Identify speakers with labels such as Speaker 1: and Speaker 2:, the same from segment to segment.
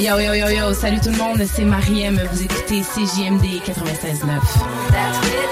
Speaker 1: Yo yo yo yo, salut tout le monde, c'est Mariem, vous écoutez CJMD 96.9.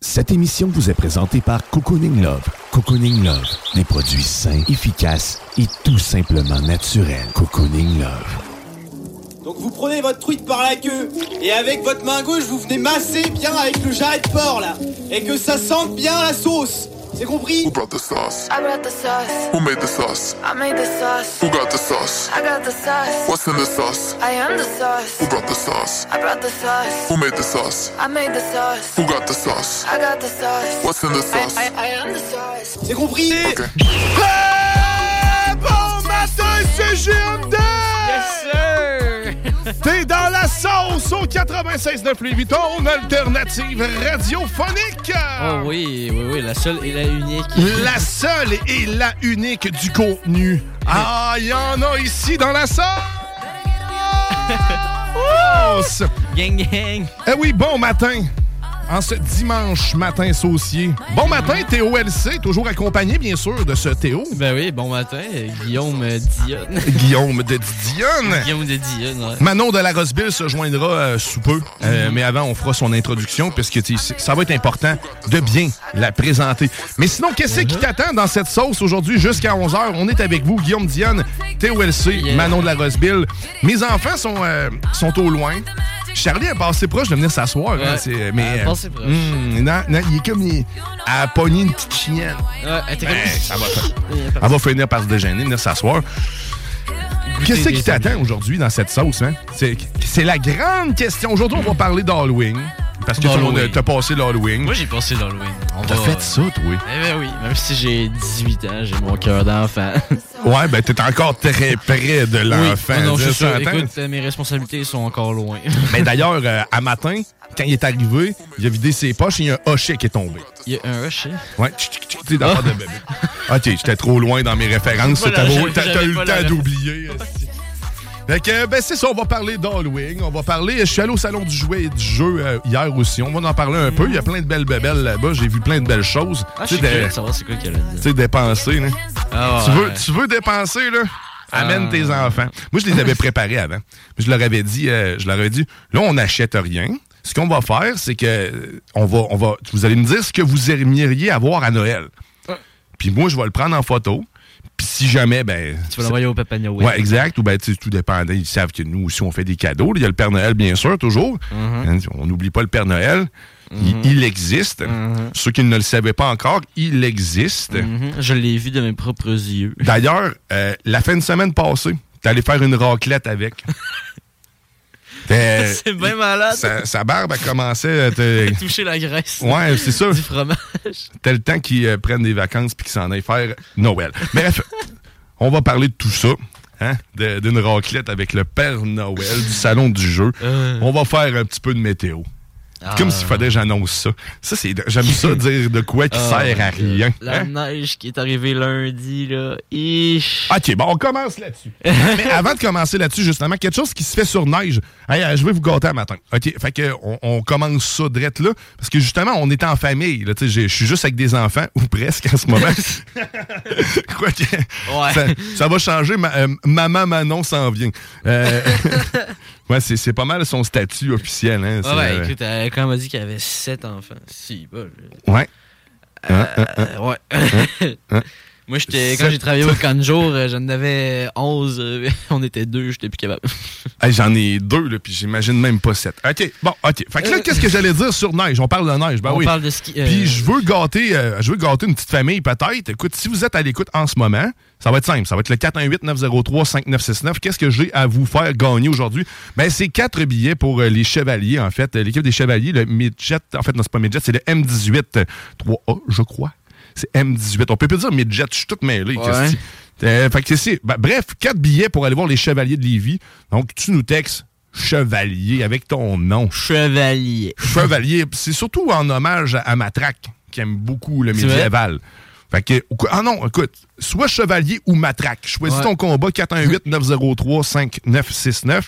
Speaker 2: Cette émission vous est présentée par Cocooning Love. Cocooning Love, des produits sains, efficaces et tout simplement naturels. Cocooning Love.
Speaker 3: Donc vous prenez votre truite par la queue et avec votre main gauche vous venez masser bien avec le jarret de porc là et que ça sente bien la sauce. C'est compris
Speaker 4: Who brought the sauce?
Speaker 5: I brought the sauce.
Speaker 4: Who made the sauce?
Speaker 5: I made the sauce.
Speaker 4: Who got the sauce?
Speaker 5: I got the sauce.
Speaker 4: What's in the sauce?
Speaker 5: I am the
Speaker 4: Who
Speaker 5: sauce.
Speaker 4: brought the sauce?
Speaker 5: I brought the sauce.
Speaker 4: Who made the sauce?
Speaker 5: I made the sauce.
Speaker 4: Who got the sauce?
Speaker 5: I got the sauce.
Speaker 4: What's in the
Speaker 5: I,
Speaker 4: sauce?
Speaker 5: I, I am the sauce.
Speaker 3: C'est compris
Speaker 4: Okay.
Speaker 6: Bon matin, c'est GMD! Yes, sir! T'es dans la sauce au 96.9 Lévis, ton alternative radiophonique!
Speaker 7: Oh oui, oui, oui, la seule et la unique.
Speaker 6: La seule et la unique du contenu. Ah, il y en a ici dans la sauce!
Speaker 7: Gang, gang.
Speaker 6: Eh oui, bon matin! En ce dimanche matin saucier. Bon matin, Théo LC, toujours accompagné, bien sûr, de ce Théo.
Speaker 7: Ben oui, bon matin, euh, Guillaume euh, Dionne.
Speaker 6: Guillaume de Dionne.
Speaker 7: Guillaume de Dionne, ouais.
Speaker 6: Manon de la Roseville se joindra euh, sous peu, Euh, mais avant, on fera son introduction puisque tu sais, ça va être important de bien la présenter. Mais sinon, qu'est-ce qui t'attend dans cette sauce aujourd'hui jusqu'à 11h? On est avec vous, Guillaume Dionne, TOLC,
Speaker 7: Yeah.
Speaker 6: Manon de la Roseville. Mes enfants sont, euh, sont au loin. Charlie est passé proche de venir s'asseoir. hein,
Speaker 7: Ouais. Ah,
Speaker 6: c'est- mais,
Speaker 7: Elle est
Speaker 6: euh,
Speaker 7: passée proche.
Speaker 6: hum, non, non, il est comme il, à pogner une petite chienne.
Speaker 7: Ouais, elle était
Speaker 6: Ben,
Speaker 7: comme-
Speaker 6: ça va faire-
Speaker 7: Et après,
Speaker 6: Elle va finir par se déjeuner, venir s'asseoir. Qu'est-ce
Speaker 7: des
Speaker 6: qui t'attend aujourd'hui dans cette sauce, hein? C'est c'est la grande question. Aujourd'hui, on va parler d'Halloween. Parce que tu
Speaker 7: D'Halloween.
Speaker 6: as passé l'Halloween.
Speaker 7: Moi, j'ai passé l'Halloween. On
Speaker 6: T'as fait ça, toi?
Speaker 7: Eh ben oui, même si j'ai 18 ans, j'ai mon cœur d'enfant.
Speaker 6: Ouais, ben t'es encore très près de l'enfant.
Speaker 7: Oui. Non, non, je
Speaker 6: dis,
Speaker 7: suis sûr.
Speaker 6: j'entends.
Speaker 7: Écoute, euh, mes responsabilités sont encore loin.
Speaker 6: Mais d'ailleurs, euh, à matin, quand il est arrivé, il a vidé ses poches et il y a un hochet qui est tombé.
Speaker 7: Il y a un rush, hein?
Speaker 6: Ouais, tch, tch, tch, t'sais, d'abord de bébé. Ok, j'étais trop loin dans mes références.
Speaker 7: Voilà,
Speaker 6: T'as beau-
Speaker 7: j'avais-
Speaker 6: t'as- t'as
Speaker 7: j'avais
Speaker 6: eu le
Speaker 7: pas la
Speaker 6: temps
Speaker 7: ref.
Speaker 6: d'oublier. esti. Fait que, ben, c'est ça, on va parler d'Halloween. On va parler. Je suis allé au salon du jouet et du jeu euh, hier aussi. On va en parler un peu. Il y a plein de belles bébelles là-bas. J'ai vu plein de belles choses.
Speaker 7: Ah, je
Speaker 6: tu
Speaker 7: suis
Speaker 6: sais, de-
Speaker 7: curieux de savoir c'est quoi qu'elle a
Speaker 6: tu
Speaker 7: dit.
Speaker 6: sais, hein. dépenser, là.
Speaker 7: Ah,
Speaker 6: Tu
Speaker 7: ouais.
Speaker 6: veux, tu veux dépenser, là? Amène
Speaker 7: Ah.
Speaker 6: tes enfants. Moi, je les avais préparés avant. Je leur avais dit, euh, je leur avais dit, là, on n'achète rien. Ce qu'on va faire, c'est que euh, on va, on va, vous allez me dire ce que vous aimeriez avoir à Noël. Puis moi, je vais le prendre en photo. Puis si jamais, ben,
Speaker 7: Tu vas l'envoyer au Papa Noël.
Speaker 6: Ouais, exact. Ou ben, tu sais, tout dépendant. Ils savent que nous aussi, on fait des cadeaux. Il y a le Père Noël, bien sûr, toujours.
Speaker 7: Mm-hmm.
Speaker 6: Hein, On n'oublie pas le Père Noël. Il, il existe.
Speaker 7: Mm-hmm.
Speaker 6: Ceux qui ne le savaient pas encore, il existe.
Speaker 7: Mhm, Je l'ai vu de mes propres yeux.
Speaker 6: D'ailleurs, euh, la fin de semaine passée, t'es allé faire une raclette avec. T'es-
Speaker 7: C'est bien malade.
Speaker 6: sa, sa barbe a commencé. à te-
Speaker 7: Toucher la graisse.
Speaker 6: Ouais, c'est sûr.
Speaker 7: Du fromage.
Speaker 6: T'as le temps qu'ils euh, prennent des vacances puis qu'ils s'en aillent faire Noël. Bref, on va parler de tout ça. Hein? de- D'une raclette avec le Père Noël du salon du jeu.
Speaker 7: Euh. Ah.
Speaker 6: On va faire un petit peu de météo. C'est Comme s'il fallait que j'annonce ça. Ça, c'est, j'aime ça dire de quoi qui
Speaker 7: Ah,
Speaker 6: sert à rien.
Speaker 7: La
Speaker 6: hein?
Speaker 7: neige qui est arrivée lundi, là. Ish.
Speaker 6: OK, bon, on commence là-dessus. Mais avant de commencer là-dessus, justement, quelque chose qui se fait sur neige. Hey, euh, je vais vous gâter un matin. OK, fait que on, on commence ça direct là. Parce que justement, on est en famille. là, tu sais, j'ai- Je suis juste avec des enfants, ou presque en ce moment. Quoi que, ça, ça va changer. ma- euh, Maman Manon s'en vient. Euh, ouais, c'est c'est pas mal son statut officiel. Hein,
Speaker 7: Ouais,
Speaker 6: c'est,
Speaker 7: ouais,
Speaker 6: euh,
Speaker 7: écoute, elle, quand elle m'a dit qu'elle avait sept enfants, si, bol.
Speaker 6: Ouais. Hein, hein, hein.
Speaker 7: Euh, ouais.
Speaker 6: Hein, hein.
Speaker 7: Moi, j'étais quand
Speaker 6: Sept.
Speaker 7: j'ai travaillé au Canjour, euh, j'en avais 11. euh, on était deux, j'étais plus capable.
Speaker 6: Hey, J'en ai deux, là, puis j'imagine même pas sept. OK, bon, OK. Fait que là, qu'est-ce que j'allais dire sur neige? On parle de neige, ben
Speaker 7: Euh, On
Speaker 6: oui.
Speaker 7: parle de ski, euh,
Speaker 6: Puis je veux gâter, euh, je veux gâter une petite famille, peut-être. Écoute, si vous êtes à l'écoute en ce moment, ça va être simple. Ça va être le 418-903-5969. Qu'est-ce que j'ai à vous faire gagner aujourd'hui? Ben, c'est quatre billets pour euh, les Chevaliers, en fait. Euh, L'équipe des Chevaliers, le Midget, en fait, non, c'est pas Midget, c'est le M18 euh, 3A, je crois. C'est M18. On peut plus dire Midget, je suis tout mêlé.
Speaker 7: Ouais.
Speaker 6: qu'est-ce que- euh, fait que c'est- c'est- ben, bref, quatre billets pour aller voir les Chevaliers de Lévis. Donc, tu nous textes Chevalier avec ton nom.
Speaker 7: Chevalier.
Speaker 6: Chevalier. C'est surtout en hommage à, à Matraque, qui aime beaucoup le
Speaker 7: C'est vrai?
Speaker 6: médiéval. Fait que, ou- ah non, écoute, soit Chevalier ou Matraque. Choisis
Speaker 7: Ouais.
Speaker 6: ton combat 418-903-5969.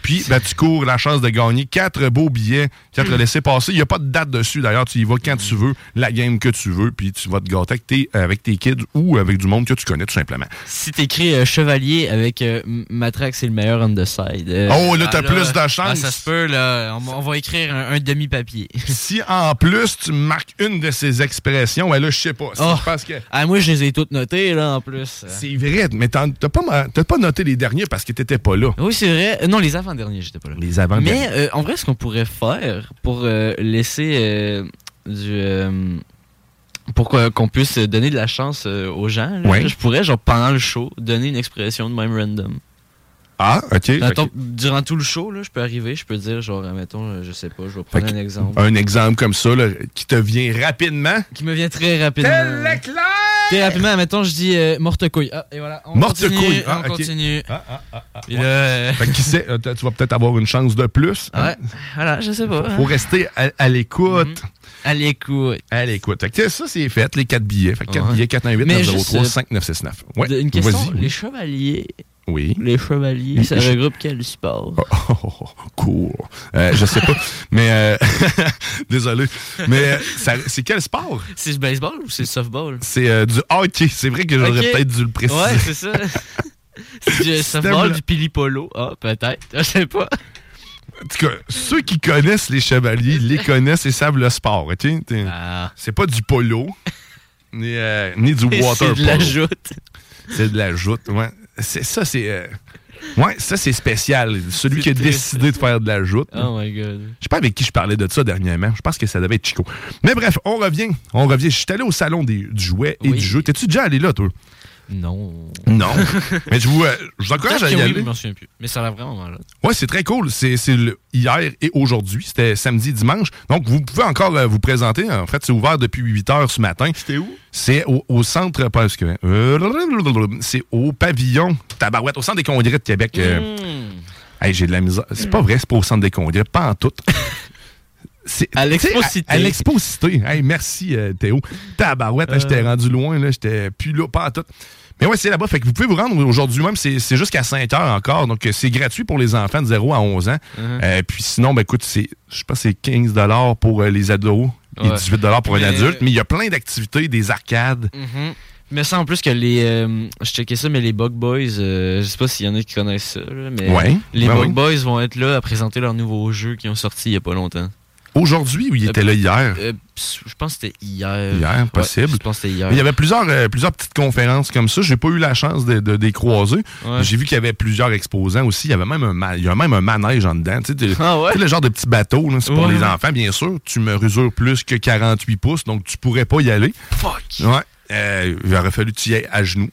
Speaker 6: Puis, ben, tu cours la chance de gagner quatre beaux billets, quatre
Speaker 7: Hmm.
Speaker 6: laissés passer. Il n'y a pas de date dessus. D'ailleurs, tu y vas quand tu veux, la game que tu veux, puis tu vas te gâter avec tes, avec tes kids ou avec du monde que tu connais, tout simplement.
Speaker 7: Si t'écris euh, Chevalier avec euh, M- Matraque, c'est le meilleur on the side. Euh,
Speaker 6: Oh, là, t'as
Speaker 7: ah,
Speaker 6: plus de chance.
Speaker 7: ah, ça se peut, là. On, on va écrire un, un demi-papier.
Speaker 6: Si en plus tu marques une de ces expressions, ben là, je sais pas. Si
Speaker 7: Oh.
Speaker 6: je pense que-
Speaker 7: Ah, moi, je les ai toutes notées, là, en plus.
Speaker 6: C'est vrai, mais t'en- t'as pas, ma- t'as pas noté les derniers parce que t'étais pas là.
Speaker 7: Oui, c'est vrai. Euh, Non, les avant-derniers, j'étais pas là.
Speaker 6: Les avant
Speaker 7: Mais euh, en vrai, ce qu'on pourrait faire pour euh, laisser euh, du. euh, pour qu'on qu'on puisse donner de la chance euh, aux gens, là,
Speaker 6: Ouais.
Speaker 7: je pourrais, genre, pendant le show, donner une expression de même random.
Speaker 6: Ah, ok.
Speaker 7: Mettons,
Speaker 6: ok.
Speaker 7: Durant tout le show, là, je peux arriver, je peux dire, genre, mettons, euh, je sais pas, je vais prendre un exemple.
Speaker 6: Un exemple comme ça là, qui te vient rapidement.
Speaker 7: Qui me vient très rapidement. Très rapidement, mettons, je dis euh, morte couille. Ah, et voilà. On
Speaker 6: Morte
Speaker 7: continue,
Speaker 6: couille. Ah,
Speaker 7: on
Speaker 6: ok.
Speaker 7: continue. euh,
Speaker 6: Ouais. Fait que qui sait, euh, t- tu vas peut-être avoir une chance de plus.
Speaker 7: Ouais, voilà, je sais pas. hein.
Speaker 6: Faut, faut rester à, à l'écoute.
Speaker 7: À l'écoute.
Speaker 6: À l'écoute. Fait que ça, c'est fait, les 4 billets. Fait 4
Speaker 7: Ouais.
Speaker 6: billets, 418
Speaker 7: Mais
Speaker 6: 903
Speaker 7: juste, euh,
Speaker 6: 5969. Ouais,
Speaker 7: De- Une question,
Speaker 6: vas-y.
Speaker 7: les chevaliers,
Speaker 6: Oui.
Speaker 7: les chevaliers, ça
Speaker 6: Les-
Speaker 7: regroupe quel sport?
Speaker 6: Ah. cool. Euh, je sais pas, mais euh, désolé. Mais euh, ça- c'est quel sport?
Speaker 7: C'est le baseball ou c'est le softball?
Speaker 6: C'est euh, du hockey. C'est vrai que j'aurais
Speaker 7: Ok.
Speaker 6: peut-être dû le préciser.
Speaker 7: Ouais, c'est ça. c'est du softball,
Speaker 6: Stem-
Speaker 7: du pilipolo. Ah, peut-être. Je sais pas.
Speaker 6: En tout cas, ceux qui connaissent les chevaliers les connaissent et savent le sport. ok? T'es-
Speaker 7: Ah.
Speaker 6: C'est pas du polo, ni, euh, ni du water
Speaker 7: C'est de la
Speaker 6: polo.
Speaker 7: joute.
Speaker 6: C'est de la joute, ouais. C'est, ça, c'est. euh, ouais, ça, c'est spécial. Celui
Speaker 7: C'est
Speaker 6: qui a
Speaker 7: triste.
Speaker 6: décidé de faire de la joute.
Speaker 7: Oh my god.
Speaker 6: Je sais pas avec qui je parlais de ça dernièrement. Je pense que ça devait être Chico. Mais bref, on revient. On revient. Je suis allé au salon des, du jouet et
Speaker 7: Oui.
Speaker 6: du jeu. T'es-tu déjà allé là, toi?
Speaker 7: Non.
Speaker 6: Non. mais je vous, euh, je vous encourage à
Speaker 7: Peut-être
Speaker 6: y
Speaker 7: que oui,
Speaker 6: aller.
Speaker 7: mais Je m'en souviens plus. Mais ça a l'air vraiment mal.
Speaker 6: Ouais, c'est très cool. C'est c'est le- hier et aujourd'hui. C'était samedi et dimanche. Donc, vous pouvez encore euh, vous présenter. En fait, c'est ouvert depuis 8 heures ce matin. C'était où? C'est au, au centre. Parce que. C'est au pavillon Tabarouette, au centre des congrès de Québec. Euh,
Speaker 7: Hmm.
Speaker 6: hey, J'ai de la misère. C'est pas vrai, c'est pas au centre des congrès. Pas en tout. C'est-
Speaker 7: À l'Expo
Speaker 6: tu sais,
Speaker 7: Cité.
Speaker 6: À, à l'Expo Cité. Hey, merci, euh, Théo. Tabarouette, hein,
Speaker 7: Euh.
Speaker 6: j'étais rendu loin, là. J'étais plus là, pas en tout. Mais ouais, c'est là-bas. Fait que vous pouvez vous rendre aujourd'hui même. C'est c'est jusqu'à 5 heures encore. Donc, euh, c'est gratuit pour les enfants de 0 à 11 ans.
Speaker 7: Mhm.
Speaker 6: Euh, puis sinon, ben, écoute, c'est, je pense que c'est 15 pour euh, les ados et
Speaker 7: Ouais.
Speaker 6: 18 pour
Speaker 7: Mais-
Speaker 6: un adulte. Mais il y a plein d'activités, des arcades.
Speaker 7: Mm-hmm. Mais ça, en plus que les. euh, je checkais ça, mais les Bug Boys, euh, je sais pas s'il y en a qui connaissent ça, là, mais.
Speaker 6: Ouais,
Speaker 7: Les
Speaker 6: ouais,
Speaker 7: Bug
Speaker 6: ouais.
Speaker 7: Boys vont être là à présenter leurs nouveaux jeux qui ont sorti il y a pas longtemps.
Speaker 6: Aujourd'hui, ou il était là hier?
Speaker 7: Mm. Euh, pss, je pense que c'était hier.
Speaker 6: Hier,
Speaker 7: Ouais,
Speaker 6: possible.
Speaker 7: je pense que c'était hier.
Speaker 6: Il y avait plusieurs, euh, plusieurs petites conférences comme ça. J'ai pas eu la chance de, de- de les croiser.
Speaker 7: Ouais.
Speaker 6: J'ai vu qu'il y avait plusieurs exposants aussi. Il y avait même un, ma- il y a même un manège en dedans. Tu sais, t'es-
Speaker 7: Ah ouais?
Speaker 6: tu sais, le genre de petit bateau, là, c'est pour
Speaker 7: Ouais.
Speaker 6: les enfants, bien sûr. Tu me mesures plus que 48 pouces, donc tu pourrais pas y aller.
Speaker 7: Fuck!
Speaker 6: Ouais. Euh, il aurait fallu que tu y ailles à genoux.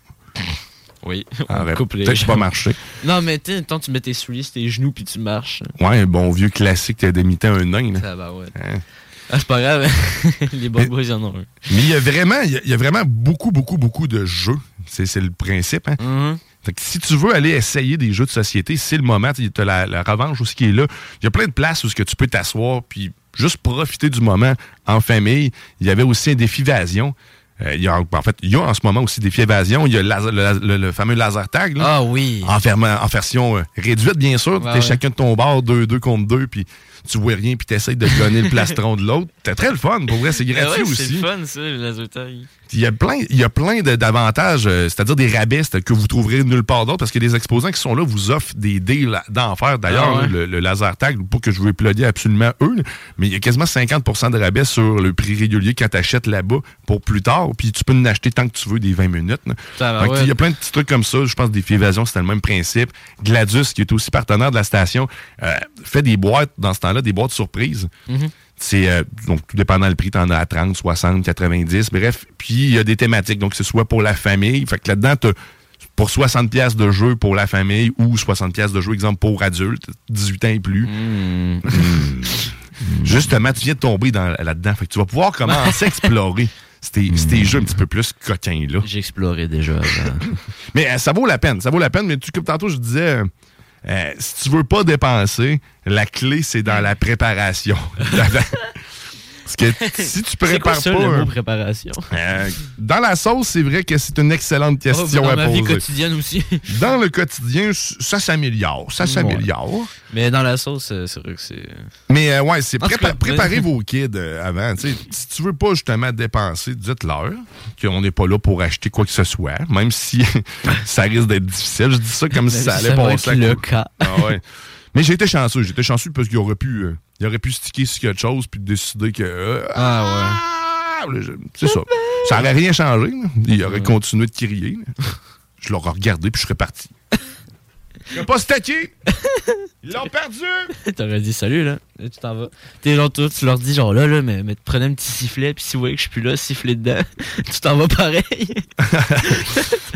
Speaker 7: Oui.
Speaker 6: Ça aurait
Speaker 7: Couple les
Speaker 6: peut-être pas
Speaker 7: jambes.
Speaker 6: marché.
Speaker 7: Non, mais tu sais, tant tu mets tes souliers sur tes genoux puis tu marches.
Speaker 6: Ouais, un bon vieux classique, t'as démité un nain. là.
Speaker 7: Ça va, ouais.
Speaker 6: Hein.
Speaker 7: Ah, c'est pas grave. hein. les Bug Boys, y en ont un.
Speaker 6: Mais il y a vraiment, il y a- il y a vraiment beaucoup, beaucoup, beaucoup de jeux. C'est c'est le principe. Hein?
Speaker 7: Mm-hmm.
Speaker 6: Fait que si tu veux aller essayer des jeux de société, c'est le moment. Tu as la, la revanche aussi qui est là. Il y a plein de places où ce que tu peux t'asseoir puis juste profiter du moment en famille. Il y avait aussi un défi évasion. Euh, il y a, en fait, il y a en ce moment aussi défi évasion. Il y a le, laser- le- le- le fameux laser tag. ah oui. En, ferma- en version euh, réduite, bien sûr.
Speaker 7: Ouais,
Speaker 6: T'es
Speaker 7: ouais.
Speaker 6: chacun de ton bord, deux, deux contre deux, puis tu vois rien, puis t'essayes de gonner le plastron de l'autre. C'était très le fun. Pour vrai, c'est
Speaker 7: Ah
Speaker 6: gratuit
Speaker 7: ouais, C'est
Speaker 6: aussi.
Speaker 7: le fun, ça, le laser tag.
Speaker 6: Il y a plein, il y a plein de- d'avantages, euh, c'est-à-dire des rabais c'est- que vous trouverez nulle part d'autre parce que les exposants qui sont là vous offrent des deals d'enfer. D'ailleurs,
Speaker 7: Ah ouais.
Speaker 6: le, le laser tag, pas que je veux plugger absolument eux, là, mais il y a quasiment 50 de rabais sur le prix régulier quand t'achètes là-bas pour plus tard. Puis tu peux en acheter tant que tu veux des 20 minutes. là.
Speaker 7: Tabarouette.
Speaker 6: Fait que Il y a plein de petits trucs comme ça. Je pense que Défi Évasion, c'était le même principe. Gladius, qui est aussi partenaire de la station, euh, fait des boîtes dans ce temps-là, des boîtes surprises. C'est euh, donc tout dépendant le prix, t'en as à 30, 60, 90, bref. Puis il y a des thématiques, donc c'est soit pour la famille, fait que là-dedans t'as pour 60 pièces de jeu pour la famille ou 60 pièces de jeu exemple pour adulte, 18 ans et plus. Hmm. Justement, tu viens de tomber dans- là-dedans, fait que tu vas pouvoir commencer à explorer ces ces jeux un petit peu plus coquins là.
Speaker 7: J'explorais déjà avant.
Speaker 6: Mais euh, ça vaut la peine, ça vaut la peine. Mais tu, comme tantôt, je disais, euh, euh, si tu veux pas dépenser, la clé, c'est dans la préparation. Parce que si tu
Speaker 7: C'est quoi
Speaker 6: prépares
Speaker 7: ça,
Speaker 6: pas.
Speaker 7: le
Speaker 6: un-
Speaker 7: mot préparation?
Speaker 6: euh, dans la sauce, c'est vrai que c'est une excellente question
Speaker 7: Oh,
Speaker 6: à
Speaker 7: dans ma
Speaker 6: poser.
Speaker 7: vie quotidienne aussi.
Speaker 6: Dans le quotidien, ça s'améliore, ça s'améliore.
Speaker 7: Mais dans la sauce, euh, c'est vrai que c'est.
Speaker 6: Mais euh, ouais, c'est
Speaker 7: En tout
Speaker 6: prépa-
Speaker 7: cas,
Speaker 6: préparez
Speaker 7: oui.
Speaker 6: vos kids euh, avant. Tu sais, Si tu veux pas justement dépenser, dites-leur qu'on n'est pas là pour acheter quoi que ce soit, même si ça risque d'être difficile. Je dis ça comme si
Speaker 7: Mais
Speaker 6: ça allait
Speaker 7: ça va
Speaker 6: passer. à
Speaker 7: être le
Speaker 6: côté.
Speaker 7: cas.
Speaker 6: Ah ouais. Mais j'ai été chanceux. J'ai été chanceux parce qu'il aurait pu, euh, il aurait pu sticker sur quelque chose puis décider que. euh, ah ouais. C'est ça. Ça n'aurait rien changé. là. Il aurait continué de crier. là. Je l'aurais regardé puis je serais parti. Il n'a pas stacké. Ils l'ont perdu.
Speaker 7: T'aurais dit salut, là. Et tu t'en vas. T'es genre, toi, tu leur dis, genre, là, là, mais, mais prenez un petit sifflet, puis si vous voyez que je suis plus là, sifflez dedans. tu t'en vas pareil.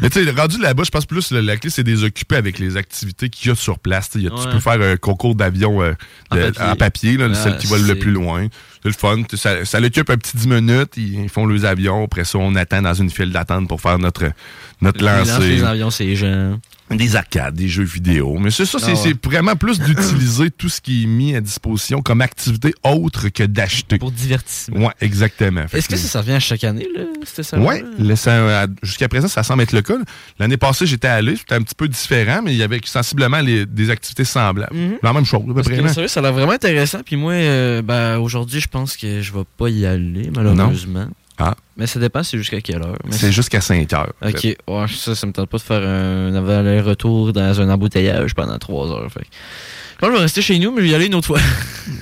Speaker 6: Mais tu sais, rendu là-bas, je pense plus le- la clé, c'est des occupés avec les activités qu'il y a sur place. Tu sais, il y a- Tu
Speaker 7: Ouais.
Speaker 6: peux faire un concours d'avion euh,
Speaker 7: En
Speaker 6: de-
Speaker 7: papier.
Speaker 6: en papier, là,
Speaker 7: Ah,
Speaker 6: celle qui vole le
Speaker 7: c'est-
Speaker 6: plus loin. C'est le fun. Tu sais, Ça, ça l'occupe un petit 10 minutes. Ils font leurs avions. Après ça, on attend dans une file d'attente pour faire notre, notre
Speaker 7: Les lances,
Speaker 6: lancer.
Speaker 7: les avions, c'est gens.
Speaker 6: Des arcades, des jeux vidéo. Mais c'est ça, c'est
Speaker 7: Ah ouais.
Speaker 6: c'est vraiment plus d'utiliser tout ce qui est mis à disposition comme activité autre que d'acheter. Pour
Speaker 7: divertissement.
Speaker 6: Ouais, exactement. Fait
Speaker 7: Est-ce que ça, ça revient à chaque année, là, c'était ça?
Speaker 6: oui, euh, jusqu'à présent, ça semble être le cas. là. L'année passée, j'étais allé, c'était un petit peu différent, mais il y avait sensiblement les- des activités semblables.
Speaker 7: Mhm.
Speaker 6: La même chose, à peu
Speaker 7: Parce
Speaker 6: près. hein.
Speaker 7: que
Speaker 6: là.
Speaker 7: sérieux, ça a l'air vraiment intéressant. Puis moi, euh, ben, aujourd'hui, je pense que je vais pas y aller, malheureusement.
Speaker 6: Ah.
Speaker 7: Mais ça dépend, c'est jusqu'à quelle heure. Mais
Speaker 6: C'est jusqu'à 5 heures.
Speaker 7: Ok, ouais, ça, ça me tente pas de faire un aller-retour dans un embouteillage pendant trois heures. Fait. que- Je pense que je vais rester chez nous, mais je vais y aller une autre fois.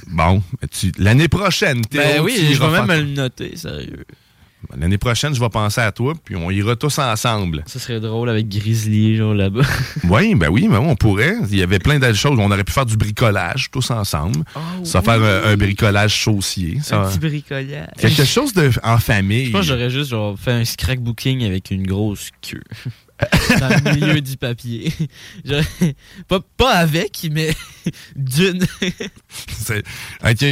Speaker 6: Bon, mais tu- l'année prochaine, Théo,
Speaker 7: ben
Speaker 6: tu
Speaker 7: oui, je
Speaker 6: iras
Speaker 7: vais même
Speaker 6: faire-
Speaker 7: me le noter, sérieux.
Speaker 6: L'année prochaine, je vais penser à toi, puis on ira tous ensemble.
Speaker 7: Ça serait drôle avec Grizzly, genre là-bas.
Speaker 6: Oui, ben oui, ben oui, on pourrait. Il y avait plein d'autres choses. On aurait pu faire du bricolage tous ensemble. ça faire euh, un bricolage saucier. Ça,
Speaker 7: Ah Un petit bricolage.
Speaker 6: quelque chose de, en famille.
Speaker 7: Je pense que j'aurais juste genre, fait un scrapbooking avec une grosse queue. Dans le milieu du papier. J'aurais- pas, pas avec, mais d'une.
Speaker 6: C'est- OK.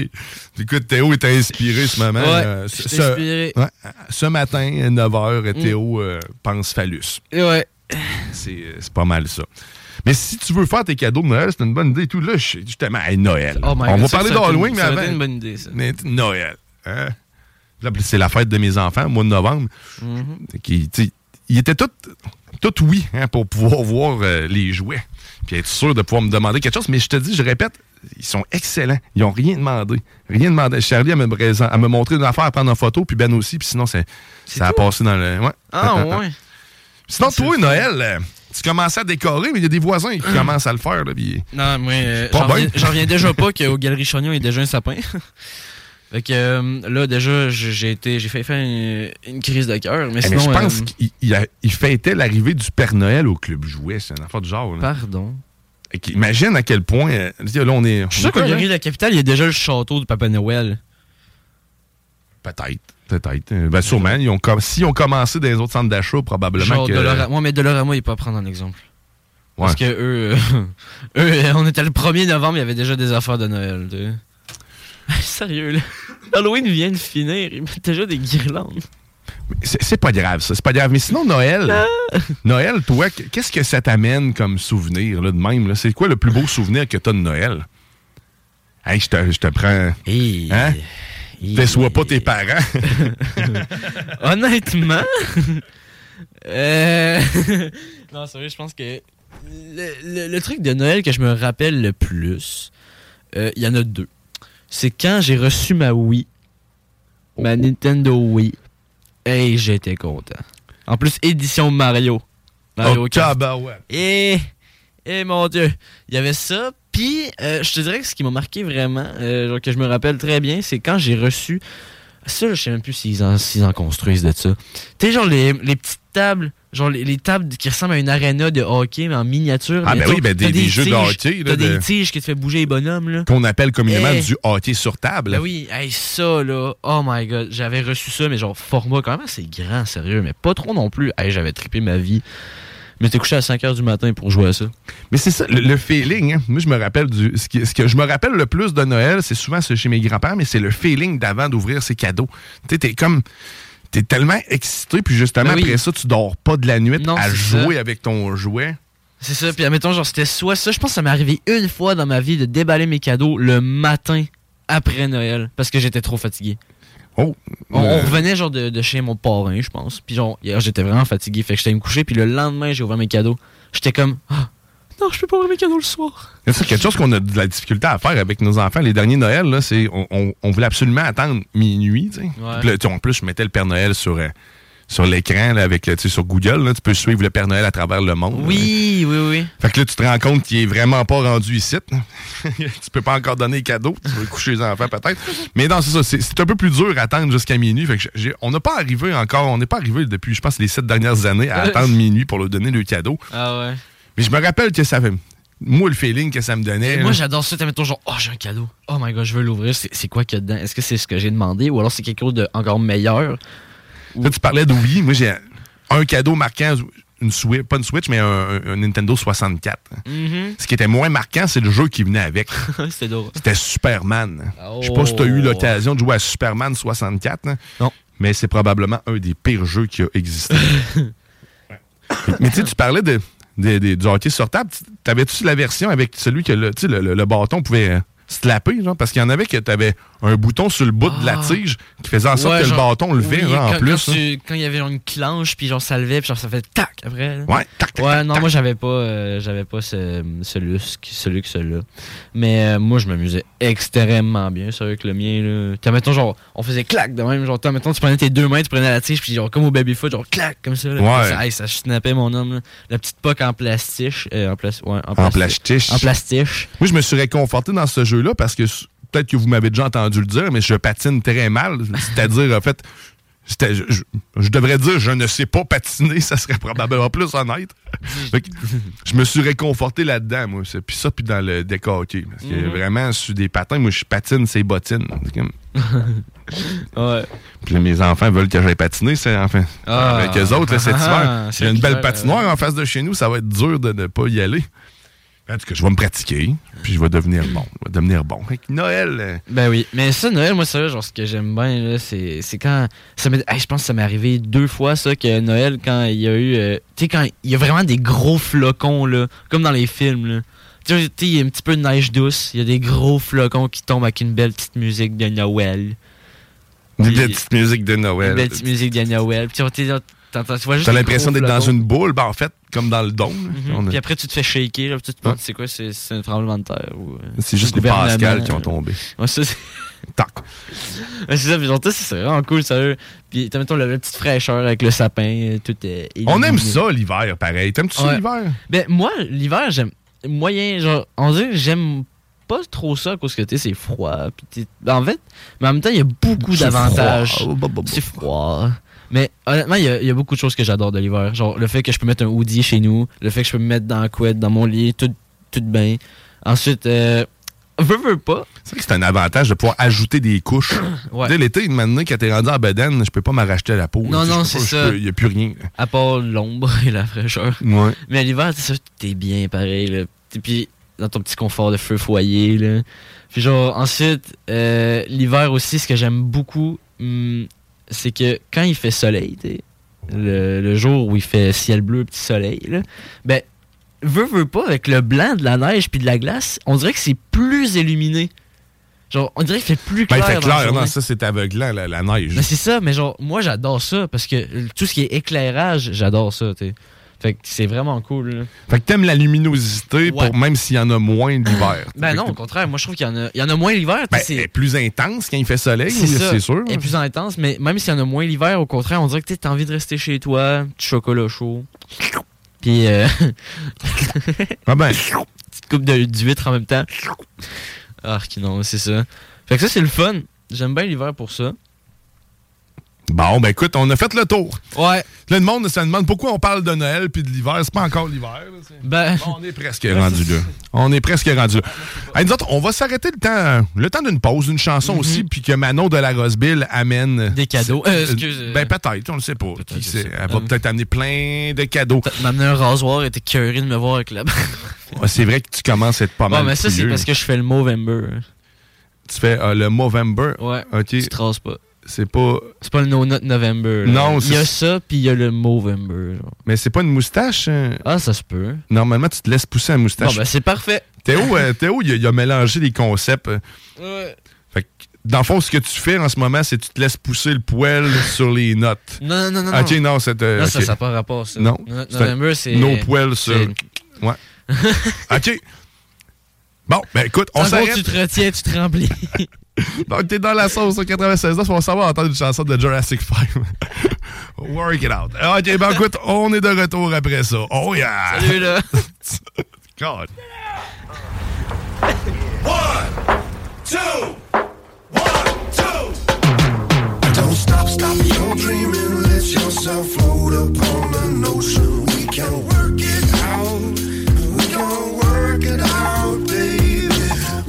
Speaker 6: Écoute, Théo est inspiré ce moment.
Speaker 7: Ouais,
Speaker 6: Euh,
Speaker 7: je
Speaker 6: ce,
Speaker 7: suis
Speaker 6: ce-
Speaker 7: inspiré.
Speaker 6: ouais, ce matin, à 9h,
Speaker 7: Mm.
Speaker 6: Théo euh, pense phallus.
Speaker 7: Et ouais.
Speaker 6: C'est euh, c'est pas mal ça. Mais si tu veux faire tes cadeaux de Noël, c'est une bonne idée. Tout là, je- justement, hey, Noël.
Speaker 7: Oh my
Speaker 6: On
Speaker 7: God,
Speaker 6: va
Speaker 7: ça,
Speaker 6: parler
Speaker 7: ça aurait
Speaker 6: d'Halloween,
Speaker 7: été-
Speaker 6: mais
Speaker 7: ça aurait
Speaker 6: avant.
Speaker 7: été une bonne idée, ça.
Speaker 6: Mais Noël. hein? Là, C'est la fête de mes enfants, au mois de novembre. qui, tu sais, ils étaient tous, tous oui hein, pour pouvoir voir euh, les jouets. Puis être sûr de pouvoir me demander quelque chose. Mais je te dis, je répète, ils sont excellents. Ils n'ont rien demandé. Rien demandé. Charlie, à me, présent- elle me montrer une affaire, à prendre en photo, puis Ben aussi. Puis sinon, c'est- ça a passé dans le. ouais.
Speaker 7: Ah ouais.
Speaker 6: Sinon, toi, Noël, euh, tu commences à décorer, mais il y a des voisins qui commencent à le faire. Là, puis-
Speaker 7: Non, moi, euh,
Speaker 6: Pas
Speaker 7: j'en
Speaker 6: bien.
Speaker 7: reviens- j'en reviens déjà pas qu'au Galerie Chagnon, il y a déjà un sapin. fait que euh, là, déjà, j'ai j'ai été, j'ai fait faire une, une crise de cœur. Mais
Speaker 6: Eh, mais
Speaker 7: sinon.
Speaker 6: je pense
Speaker 7: euh,
Speaker 6: qu'il il a- il fêtait l'arrivée du Père Noël au club jouet. C'est une affaire du genre. là.
Speaker 7: Pardon.
Speaker 6: Et qu'il- Imagine à quel point. euh, tu sais, là, on est.
Speaker 7: Je suis sûr qu'au Galerie de la Capitale, il y a déjà le château de Papa Noël.
Speaker 6: Peut-être. Peut-être. Euh, Ben, sûrement. Ils ont com- S'ils ont commencé dans les autres centres d'achat, probablement
Speaker 7: Genre
Speaker 6: que.
Speaker 7: Dolora- Ouais, mais Dolorama, il peut pas prendre un exemple. Parce
Speaker 6: euh, Ouais.
Speaker 7: que eux, euh, eux, on était le 1er novembre, il y avait déjà des affaires de Noël. tu sais. Sérieux, là. Halloween vient de finir, ils mettent déjà des guirlandes.
Speaker 6: C'est c'est pas grave, ça. C'est pas grave. Mais sinon, Noël.
Speaker 7: Ah.
Speaker 6: Noël, toi, qu- qu'est-ce que ça t'amène comme souvenir, là, de même? là? C'est quoi le plus beau souvenir que t'as de Noël? Hey, je te, je te prends. Hein? Déçois pas tes parents.
Speaker 7: Honnêtement, euh, non, sérieux, je pense que le, le- le truc de Noël que je me rappelle le plus, euh, il y en a deux. C'est quand j'ai reçu ma Wii, ma Nintendo Wii, et j'étais content. En plus, édition Mario. Mario
Speaker 6: Oh,
Speaker 7: Kart.
Speaker 6: tabarouette.
Speaker 7: Et, et mon Dieu, il y avait ça. Puis, euh, je te dirais que ce qui m'a marqué vraiment, euh, genre que je me rappelle très bien, c'est quand j'ai reçu. Ça, là, je sais même plus s'ils en, s'ils en construisent de ça. Tu sais, genre les, les petites tables, genre les, les tables qui ressemblent à une arena de hockey, mais en miniature.
Speaker 6: Ah,
Speaker 7: mais
Speaker 6: ben
Speaker 7: t'as-
Speaker 6: oui, ben des-
Speaker 7: t'as
Speaker 6: des jeux de
Speaker 7: tiges-
Speaker 6: hockey, là,
Speaker 7: T'as
Speaker 6: de-
Speaker 7: des tiges qui te fait bouger les bonhommes, là.
Speaker 6: Qu'on appelle communément
Speaker 7: Eh.
Speaker 6: du hockey sur table.
Speaker 7: Ben oui, hey, ça là, oh my god, j'avais reçu ça, mais genre format quand même assez grand, sérieux, mais pas trop non plus. Hey, j'avais trippé ma vie. Mais t'es couché à 5h du matin pour jouer à ça.
Speaker 6: Mais c'est ça, le, le feeling. hein. Moi, je me rappelle du. Ce, qui- ce que je me rappelle le plus de Noël, c'est souvent ce chez mes grands-parents, mais c'est le feeling d'avant d'ouvrir ses cadeaux. Tu sais, t'es comme. T'es tellement excité, puis justement,
Speaker 7: Ben oui.
Speaker 6: après ça, tu dors pas de la nuit à
Speaker 7: c'est
Speaker 6: jouer
Speaker 7: ça.
Speaker 6: avec ton jouet.
Speaker 7: C'est ça, puis admettons, genre, c'était soit ça. Je pense que ça m'est arrivé une fois dans ma vie de déballer mes cadeaux le matin après Noël parce que j'étais trop fatigué.
Speaker 6: Oh!
Speaker 7: On,
Speaker 6: Euh.
Speaker 7: on revenait genre de, de chez mon parrain, je pense. Puis genre, hier, j'étais vraiment fatigué, fait que j'étais allé me coucher, puis le lendemain, j'ai ouvert mes cadeaux. J'étais comme, ah, non, je peux pas ouvrir mes cadeaux le soir.
Speaker 6: C'est quelque chose qu'on a de la difficulté à faire avec nos enfants. Les derniers Noël, là, c'est on, on- on voulait absolument attendre minuit. tu sais. Puis là, tu- en plus, je mettais le Père Noël sur, euh, sur l'écran, là, avec, euh, tu sais, sur Google. là. tu peux suivre le Père Noël à travers le monde.
Speaker 7: Oui, oui, oui.
Speaker 6: Fait que là, tu te rends compte qu'il est vraiment pas rendu ici. tu peux pas encore donner les cadeaux. Tu veux coucher les enfants peut-être. Mais non, c'est ça. C'est, c'est un peu plus dur à attendre jusqu'à minuit. Fait que j'ai- on n'a pas arrivé encore. On n'est pas arrivé depuis, je pense, les sept dernières années à
Speaker 7: Ouais.
Speaker 6: attendre minuit pour leur donner le cadeau.
Speaker 7: Ah ouais.
Speaker 6: Mais je me rappelle que ça fait. Moi, le feeling que ça me donnait.
Speaker 7: Moi,
Speaker 6: là,
Speaker 7: j'adore ça. T'as genre, oh, j'ai un cadeau. Oh my god, je veux l'ouvrir. C'est c'est quoi qu'il y a dedans? Est-ce que c'est ce que j'ai demandé ou alors c'est quelque chose de encore meilleur?
Speaker 6: Là, tu parlais de Wii. Moi, j'ai un cadeau marquant, une Switch, pas une Switch, mais un, un Nintendo 64. Ce qui était moins marquant, c'est le jeu qui venait avec.
Speaker 7: C'était drôle.
Speaker 6: C'était Superman. Je sais pas si tu as
Speaker 7: Oh.
Speaker 6: eu l'occasion de jouer à Superman 64. hein, Mais c'est probablement un des pires jeux qui a existé. mais tu sais, tu parlais de, de- de- du hockey sur table. Tu- T'avais-tu la version avec celui que le, tu sais, le, le- le bâton pouvait euh, slapper? Genre, parce qu'il y en avait que t'avais un bouton sur le bout de la
Speaker 7: Ah.
Speaker 6: tige qui faisait en sorte
Speaker 7: Ouais,
Speaker 6: que le
Speaker 7: genre-
Speaker 6: bâton levait
Speaker 7: oui,
Speaker 6: genre, en
Speaker 7: quand-
Speaker 6: plus.
Speaker 7: Quand
Speaker 6: hein.
Speaker 7: tu- quand il y avait genre une clanche, puis genre ça levait, puis genre ça fait tac après. là.
Speaker 6: Ouais, tac,
Speaker 7: Ouais, non, moi j'avais pas, euh, j'avais pas ce, ce lusque, ce luxe-là. Mais euh, moi je m'amusais extrêmement bien, sérieux, avec le mien. là. T'as, mettons, genre, on faisait clac de même. Genre, t'as, mettons, tu prenais tes deux mains, tu prenais la tige, puis genre, comme au babyfoot, genre, clac, comme ça. là.
Speaker 6: Ouais.
Speaker 7: Ça, hey, ça snappait mon homme, là. La petite poque en plastique. euh, en, plas- ouais, en,
Speaker 6: En
Speaker 7: plastique.
Speaker 6: plastiche.
Speaker 7: En plastiche.
Speaker 6: Moi, je me suis réconforté dans ce jeu-là parce que s- peut-être que vous m'avez déjà entendu le dire, mais je patine très mal. C'est-à-dire, en fait, c'était- je, je- je devrais dire je ne sais pas patiner, ça serait probablement plus honnête. Fait que je me suis réconforté là-dedans, moi. C'est- Puis ça, puis dans le décor hockey. Parce que
Speaker 7: Mhm.
Speaker 6: vraiment, sur des patins, moi, je patine ces bottines. C'est comme-
Speaker 7: Ouais.
Speaker 6: Puis là, mes enfants veulent que j'aille patiner, c'est enfin.
Speaker 7: Ah.
Speaker 6: avec eux autres, là, cet
Speaker 7: Ah,
Speaker 6: hiver.
Speaker 7: c'est
Speaker 6: Il y a une belle
Speaker 7: clair,
Speaker 6: patinoire en face de chez nous, ça va être dur de ne pas y aller. En tout cas, je vais me pratiquer, puis je vais devenir bon. Je vais devenir bon. Fait que Noël. euh,
Speaker 7: Ben oui, mais ça, Noël, moi, sérieux, genre, ce que j'aime bien, là, c'est, c'est quand. Ça m'est- hey, je pense que ça m'est arrivé deux fois, ça, que Noël, quand il y a eu. euh, tu sais, quand il y a vraiment des gros flocons, là, comme dans les films, là. Tu sais, tu sais, il y a un petit peu de neige douce, il y a des gros flocons qui tombent avec une belle petite musique de Noël.
Speaker 6: Des belles petites musiques de Noël.
Speaker 7: Une belle petite musique de Noël. Puis, tu vois, t'es- t'entends- tu vois juste
Speaker 6: T'as
Speaker 7: les
Speaker 6: l'impression
Speaker 7: gros
Speaker 6: d'être dans
Speaker 7: flocons.
Speaker 6: une boule, ben, en fait, comme dans le dôme. là. On
Speaker 7: Mhm. Puis
Speaker 6: a-
Speaker 7: après, tu te fais shaker, là, puis tu te demandes, c'est quoi, c'est, c'est un tremblement de terre ou. euh,
Speaker 6: C'est juste
Speaker 7: un
Speaker 6: les Pascal
Speaker 7: gouvernement.
Speaker 6: qui ont tombé.
Speaker 7: Ouais, ça, c'est. Ouais, c'est ça, puis genre, ça, c'est vraiment cool, sérieux. Puis, t'as, mettons, la, la petite fraîcheur avec le sapin, euh, tout est.
Speaker 6: On aime ça l'hiver, pareil. T'aimes-tu ça
Speaker 7: Ouais.
Speaker 6: l'hiver?
Speaker 7: Ben, moi, l'hiver, j'aime. Moyen, genre, on dirait que j'aime pas trop ça, parce que, tu sais, c'est froid. Puis, t'es- ben, en fait, mais en même temps, il y a beaucoup
Speaker 6: C'est
Speaker 7: d'avantages.
Speaker 6: froid.
Speaker 7: C'est froid. Mais honnêtement, il y, a- il y a beaucoup de choses que j'adore de l'hiver. Genre, le fait que je peux mettre un hoodie chez nous, le fait que je peux me mettre dans la couette, dans mon lit, tout, tout bien. Ensuite, euh, veux, veux pas.
Speaker 6: C'est vrai que c'est un avantage de pouvoir ajouter des couches.
Speaker 7: Ouais.
Speaker 6: Dès l'été, maintenant, quand t'es rendu en bedaine, je peux pas me racheter la peau.
Speaker 7: Non,
Speaker 6: Je
Speaker 7: non,
Speaker 6: peux
Speaker 7: c'est
Speaker 6: pas, je
Speaker 7: ça.
Speaker 6: peux- Il n'y a plus rien.
Speaker 7: À part l'ombre et la fraîcheur.
Speaker 6: Ouais.
Speaker 7: Mais à l'hiver, c'est ça, t'es bien pareil. Là. T'es- Puis dans ton petit confort de feu foyer. Là. Puis genre, ensuite, euh, l'hiver aussi, ce que j'aime beaucoup, hum, c'est que quand il fait soleil, t'sais, le, le jour où il fait ciel bleu, petit soleil, là, ben, veux, veux pas, avec le blanc de la neige puis de la glace, on dirait que c'est plus illuminé. Genre, on dirait qu'il fait plus
Speaker 6: Ben,
Speaker 7: clair.
Speaker 6: il fait
Speaker 7: dans la
Speaker 6: clair, non,
Speaker 7: journée.
Speaker 6: ça c'est aveuglant, la, la neige.
Speaker 7: Mais c'est ça, mais genre, moi j'adore ça parce que euh, tout ce qui est éclairage, j'adore ça, tu sais. Fait que c'est vraiment cool. là.
Speaker 6: Fait que t'aimes la luminosité
Speaker 7: Ouais.
Speaker 6: pour même s'il y en a moins l'hiver.
Speaker 7: Ben non, au contraire, moi je trouve qu'il y en a, il y en a moins l'hiver. tu sais, c'est-
Speaker 6: Elle est plus intense quand il fait soleil,
Speaker 7: ça.
Speaker 6: Ben, c'est sûr.
Speaker 7: Elle est plus intense, mais même s'il y en a moins l'hiver, au contraire, on dirait que tu as envie de rester chez toi, petit chocolat chaud. Puis. Euh...
Speaker 6: ah ben.
Speaker 7: Petite coupe de- d'huître en même temps. Ah, qui non, c'est ça. Fait que ça, c'est le fun. J'aime bien l'hiver pour ça.
Speaker 6: Bon, ben écoute, on a fait le tour.
Speaker 7: Ouais.
Speaker 6: Là, le monde se demande pourquoi on parle de Noël puis de l'hiver. C'est pas encore l'hiver. là, c'est-
Speaker 7: Ben.
Speaker 6: Bon, on est presque rendu là. On est presque rendu là. Hey, nous autres, on va s'arrêter le temps, le temps d'une pause, d'une chanson aussi, puis que Manon de la Roseville amène. Des
Speaker 7: Mm-hmm. cadeaux. Euh, excuse.
Speaker 6: Ben peut-être, on le sait pas. Qui sait? Elle va peut-être amener plein de cadeaux.
Speaker 7: M'a amené un rasoir, elle était curée de me voir avec la
Speaker 6: Ouais, c'est vrai que tu commences à être pas
Speaker 7: Ouais,
Speaker 6: mal.
Speaker 7: mais ça, c'est parce que je fais le Movember.
Speaker 6: Tu fais euh, le Movember.
Speaker 7: Ouais.
Speaker 6: OK. Tu
Speaker 7: traces pas.
Speaker 6: C'est pas.
Speaker 7: C'est pas le No Not November. là.
Speaker 6: Non,
Speaker 7: Il y a
Speaker 6: c'est-
Speaker 7: ça, puis il y a le Movember. genre.
Speaker 6: Mais c'est pas une moustache. hein.
Speaker 7: Ah, ça se peut.
Speaker 6: Normalement, tu te laisses pousser la moustache.
Speaker 7: Bon, ben, c'est parfait.
Speaker 6: Théo, euh, Théo il, a, il a mélangé les concepts. euh. Fait que, dans le fond, ce que tu fais en ce moment, c'est que tu te laisses pousser le poil sur les notes.
Speaker 7: Non, non, non, non.
Speaker 6: Ok, non, c'est. euh,
Speaker 7: Non, ça
Speaker 6: ok.
Speaker 7: n'a pas rapport, ça.
Speaker 6: Non.
Speaker 7: No Not
Speaker 6: un-
Speaker 7: November, c'est.
Speaker 6: Nos poils sur. Ouais. ok. Bon, ben écoute, on
Speaker 7: En gros,
Speaker 6: s'arrête.
Speaker 7: tu te retiens, tu te remplis.
Speaker 6: Donc, t'es dans la sauce au 96 on va savoir entendre une chanson de Jurassic 5. Work it out. Ok, ben écoute, on est de retour après ça. Oh yeah!
Speaker 7: Salut, là.
Speaker 6: God.
Speaker 8: two, one, two. Don't stop, stop your dreaming. Let yourself float upon an ocean. We can work it out. We can work it out, baby.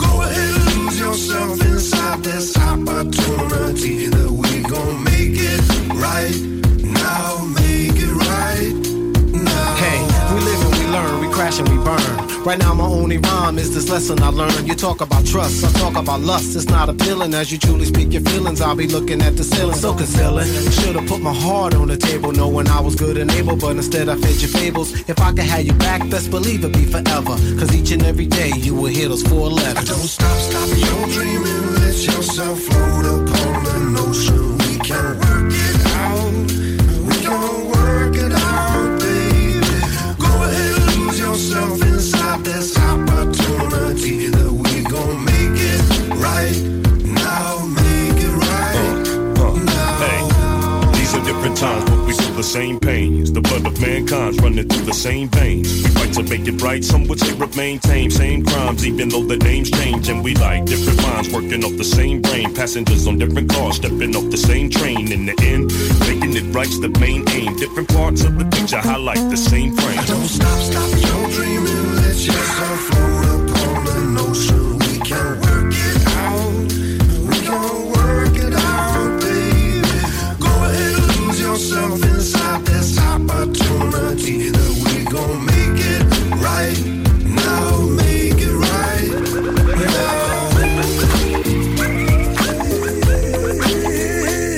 Speaker 8: Go ahead and lose yourself inside this opportunity that we gon' make it right now. Make it right now.
Speaker 9: Hey, we live and we learn, we crash and we burn. Right now, my only rhyme is this lesson I learned. You talk about trust, I talk about lust. It's not appealing as you truly speak your feelings. I'll be looking at the ceiling, so concealing. Should've put my heart on the table, knowing I was good and able, but instead I fed your fables. If I could have you back, best believe it'd be forever. Cause each and every day, you will hear those four letters.
Speaker 8: Don't stop, stop your dreaming. Let yourself float upon an ocean. We can work it out. We can work it out, baby. Go ahead and lose yourself inside this opportunity that we gon' make it right now. Make it right now.
Speaker 10: Hey, these are different times, but we feel the same pain. It's the blood of mankind's running through the same veins. We fight to make it right, some would say we maintain same crimes, even though the names change. And we like different minds, working off the same brain. Passengers on different cars, stepping off the same train. In the end, making it right's the main aim. Different parts of the picture highlight the same frame.
Speaker 8: Don't stop, stop your dreaming. Let yourself float upon an ocean. We can work it out. We can work it out, baby. Go ahead and lose yourself inside this opportunity that we gon' make it right now. Make it right now.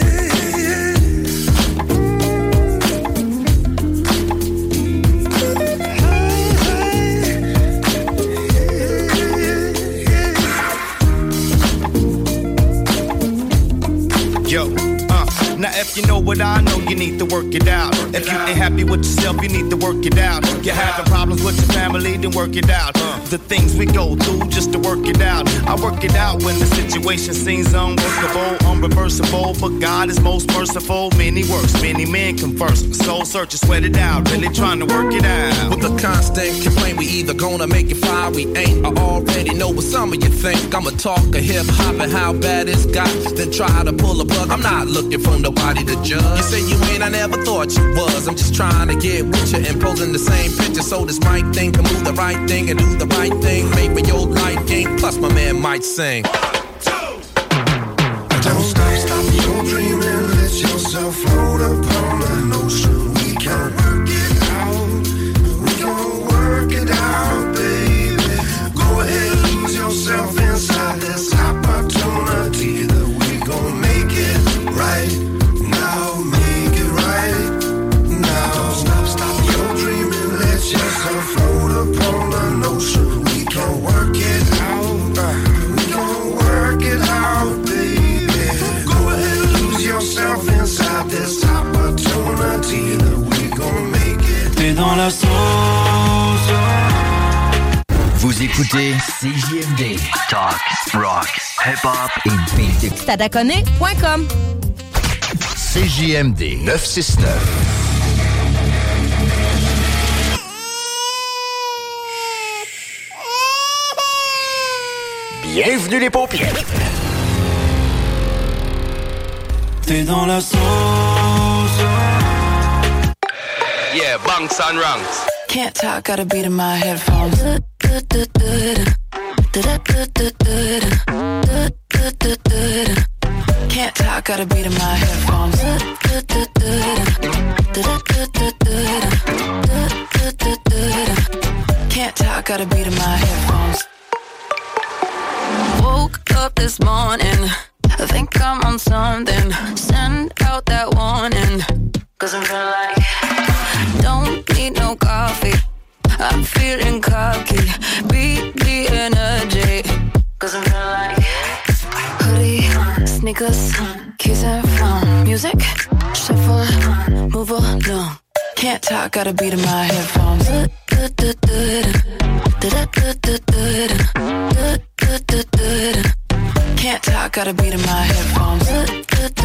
Speaker 11: Yo, uh, now if you know what I know, you need to work it out. If you ain't happy with yourself, you need to work it out. You're having problems with your family, then work it out. Uh, The things we go through just to work it out. I work it out when the situation seems unworkable, unreversible. But God is most merciful. Many works, many men converse. Soul searching, sweat it out, really trying to work it out.
Speaker 12: With a constant complaint, we either gonna make it fire, we ain't. I already know what some of you think. I'ma talk a hip hop and how bad it's got. Then try to pull a plug. I'm not looking for nobody to judge. You say you ain't, I never thought you was. I'm just trying to get with you and posing the same picture. So this mic thing can move the right thing and do the right thing. Maybe your life game. Plus my man might sing.
Speaker 8: Don't stop, stop your dreaming. Let yourself float upon an ocean. We can work it out. We can work it out, baby. Go ahead and lose yourself inside this opportunity that we gon' make it right now. Make it right now. Don't stop, stop your dreaming. Let yourself float upon an ocean. We can work it out. We can work
Speaker 13: T'es dans la sauce.
Speaker 14: Vous écoutez CJMD, talk, rock, hip-hop et beat.
Speaker 1: Stadaconé.com.
Speaker 14: CJMD 969.
Speaker 13: Bienvenue les paupières. T'es dans la sauce.
Speaker 15: Yeah, bunks and rungs.
Speaker 5: Can't talk, gotta beat in my headphones. Can't talk, gotta beat in my headphones. Can't talk, gotta beat in my headphones. Woke up this morning, I think I'm on something. Send out that warning, cause I'm feeling like. Don't need no coffee. I'm feeling cocky. Beat the energy. Cause I'm feeling like hoodie, sneakers, keys and phone. Music, shuffle, move along. Can't talk, gotta beat in my headphones. Can't talk, gotta beat in my headphones. Can't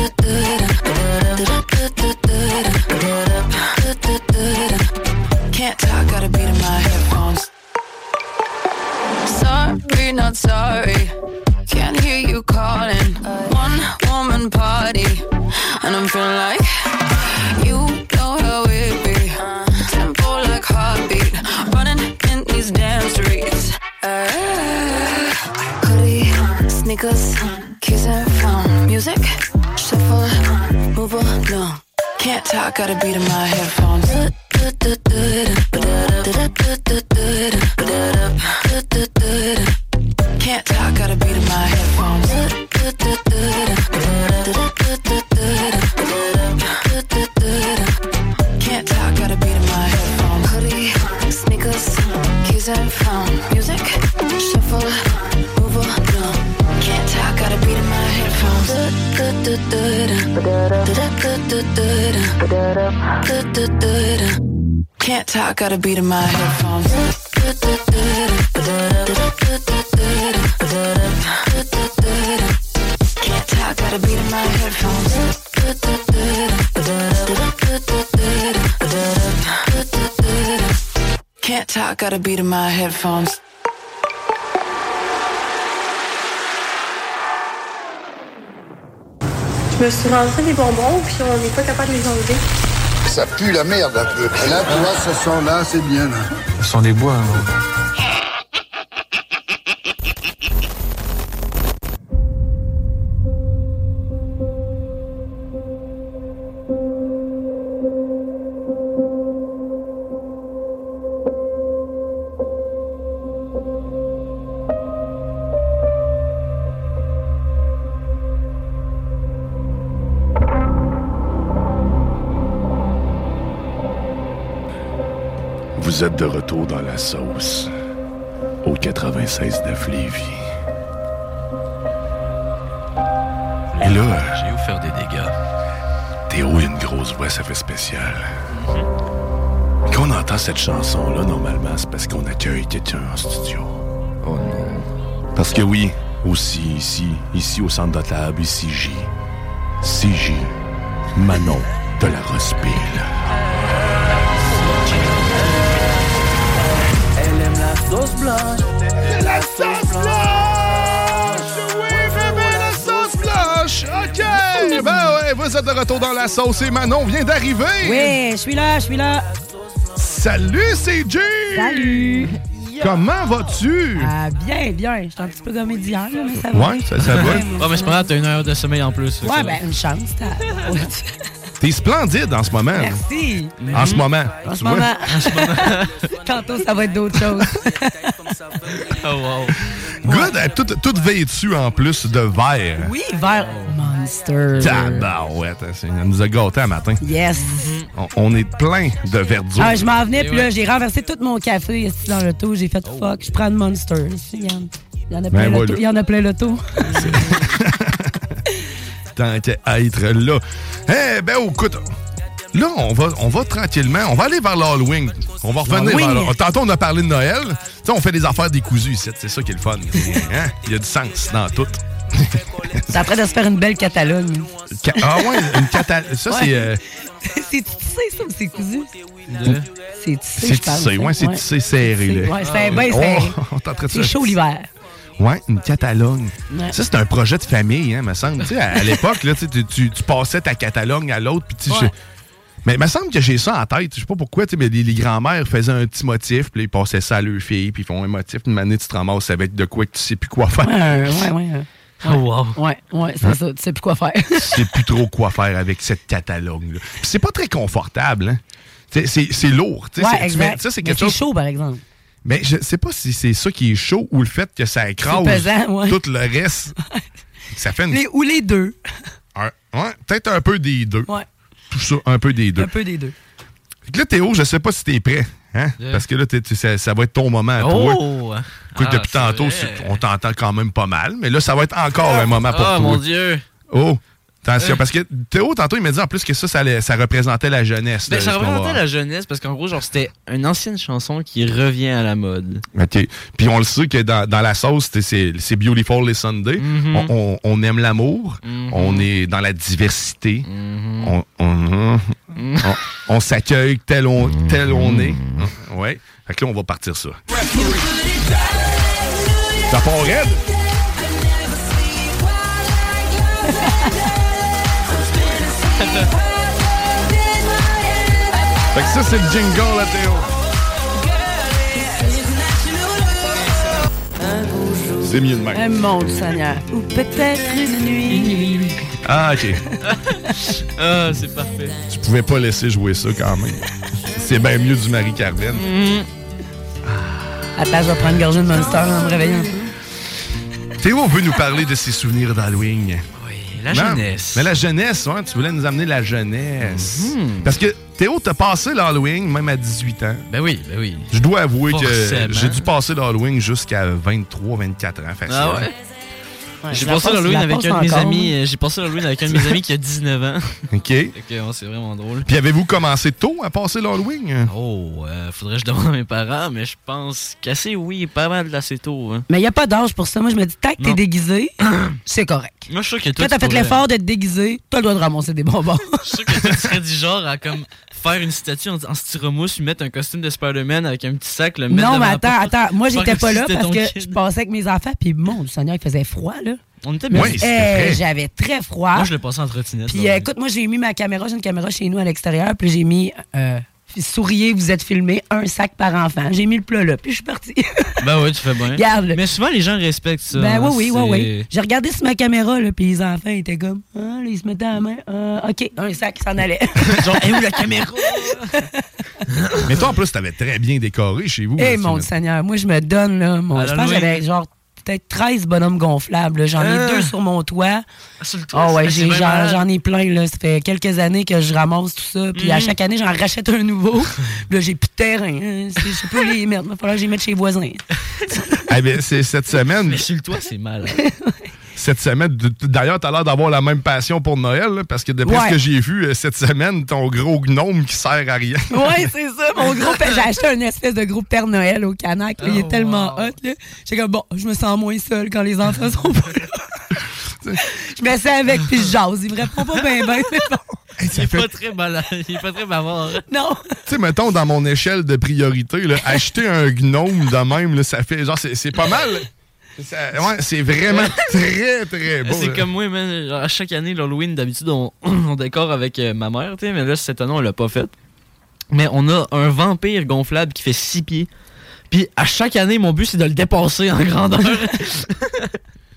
Speaker 5: talk, gotta beat in my headphones. Sorry, not sorry. Can't hear you calling. One woman party, and I'm feeling like you know how it be. Tempo like heartbeat, running in these damn streets. Ah. Hoodie, sneakers, keys and phone, music, shuffle, move along. Can't talk, gotta beat in my headphones. Can't talk, gotta beat in my headphones. Can't talk, gotta beat in my headphones. Hoodie, sneakers, keys and phone. Music, shuffle, move along. Can't talk, gotta beat in my headphones. Can't talk, gotta beat in my headphones. Can't talk, gotta beat in my headphones. Can't talk, gotta beat in my headphones.
Speaker 16: Je me suis rentré des bonbons, puis on n'est pas capable de les enlever.
Speaker 17: Ça pue la merde un peu. Et là, tu vois, ce son-là, c'est bien. Là.
Speaker 18: Ce sont des bois. hein.
Speaker 19: Vous êtes de retour dans la sauce au 96-9 Lévis. Et là,
Speaker 8: J'ai offert des dégâts.
Speaker 19: Théo a une grosse voix, ça fait spécial. Quand on entend cette chanson-là, normalement, c'est parce qu'on accueille quelqu'un en studio. Oh non. Parce que oui, aussi ici, ici au centre de table, ici J. CJ, Manon de la Rospille.
Speaker 13: Elle aime la sauce blanche. C'est la sauce blanche. Oui, bébé, la sauce
Speaker 6: blanche. OK. Eh ben ouais, vous êtes de retour dans la sauce et Manon vient d'arriver.
Speaker 20: Oui, je suis là, je suis là.
Speaker 6: Salut, c'est G.
Speaker 20: Salut.
Speaker 6: Comment vas-tu?
Speaker 20: Ah, bien, bien. J'étais un petit peu gommé d'hier, là, mais ça va.
Speaker 6: Ouais, ça, ça va.
Speaker 7: Ouais, mais c'est pas grave, t'as une heure de sommeil en plus.
Speaker 20: Ouais, ben, une chance. t'as-
Speaker 6: T'es splendide en ce moment. là.
Speaker 20: Merci.
Speaker 6: En ce moment.
Speaker 20: En
Speaker 6: tu
Speaker 20: ce
Speaker 6: vois.
Speaker 20: moment. Tantôt, ça va être d'autres choses.
Speaker 6: Oh, Good, eh, toute toute vêtue en plus de vert.
Speaker 20: Oui, vers Monster.
Speaker 6: Tabarouette, hein, c'est- elle nous a gâtés un matin.
Speaker 20: Yes.
Speaker 6: On, on est plein de verdure.
Speaker 20: Ah, je m'en venais, puis là, j'ai renversé tout mon café ici dans le taux. J'ai fait fuck, je prends de Monster. Regarde. Il y en a plein
Speaker 6: Ben,
Speaker 20: l'auto.
Speaker 6: voilà.
Speaker 20: Il y en a plein l'auto.
Speaker 6: tant qu'à être là. Eh ben, écoute, Là, on va, on va tranquillement, on va aller vers l'Halloween. On va revenir vers
Speaker 19: L'Halloween.
Speaker 6: l'Hall- Tantôt, on a parlé de Noël. Tu sais, on fait des affaires décousues ici. C'est ça qui est le fun. Hein? Il y a du sens dans tout.
Speaker 20: T'es en train de se faire une belle Catalogne.
Speaker 6: Ca- Ah ouais, une catalane. Ça, c'est. euh,
Speaker 20: c'est tissé, ça, ou c'est cousu?
Speaker 6: De-
Speaker 20: C'est tissé,
Speaker 6: C'est
Speaker 20: je pense,
Speaker 6: tissé,
Speaker 20: hein?
Speaker 6: ouais, c'est tissé serré. là.
Speaker 20: Ouais, c'est bien
Speaker 6: Oh,
Speaker 20: serré.
Speaker 6: on t'entend
Speaker 20: C'est
Speaker 6: ça.
Speaker 20: chaud l'hiver.
Speaker 6: Ouais, une catalogne.
Speaker 20: Ouais.
Speaker 6: Ça, c'est un projet de famille, hein, me semble. Tu sais, à à l'époque, là, tu, sais, tu- tu- tu passais ta catalogne à l'autre, puis tu sais, je- Mais il me semble que j'ai ça en tête. Je sais pas pourquoi, tu sais, mais les, les grands-mères faisaient un petit motif, puis là, ils passaient ça à leurs filles, puis ils font un motif. Une année, tu te ramasses avec de quoi que tu sais plus quoi faire.
Speaker 20: Ouais, euh, ouais, ouais. euh,
Speaker 6: Oh, wow.
Speaker 20: Ouais, ouais, c'est
Speaker 6: Hein?
Speaker 20: ça. Tu sais plus quoi faire.
Speaker 6: tu sais plus trop quoi faire avec cette catalogne-là. Puis c'est pas très confortable, hein. Tu sais, C'est c'est lourd. tu sais,
Speaker 20: ouais,
Speaker 6: c'est- tu mets-
Speaker 20: exact.
Speaker 6: ça, c'est
Speaker 20: Mais
Speaker 6: quelque chose.
Speaker 20: chaud, par exemple.
Speaker 6: Mais je sais pas si c'est ça qui est chaud ou le fait que ça écrase
Speaker 20: C'est pesant, ouais.
Speaker 6: tout le reste. Ça fait une...
Speaker 20: Les- ou les deux.
Speaker 6: un- ouais, peut-être un peu des deux.
Speaker 20: Ouais.
Speaker 6: Tout ça, un peu des deux.
Speaker 20: Un peu des deux.
Speaker 6: Fait que Là, Théo, je sais pas si t'es prêt. Hein?
Speaker 20: Yeah.
Speaker 6: Parce que là, t'es- tu- ça, ça va être ton moment à
Speaker 7: Oh!
Speaker 6: toi. Écoute,
Speaker 7: Ah,
Speaker 6: depuis tantôt,
Speaker 7: c'est vrai.
Speaker 6: c'est- on t'entend quand même pas mal, mais là, ça va être encore un moment pour toi.
Speaker 7: Oh mon Dieu!
Speaker 6: Oh, attention,
Speaker 7: Euh.
Speaker 6: parce que Théo, tantôt, il m'a dit en plus que ça, ça, allait- ça représentait la jeunesse.
Speaker 7: Ben,
Speaker 6: de
Speaker 7: ça
Speaker 6: ce qu'on va
Speaker 7: représentait
Speaker 6: voir.
Speaker 7: la jeunesse parce qu'en gros, genre, c'était une ancienne chanson qui revient à la mode.
Speaker 6: OK. Puis on le sait que dans, dans la sauce, c'est- c'est c'est Beautiful les Sunday.
Speaker 7: Mhm.
Speaker 6: on, on- on aime l'amour.
Speaker 7: Mhm.
Speaker 6: On est dans la diversité. On, on- on- on s'accueille tel on, tel on est. Ouais. Fait que là, on va partir ça. Ça part raide. Fait que ça, c'est le jingle, là, Théo. C'est mieux de même.
Speaker 20: Un monde, Eh, Seigneur. Ou peut-être une nuit.
Speaker 6: Ah, OK.
Speaker 7: Ah, c'est parfait.
Speaker 6: Je pouvais pas laisser jouer ça quand même. C'est bien mieux du Marie-Carmen.
Speaker 7: Mm.
Speaker 20: Ah. Attends, je vais prendre une gorgée de Monster en me réveillant.
Speaker 6: Théo veut nous parler de ses souvenirs d'Halloween. Oui,
Speaker 7: la jeunesse.
Speaker 6: Mais la jeunesse, ouais, tu voulais nous amener la jeunesse.
Speaker 7: Mm-hmm.
Speaker 6: Parce que Théo, t'as passé l'Halloween même à 18 ans.
Speaker 7: Ben oui, ben oui.
Speaker 6: Je dois avouer que
Speaker 7: Forcément.
Speaker 6: j'ai dû passer l'Halloween jusqu'à 23, 24 ans. facile.
Speaker 7: Ah ouais?
Speaker 20: Ouais, je
Speaker 7: J'ai
Speaker 20: la
Speaker 7: passé
Speaker 20: pense-
Speaker 7: l'Halloween
Speaker 20: je la
Speaker 7: avec
Speaker 20: pense
Speaker 7: un de mes
Speaker 20: encore,
Speaker 7: amis.
Speaker 20: moi.
Speaker 7: euh, J'ai passé l'Halloween avec un de mes amis qui a 19 ans.
Speaker 6: OK.
Speaker 7: Fait que, ouais, c'est vraiment drôle.
Speaker 6: Puis avez-vous commencé tôt à passer l'Halloween?
Speaker 7: Oh, euh, faudrait que je demande à mes parents, mais je pense qu'assez oui, pas mal d'assez tôt. hein.
Speaker 20: Mais il n'y a pas d'âge pour ça. Moi, je me dis, tant que t'es
Speaker 7: Non.
Speaker 20: déguisé, c'est correct.
Speaker 7: Moi, je suis sûr que
Speaker 20: Toi,
Speaker 7: toi,
Speaker 20: t'as
Speaker 7: tu
Speaker 20: fait
Speaker 7: pourrais-
Speaker 20: l'effort d'être déguisé, t'as le droit de ramasser des bonbons.
Speaker 7: Je suis sûr que toi, tu serais du genre à comme faire une statue en, en styromousse, lui mettre un costume de Spider-Man avec un petit sac, le mettre
Speaker 20: non,
Speaker 7: devant
Speaker 20: mais
Speaker 7: la
Speaker 20: attends,
Speaker 7: porte.
Speaker 20: attends. Moi,
Speaker 7: Faire
Speaker 20: j'étais
Speaker 7: comme
Speaker 20: pas
Speaker 7: si
Speaker 20: là
Speaker 7: c'était
Speaker 20: parce
Speaker 7: ton
Speaker 20: que
Speaker 7: kid.
Speaker 20: je passais avec mes enfants, puis mon Dieu Seigneur, il faisait froid, là.
Speaker 7: On était
Speaker 20: Mais-
Speaker 7: bien.
Speaker 20: Oui, c'était Eh, frais. j'avais très froid.
Speaker 7: Ah, Moi, je l'ai passé en trottinette.
Speaker 20: Puis euh, écoute, moi, j'ai mis ma caméra, j'ai une caméra chez nous à l'extérieur, puis j'ai mis euh, souriez, vous êtes filmé, un sac par enfant. J'ai mis le plat là, puis je suis partie.
Speaker 7: Ben oui, tu fais bien.
Speaker 20: Regarde-le.
Speaker 7: Mais souvent, les gens respectent ça.
Speaker 20: ben
Speaker 7: hein,
Speaker 20: oui, oui, oui,
Speaker 7: c'est-
Speaker 20: oui. J'ai regardé sur ma caméra, là, puis les enfants étaient comme, ah, là, ils se mettaient à la main, Ah, OK, un sac, ils s'en allait.
Speaker 7: Genre, et où la caméra?
Speaker 6: Mais toi, en plus, t'avais très bien décoré chez vous.
Speaker 20: Eh
Speaker 6: là, tu
Speaker 20: mon
Speaker 6: m'as-
Speaker 20: Seigneur, moi je me donne là, mon.
Speaker 6: À
Speaker 20: Je pense que
Speaker 6: l'Halloween.
Speaker 20: j'avais genre peut-être 13 bonhommes gonflables. là. J'en
Speaker 7: Hein?
Speaker 20: ai deux sur mon toit.
Speaker 7: Sur le
Speaker 20: Ah
Speaker 7: toit,
Speaker 20: ouais,
Speaker 7: c'est-
Speaker 20: j'ai-
Speaker 7: c'est bien
Speaker 20: j'en
Speaker 7: malade.
Speaker 20: j'en ai plein là. Ça fait quelques années que je ramasse tout ça. Puis à
Speaker 7: Mhm.
Speaker 20: chaque année, j'en rachète un nouveau. Puis là, j'ai plus de terrain. hein. C'est- Je sais pas où les mettre. Il va falloir que j'y mette chez les voisins.
Speaker 6: Eh ben, c'est cette semaine.
Speaker 7: Mais sur le toit, c'est mal.
Speaker 6: Cette semaine, d- d- d'ailleurs, t'as l'air d'avoir la même passion pour Noël, là, parce que d'après
Speaker 20: Ouais.
Speaker 6: ce que j'ai vu euh, cette semaine, ton gros gnome qui sert à rien.
Speaker 20: Ouais, c'est ça. Mon gros Ah. père, j'ai acheté un espèce de gros Père Noël au Canac. là. il est tellement hot. Là. J'étais comme, bon, je me sens moins seule quand les enfants sont pas là. je me sens avec, puis je jase. Il me répond pas bien, bien. mais bon.
Speaker 7: Il est pas très malade. Il est pas très bavard.
Speaker 20: Non.
Speaker 6: Tu sais, mettons, dans mon échelle de priorité, là, acheter un gnome de même, là, ça fait. Genre, c'est c'est pas mal. Ça- ouais, c'est vraiment très, très beau.
Speaker 7: C'est
Speaker 6: là.
Speaker 7: comme moi, man, genre, à chaque année, l'Halloween, d'habitude, on, on décore avec euh, ma mère, tu sais, mais là, cette année, on l'a pas fait. Mais on a un vampire gonflable qui fait 6 pieds. Puis à chaque année, mon but, c'est de le dépasser en grandeur.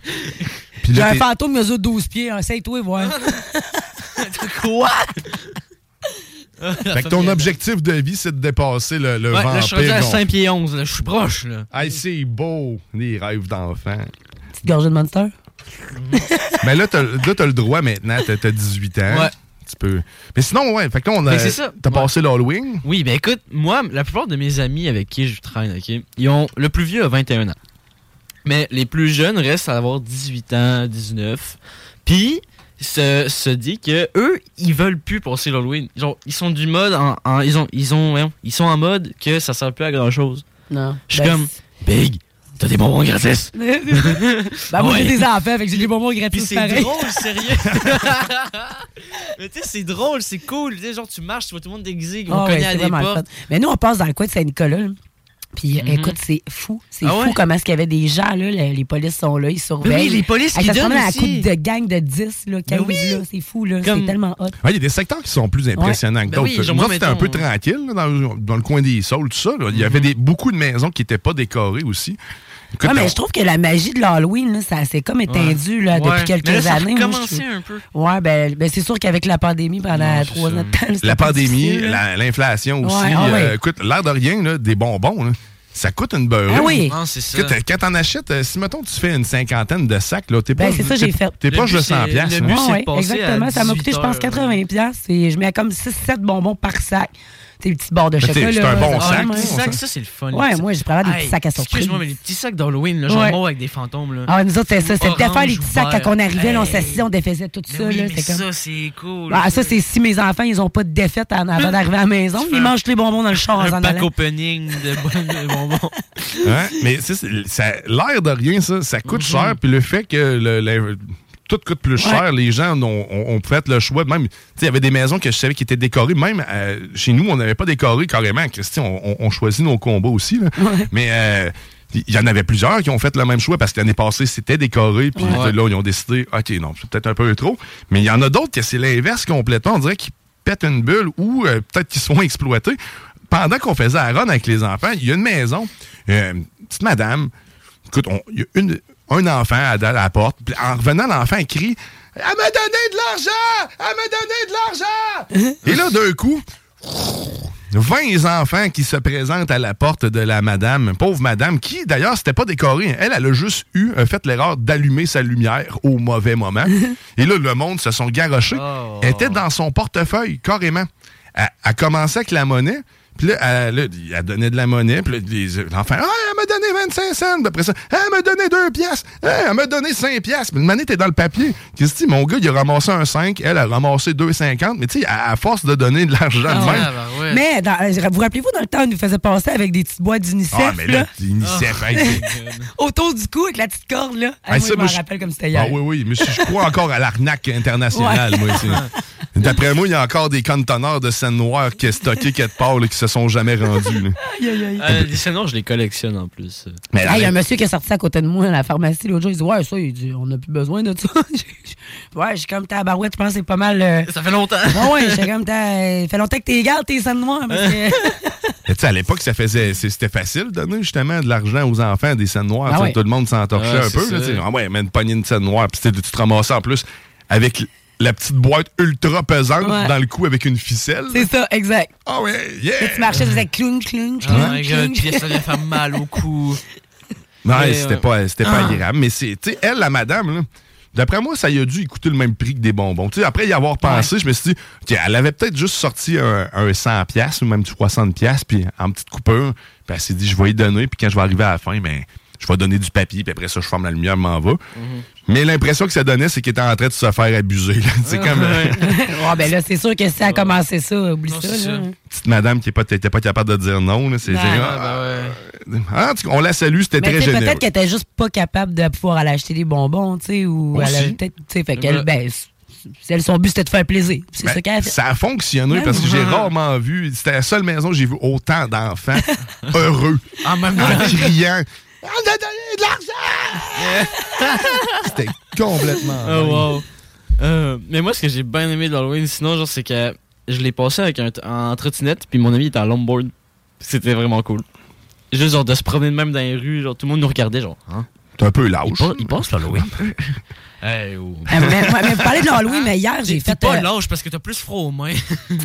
Speaker 6: Puis
Speaker 20: J'ai
Speaker 6: là,
Speaker 20: un
Speaker 6: t'es-
Speaker 20: fantôme qui mesure 12 pieds. Essaye-toi, voir.
Speaker 7: Quoi?
Speaker 6: Fait que ton objectif de vie, c'est de dépasser le, le
Speaker 7: Ouais, là, je suis rendu
Speaker 6: vampire.
Speaker 7: à
Speaker 6: gonflable.
Speaker 7: 5 pieds 11, là, je suis proche, là.
Speaker 6: Hey, c'est beau, les rêves d'enfant.
Speaker 20: Petite gorgée de Monster.
Speaker 6: Mais là, t'as là, t'as le droit maintenant, t'as t'as 18 ans.
Speaker 7: Ouais.
Speaker 6: Tu peux. Mais sinon, ouais, fait que là, on
Speaker 7: Fait
Speaker 6: a.
Speaker 7: que c'est ça.
Speaker 6: T'as passé l'Halloween?
Speaker 7: Oui, ben écoute, moi, la plupart de mes amis avec qui je traîne, ok, ils ont, le plus vieux a 21 ans. Mais les plus jeunes restent à avoir 18 ans, 19. Puis, se, se dit que eux, ils veulent plus passer l'Halloween. Ils, ont- ils sont du mode, en, en- ils, ont, ils, ont, voyons, ils sont en mode que ça sert plus à grand chose.
Speaker 20: Non.
Speaker 7: Je suis
Speaker 20: Ben,
Speaker 7: comme, Big, t'as des bonbons gratis.
Speaker 20: ben, moi, j'ai des enfants, fait que j'ai des bonbons
Speaker 7: Puis
Speaker 20: gratuits
Speaker 7: c'est
Speaker 20: pareil.
Speaker 7: drôle, sérieux. Mais tu sais, c'est drôle, c'est cool. Tu sais, genre, tu marches, tu vois tout le monde déguisé, ils vont
Speaker 20: Ah ouais,
Speaker 7: cogner à
Speaker 20: c'est
Speaker 7: des
Speaker 20: vraiment le
Speaker 7: portes.
Speaker 20: fun. Mais nous, on passe dans le coin de Saint-Nicolas. là. Puis écoute, c'est fou. C'est
Speaker 7: Ah
Speaker 20: fou
Speaker 7: ouais?
Speaker 20: comment est-ce qu'il y avait des gens, là. Les, les polices sont là, ils surveillent.
Speaker 7: Mais oui, les polices
Speaker 20: Hey,
Speaker 7: qui
Speaker 20: ça se
Speaker 7: donnent
Speaker 20: promène à la
Speaker 7: aussi.
Speaker 20: coupe de gang de 10, là, 15, là. C'est fou, là. C'est tellement hot.
Speaker 6: Il y a des secteurs qui sont plus impressionnants
Speaker 20: Ouais.
Speaker 6: que
Speaker 20: Ben
Speaker 6: d'autres.
Speaker 20: oui,
Speaker 6: Nous
Speaker 20: genre, moi,
Speaker 6: autres, c'était un peu
Speaker 20: mettons,
Speaker 6: tranquille là, dans, dans le coin des saules, tout ça. là. Il y avait des, beaucoup de maisons qui n'étaient pas décorées aussi. Écoute,
Speaker 20: Ouais, Ah, mais
Speaker 6: on-
Speaker 20: je trouve que la magie de l'Halloween, là, ça s'est comme éteindu là, depuis
Speaker 6: Ouais.
Speaker 20: quelques
Speaker 6: Mais là, ça a
Speaker 20: années. moi, je
Speaker 6: recommencé
Speaker 20: trouve.
Speaker 7: un peu.
Speaker 20: Ouais, ben, ben, c'est sûr qu'avec la pandémie pendant trois ans de temps, c'était
Speaker 6: la
Speaker 20: plus
Speaker 6: pandémie,
Speaker 20: difficile,
Speaker 6: la-
Speaker 20: là.
Speaker 6: l'inflation aussi.
Speaker 20: Ouais, ah
Speaker 6: euh,
Speaker 20: ouais.
Speaker 6: Écoute, l'air de rien, là, des bonbons, là, ça coûte une beurre.
Speaker 20: Ah oui.
Speaker 7: Non, c'est ça.
Speaker 6: Écoute, euh, quand t'en achètes, euh, si mettons tu fais une cinquantaine de sacs, là, t'es
Speaker 20: Ben,
Speaker 6: proche
Speaker 20: c'est ça,
Speaker 6: t'es-
Speaker 20: j'ai fait.
Speaker 6: T'es proche de 100 piastres. là.
Speaker 20: Ouais, ouais, Exactement, ça m'a coûté, je pense, 80 piastres et je mets à comme 6-7 bonbons par sac. Tes petits bords de
Speaker 6: Ben, t'es-
Speaker 20: chocolat.
Speaker 6: c'est
Speaker 20: là,
Speaker 6: un bon
Speaker 20: ça va
Speaker 6: sac,
Speaker 20: même,
Speaker 6: ça,
Speaker 20: hein.
Speaker 6: sac,
Speaker 7: Ça, c'est le fun.
Speaker 20: Ouais, moi, j'ai vraiment des
Speaker 7: Hey,
Speaker 20: petits sacs à surprise.
Speaker 7: Excuse-moi, mais les petits sacs d'Halloween, là, genre
Speaker 20: Ouais.
Speaker 7: mort avec des fantômes. Là.
Speaker 20: Ah, nous autres, c'est ça. C'était
Speaker 7: Orange
Speaker 20: de faire les petits sacs
Speaker 7: ou
Speaker 20: quand on
Speaker 7: vert.
Speaker 20: arrivait, là, on
Speaker 7: Hey.
Speaker 20: s'assied, on défaisait tout
Speaker 7: Mais
Speaker 20: ça.
Speaker 7: oui,
Speaker 20: là,
Speaker 7: mais
Speaker 20: c'est comme-
Speaker 7: ça, c'est cool.
Speaker 20: Ah, ça, c'est si mes enfants, ils ont pas de défaite en- avant d'arriver à la maison. Ils mangent les bonbons dans le char en
Speaker 7: un
Speaker 20: s'en
Speaker 7: pack
Speaker 20: allant.
Speaker 7: opening de bonnes- de bonbons.
Speaker 6: Hein? Mais tu sais, c'est- ça- l'air de rien, ça, ça coûte cher. Puis le fait que le- le- tout coûte plus cher, les gens ont, ont- ont fait le choix. Même, tu sais, il y avait des maisons que je savais qui étaient décorées. Même euh, chez nous, on n'avait pas décoré carrément. Christy, on, on- on choisit nos combats aussi. là. Mais euh, il y en avait plusieurs qui ont fait le même choix parce que l'année passée, c'était décoré. Puis
Speaker 21: Ouais.
Speaker 6: là, ils ont décidé, OK, non, c'est peut-être un peu trop. Mais il y en a d'autres que c'est l'inverse complètement. On dirait qu'ils pètent une bulle ou euh, peut-être qu'ils sont exploités. Pendant qu'on faisait la run avec les enfants, il y a une maison, euh, une petite madame. Écoute, on- il y a une, un enfant à, à la porte. Puis En revenant, l'enfant elle crie Elle m'a donné de l'argent Elle m'a donné de l'argent Et là, d'un coup, 20 enfants qui se présentent à la porte de la madame, pauvre madame, qui d'ailleurs c'était pas décorée. Elle, elle a juste eu euh, fait l'erreur d'allumer sa lumière au mauvais moment. Et là, le monde se sont garochés. Elle était dans son portefeuille, carrément. Elle, elle commençait avec la monnaie. Puis là, elle, là, elle donnait de la monnaie. Puis là, les euh, enfants, ah, elle m'a donné 25 cents. Puis après ça, Ah, elle m'a donné 2 piastres. Ah, elle m'a donné 5 piastres. Puis une monnaie était dans le papier. Christy, mon gars, il a ramassé un 5. Elle a ramassé 2,50. Mais tu sais, à, à force de donner de l'argent
Speaker 7: Ah,
Speaker 6: de même,
Speaker 20: Mais dans- euh, vous rappelez-vous, dans le temps, on nous faisait passer avec des petites boîtes d'UNICEF.
Speaker 6: Ah, mais là, hein,
Speaker 20: là.
Speaker 6: l'UNICEF,
Speaker 20: Ah.
Speaker 6: hey, c'est-
Speaker 20: Autour du cou, avec la petite corde, là. Ah,
Speaker 6: Hey,
Speaker 20: moi,
Speaker 6: ça,
Speaker 20: je m'en
Speaker 6: moi, je-
Speaker 20: rappelle comme c'était hier.
Speaker 6: Ah oui, oui, mais je je crois encore à l'arnaque internationale,
Speaker 20: Ouais.
Speaker 6: moi, ici. D'après moi, il y a encore des conteneurs de scène noire qui est stocké quelque part là, qui se sont jamais rendus. là.
Speaker 20: Aïe, aïe, aïe.
Speaker 7: Euh, les scénarios, je les collectionne en plus.
Speaker 6: Mais
Speaker 20: Ah, Il y a un monsieur qui est sorti à côté de moi à la pharmacie l'autre jour. Il dit Ouais, ça, il dit, on n'a plus besoin de ça. ouais, je suis comme ta barouette, je pense que c'est pas mal. euh. Ah
Speaker 7: Ça fait longtemps.
Speaker 20: ouais, ouais, je suis comme ta. Fait longtemps que t'es garde, tes scènes noires. Parce que...
Speaker 6: Mais tu sais, à l'époque, ça faisait, c'est- c'était facile de donner justement de l'argent aux enfants des scènes noires.
Speaker 20: Ah
Speaker 6: Tu sais,
Speaker 20: ouais.
Speaker 6: Tout le monde s'entorchait
Speaker 19: Ah,
Speaker 6: un
Speaker 19: c'est
Speaker 6: peu.
Speaker 19: ça.
Speaker 6: Là, tu sais. ah ouais, mais une poignée de scène noire. Puis c'était- tu te ramassais en plus avec l- la petite boîte ultra pesante
Speaker 20: Ouais.
Speaker 6: dans le cou avec une ficelle.
Speaker 20: c'est ça, exact.
Speaker 6: Ah ouais, yeah.
Speaker 20: Et tu marchais, tu faisais clown, clown,
Speaker 7: Ah,
Speaker 20: clown.
Speaker 7: my God, puis ça vient faire mal au cou.
Speaker 6: Non,
Speaker 7: Mais,
Speaker 6: c'était
Speaker 7: euh,
Speaker 6: pas, c'était pas agréable. Mais c'est, tu sais, elle, la madame, là, d'après moi, ça y a dû y coûter le même prix que des bonbons. Tu sais, après y avoir pensé, je me suis dit, OK, elle avait peut-être juste sorti un, un 100$ ou même 60$, puis en petite coupure, puis elle s'est dit, je vais y donner, puis quand je vais arriver à la fin, ben, je vais donner du papier, puis après ça, je ferme la lumière, je m'en va. Mais l'impression que ça donnait, c'est qu'elle était en train de se faire abuser. là. C'est comme euh,
Speaker 20: Ah, ben là, c'est sûr que si elle a commencé ça, oublie ça. là.
Speaker 6: petite madame qui n'était pas capable de dire non. là. C'est,
Speaker 20: Ben,
Speaker 6: c'est-
Speaker 20: ouais,
Speaker 7: Bah
Speaker 6: ah, en tout cas, on la salue, c'était
Speaker 20: Mais
Speaker 6: très
Speaker 20: tu sais,
Speaker 6: généreux.
Speaker 20: peut-être qu'elle était juste pas capable de pouvoir aller acheter des bonbons, tu sais, ou
Speaker 6: Aussi.
Speaker 20: elle avait peut-être, tu sais, fait qu'elle,
Speaker 7: Bah,
Speaker 6: Ouais.
Speaker 20: ben, c- elle, son but c'était de faire plaisir. C'est
Speaker 6: Ben,
Speaker 20: ça qu'elle a fait. Ben
Speaker 6: ça a fonctionné
Speaker 20: Ouais.
Speaker 6: parce que j'ai rarement vu. C'était la seule maison où j'ai vu autant d'enfants heureux.
Speaker 7: En même temps.
Speaker 6: criant. On a donné de l'argent! C'était complètement.
Speaker 7: Oh,
Speaker 6: dingue.
Speaker 7: wow. Euh, mais moi, ce que j'ai bien aimé de l'Halloween, sinon, genre, c'est que je l'ai passé avec un t- en trottinette, puis mon ami était en longboard. C'était vraiment cool. Juste, genre, de se promener de même dans les rues, genre, tout le monde nous regardait, genre. Hein?
Speaker 6: T'es un peu lâche.
Speaker 7: Il, pa- il passe l'Halloween. hey, oh.
Speaker 20: Ah, mais, mais, mais vous parlez de l'Halloween, Ah, mais hier, j'ai
Speaker 7: T'es
Speaker 20: fait.
Speaker 7: pas
Speaker 20: euh,
Speaker 7: lâche parce que t'as plus froid aux mains.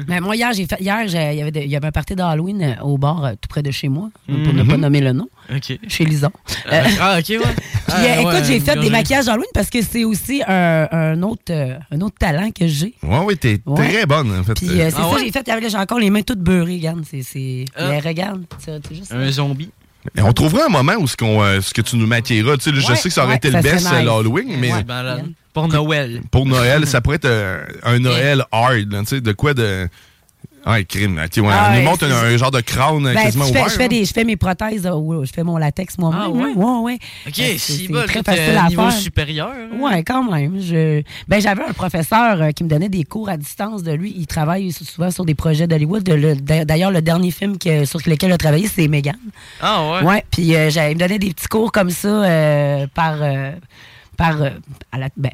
Speaker 20: Mais moi, hier, j'ai fait. Hier, j'ai- il y, avait de- il y avait un party d'Halloween euh, au bar euh, tout près de chez moi, pour ne
Speaker 7: Mhm.
Speaker 20: pas nommer le nom.
Speaker 7: ok.
Speaker 20: Chez Lison.
Speaker 7: Ah, ah, ok, ouais.
Speaker 20: Euh, Puis,
Speaker 7: Ah,
Speaker 20: euh, écoute,
Speaker 7: ouais,
Speaker 20: j'ai fait des
Speaker 7: gorgée.
Speaker 20: maquillages Halloween parce que c'est aussi un, un autre, euh, un autre talent que j'ai.
Speaker 6: Ouais, oui, t'es
Speaker 20: Ouais.
Speaker 6: très bonne, en fait.
Speaker 20: Puis euh, c'est ça, j'ai fait. avec- J'ai encore les mains toutes beurrées, regarde. C'est, c'est...
Speaker 7: Ah.
Speaker 20: Mais regarde, c'est c'est juste.
Speaker 7: Un zombie.
Speaker 6: Et on trouvera un moment où ce, qu'on, euh, ce que tu nous maquilleras. Tu sais, je
Speaker 20: Ouais,
Speaker 6: sais que ça aurait
Speaker 20: ouais,
Speaker 6: été le
Speaker 20: ça serait
Speaker 6: best euh,
Speaker 20: nice.
Speaker 6: l'Halloween, mais
Speaker 7: malade. ben, Pour Noël.
Speaker 6: Pour Noël, ça pourrait être euh, un Noël hard, là, tu sais, de quoi de. Ah, crime. ok, ouais,
Speaker 20: Ah
Speaker 6: on
Speaker 20: ouais,
Speaker 6: nous montre un,
Speaker 20: c'est-
Speaker 6: un genre de crâne euh,
Speaker 20: Ben,
Speaker 6: quasiment
Speaker 20: je, fais,
Speaker 6: ouvert.
Speaker 20: je, fais des- je fais mes prothèses, euh, ouais, je fais mon latex moi-même.
Speaker 7: Ah,
Speaker 20: ouais, ouais. ouais.
Speaker 7: Ok,
Speaker 20: Ben, c'est-
Speaker 7: si
Speaker 20: c'est
Speaker 7: bol,
Speaker 20: très
Speaker 7: toi, t'es
Speaker 20: facile
Speaker 7: à
Speaker 20: à
Speaker 7: niveau
Speaker 20: faire.
Speaker 7: supérieur. hein?
Speaker 20: Ouais, quand même. Je... Ben, j'avais un professeur euh, qui me donnait des cours à distance de lui. Il travaille sou- souvent sur des projets d'Hollywood. Le- d'a- D'ailleurs, le dernier film que- sur lequel il a travaillé, c'est Megan.
Speaker 7: Ah ouais?
Speaker 20: Ouais, puis euh, j'avais- il me donnait des petits cours comme ça euh, par. euh, par euh, à la, ben,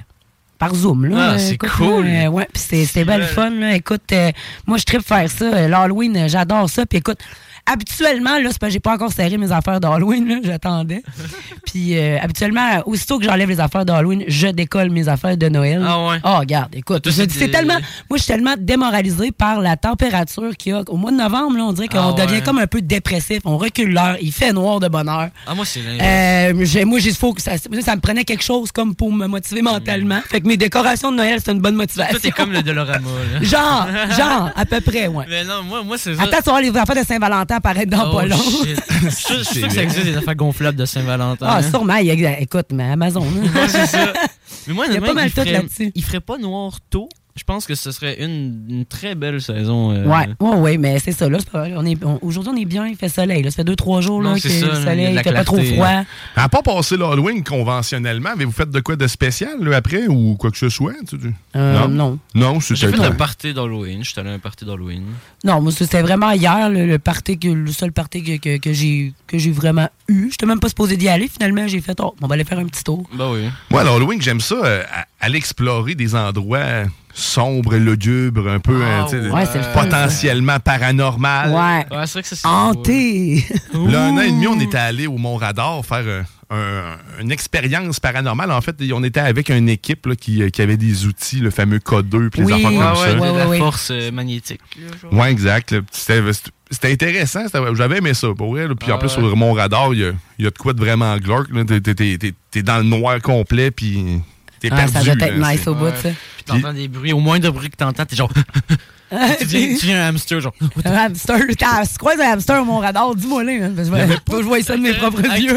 Speaker 20: par Zoom. Là,
Speaker 7: Ah, c'est
Speaker 20: Écoute,
Speaker 7: cool.
Speaker 20: là, euh, ouais, puis c'est- c'était bien le fun. Là. Écoute, euh, moi, je tripe faire ça. euh, L'Halloween, euh, j'adore ça. Puis écoute, habituellement, là, c'est parce que j'ai pas encore serré mes affaires d'Halloween. là, J'attendais. Puis euh, habituellement, aussitôt que j'enlève les affaires d'Halloween, je décolle mes affaires de Noël.
Speaker 7: Ah ouais?
Speaker 20: Oh, regarde, écoute.
Speaker 7: Toi,
Speaker 20: je
Speaker 7: c'est
Speaker 20: dis, C'est
Speaker 7: des-
Speaker 20: tellement. Moi, je suis tellement démoralisée par la température qu'il y a. Au mois de novembre, là, on dirait qu'on
Speaker 7: Ah ouais.
Speaker 20: devient comme un peu dépressif. On recule l'heure. Il fait noir de bonne heure.
Speaker 7: Ah, moi, c'est l'inverse.
Speaker 20: Euh, j'ai- moi, j'ai faut que ça, ça me prenait quelque chose comme pour me motiver mentalement. Fait que mes décorations de Noël, c'est une bonne motivation.
Speaker 7: Toi, t'es comme le Dolorama. là.
Speaker 20: Genre, genre, à peu près, ouais.
Speaker 7: Mais non, moi, moi c'est ça.
Speaker 20: Attends, tu vas voir les affaires de Saint-Valentin apparaître dans
Speaker 7: Oh,
Speaker 20: pas long.
Speaker 7: shit. Je suis sûr- je suis sûr que ça existe des affaires gonflables de Saint-Valentin.
Speaker 20: Ah,
Speaker 7: hein.
Speaker 20: sûrement. il y a- écoute, mais Amazon. hein.
Speaker 7: Mais moi,
Speaker 20: Il y a
Speaker 7: honnêtement,
Speaker 20: pas mal
Speaker 7: il
Speaker 20: tout
Speaker 7: ferait-
Speaker 20: là-dessus.
Speaker 7: Il ferait pas noir tôt. Je pense que ce serait une, une très belle saison. euh,
Speaker 20: Ouais, ouais, ouais, mais c'est ça. Là, c'est pas- on est- on- aujourd'hui, on est bien, il fait soleil. Là, ça fait deux, trois jours là,
Speaker 7: Non,
Speaker 20: que
Speaker 7: c'est ça, là,
Speaker 20: le
Speaker 7: il y a de
Speaker 20: soleil,
Speaker 7: la
Speaker 20: il fait pas trop
Speaker 7: clarté, hein.
Speaker 20: froid.
Speaker 6: À pas passer l'Halloween conventionnellement, avez-vous fait de quoi de spécial là, après ou quoi que ce soit? tu- tu-
Speaker 20: Euh, non.
Speaker 6: Non, c'est
Speaker 7: J'ai fait
Speaker 6: ça.
Speaker 7: un party d'Halloween. J'étais allé à un party d'Halloween.
Speaker 20: Non, moi, c'était vraiment hier, le, le party que- le seul party que, que, que j'ai que j'ai vraiment eu. J'étais même pas supposé d'y aller. Finalement, j'ai fait, oh, on va aller faire un petit tour.
Speaker 7: Ben oui.
Speaker 6: Moi, l'Halloween, j'aime ça, euh, à- aller explorer des endroits sombres, lugubres, un peu hein, tu sais,
Speaker 20: Ah, ouais, c'est le fun,
Speaker 6: potentiellement paranormal.
Speaker 20: Ouais.
Speaker 7: c'est vrai que c'est
Speaker 20: Hanté.
Speaker 6: Là, un an et demi, on était allé au Mont Radar faire euh, un- une expérience paranormale. En fait, on était avec une équipe là, qui, euh, qui avait des outils, le fameux K2 puis les
Speaker 7: ouais,
Speaker 6: affaires comme
Speaker 20: Ah,
Speaker 7: ouais,
Speaker 6: ça.
Speaker 7: de la force euh, magnétique. là, genre.
Speaker 6: Ouais, exact. là. Puis C'était c'était- c'était intéressant. c'était- J'avais aimé ça, pour vrai. là. Puis
Speaker 7: Ah
Speaker 6: en plus,
Speaker 7: ouais.
Speaker 6: sur mon radar, il y a, il y a de quoi de vraiment glauque. là. T'es- t'es- T'es t'es- t'es dans le noir complet, puis t'es
Speaker 20: Ah,
Speaker 6: perdu.
Speaker 20: ça doit être
Speaker 6: là.
Speaker 20: nice
Speaker 6: C'est-
Speaker 20: au bout, ça.
Speaker 7: Puis t'entends des bruits. Au moindre bruit que t'entends, t'es genre. tu viens tu viens Ah, un hamster, genre.
Speaker 20: Un hamster. T'as- Si tu croises un hamster à mon radar, dis-moi là. hein, parce que Je vais- faut que je vois ça de mes propres yeux.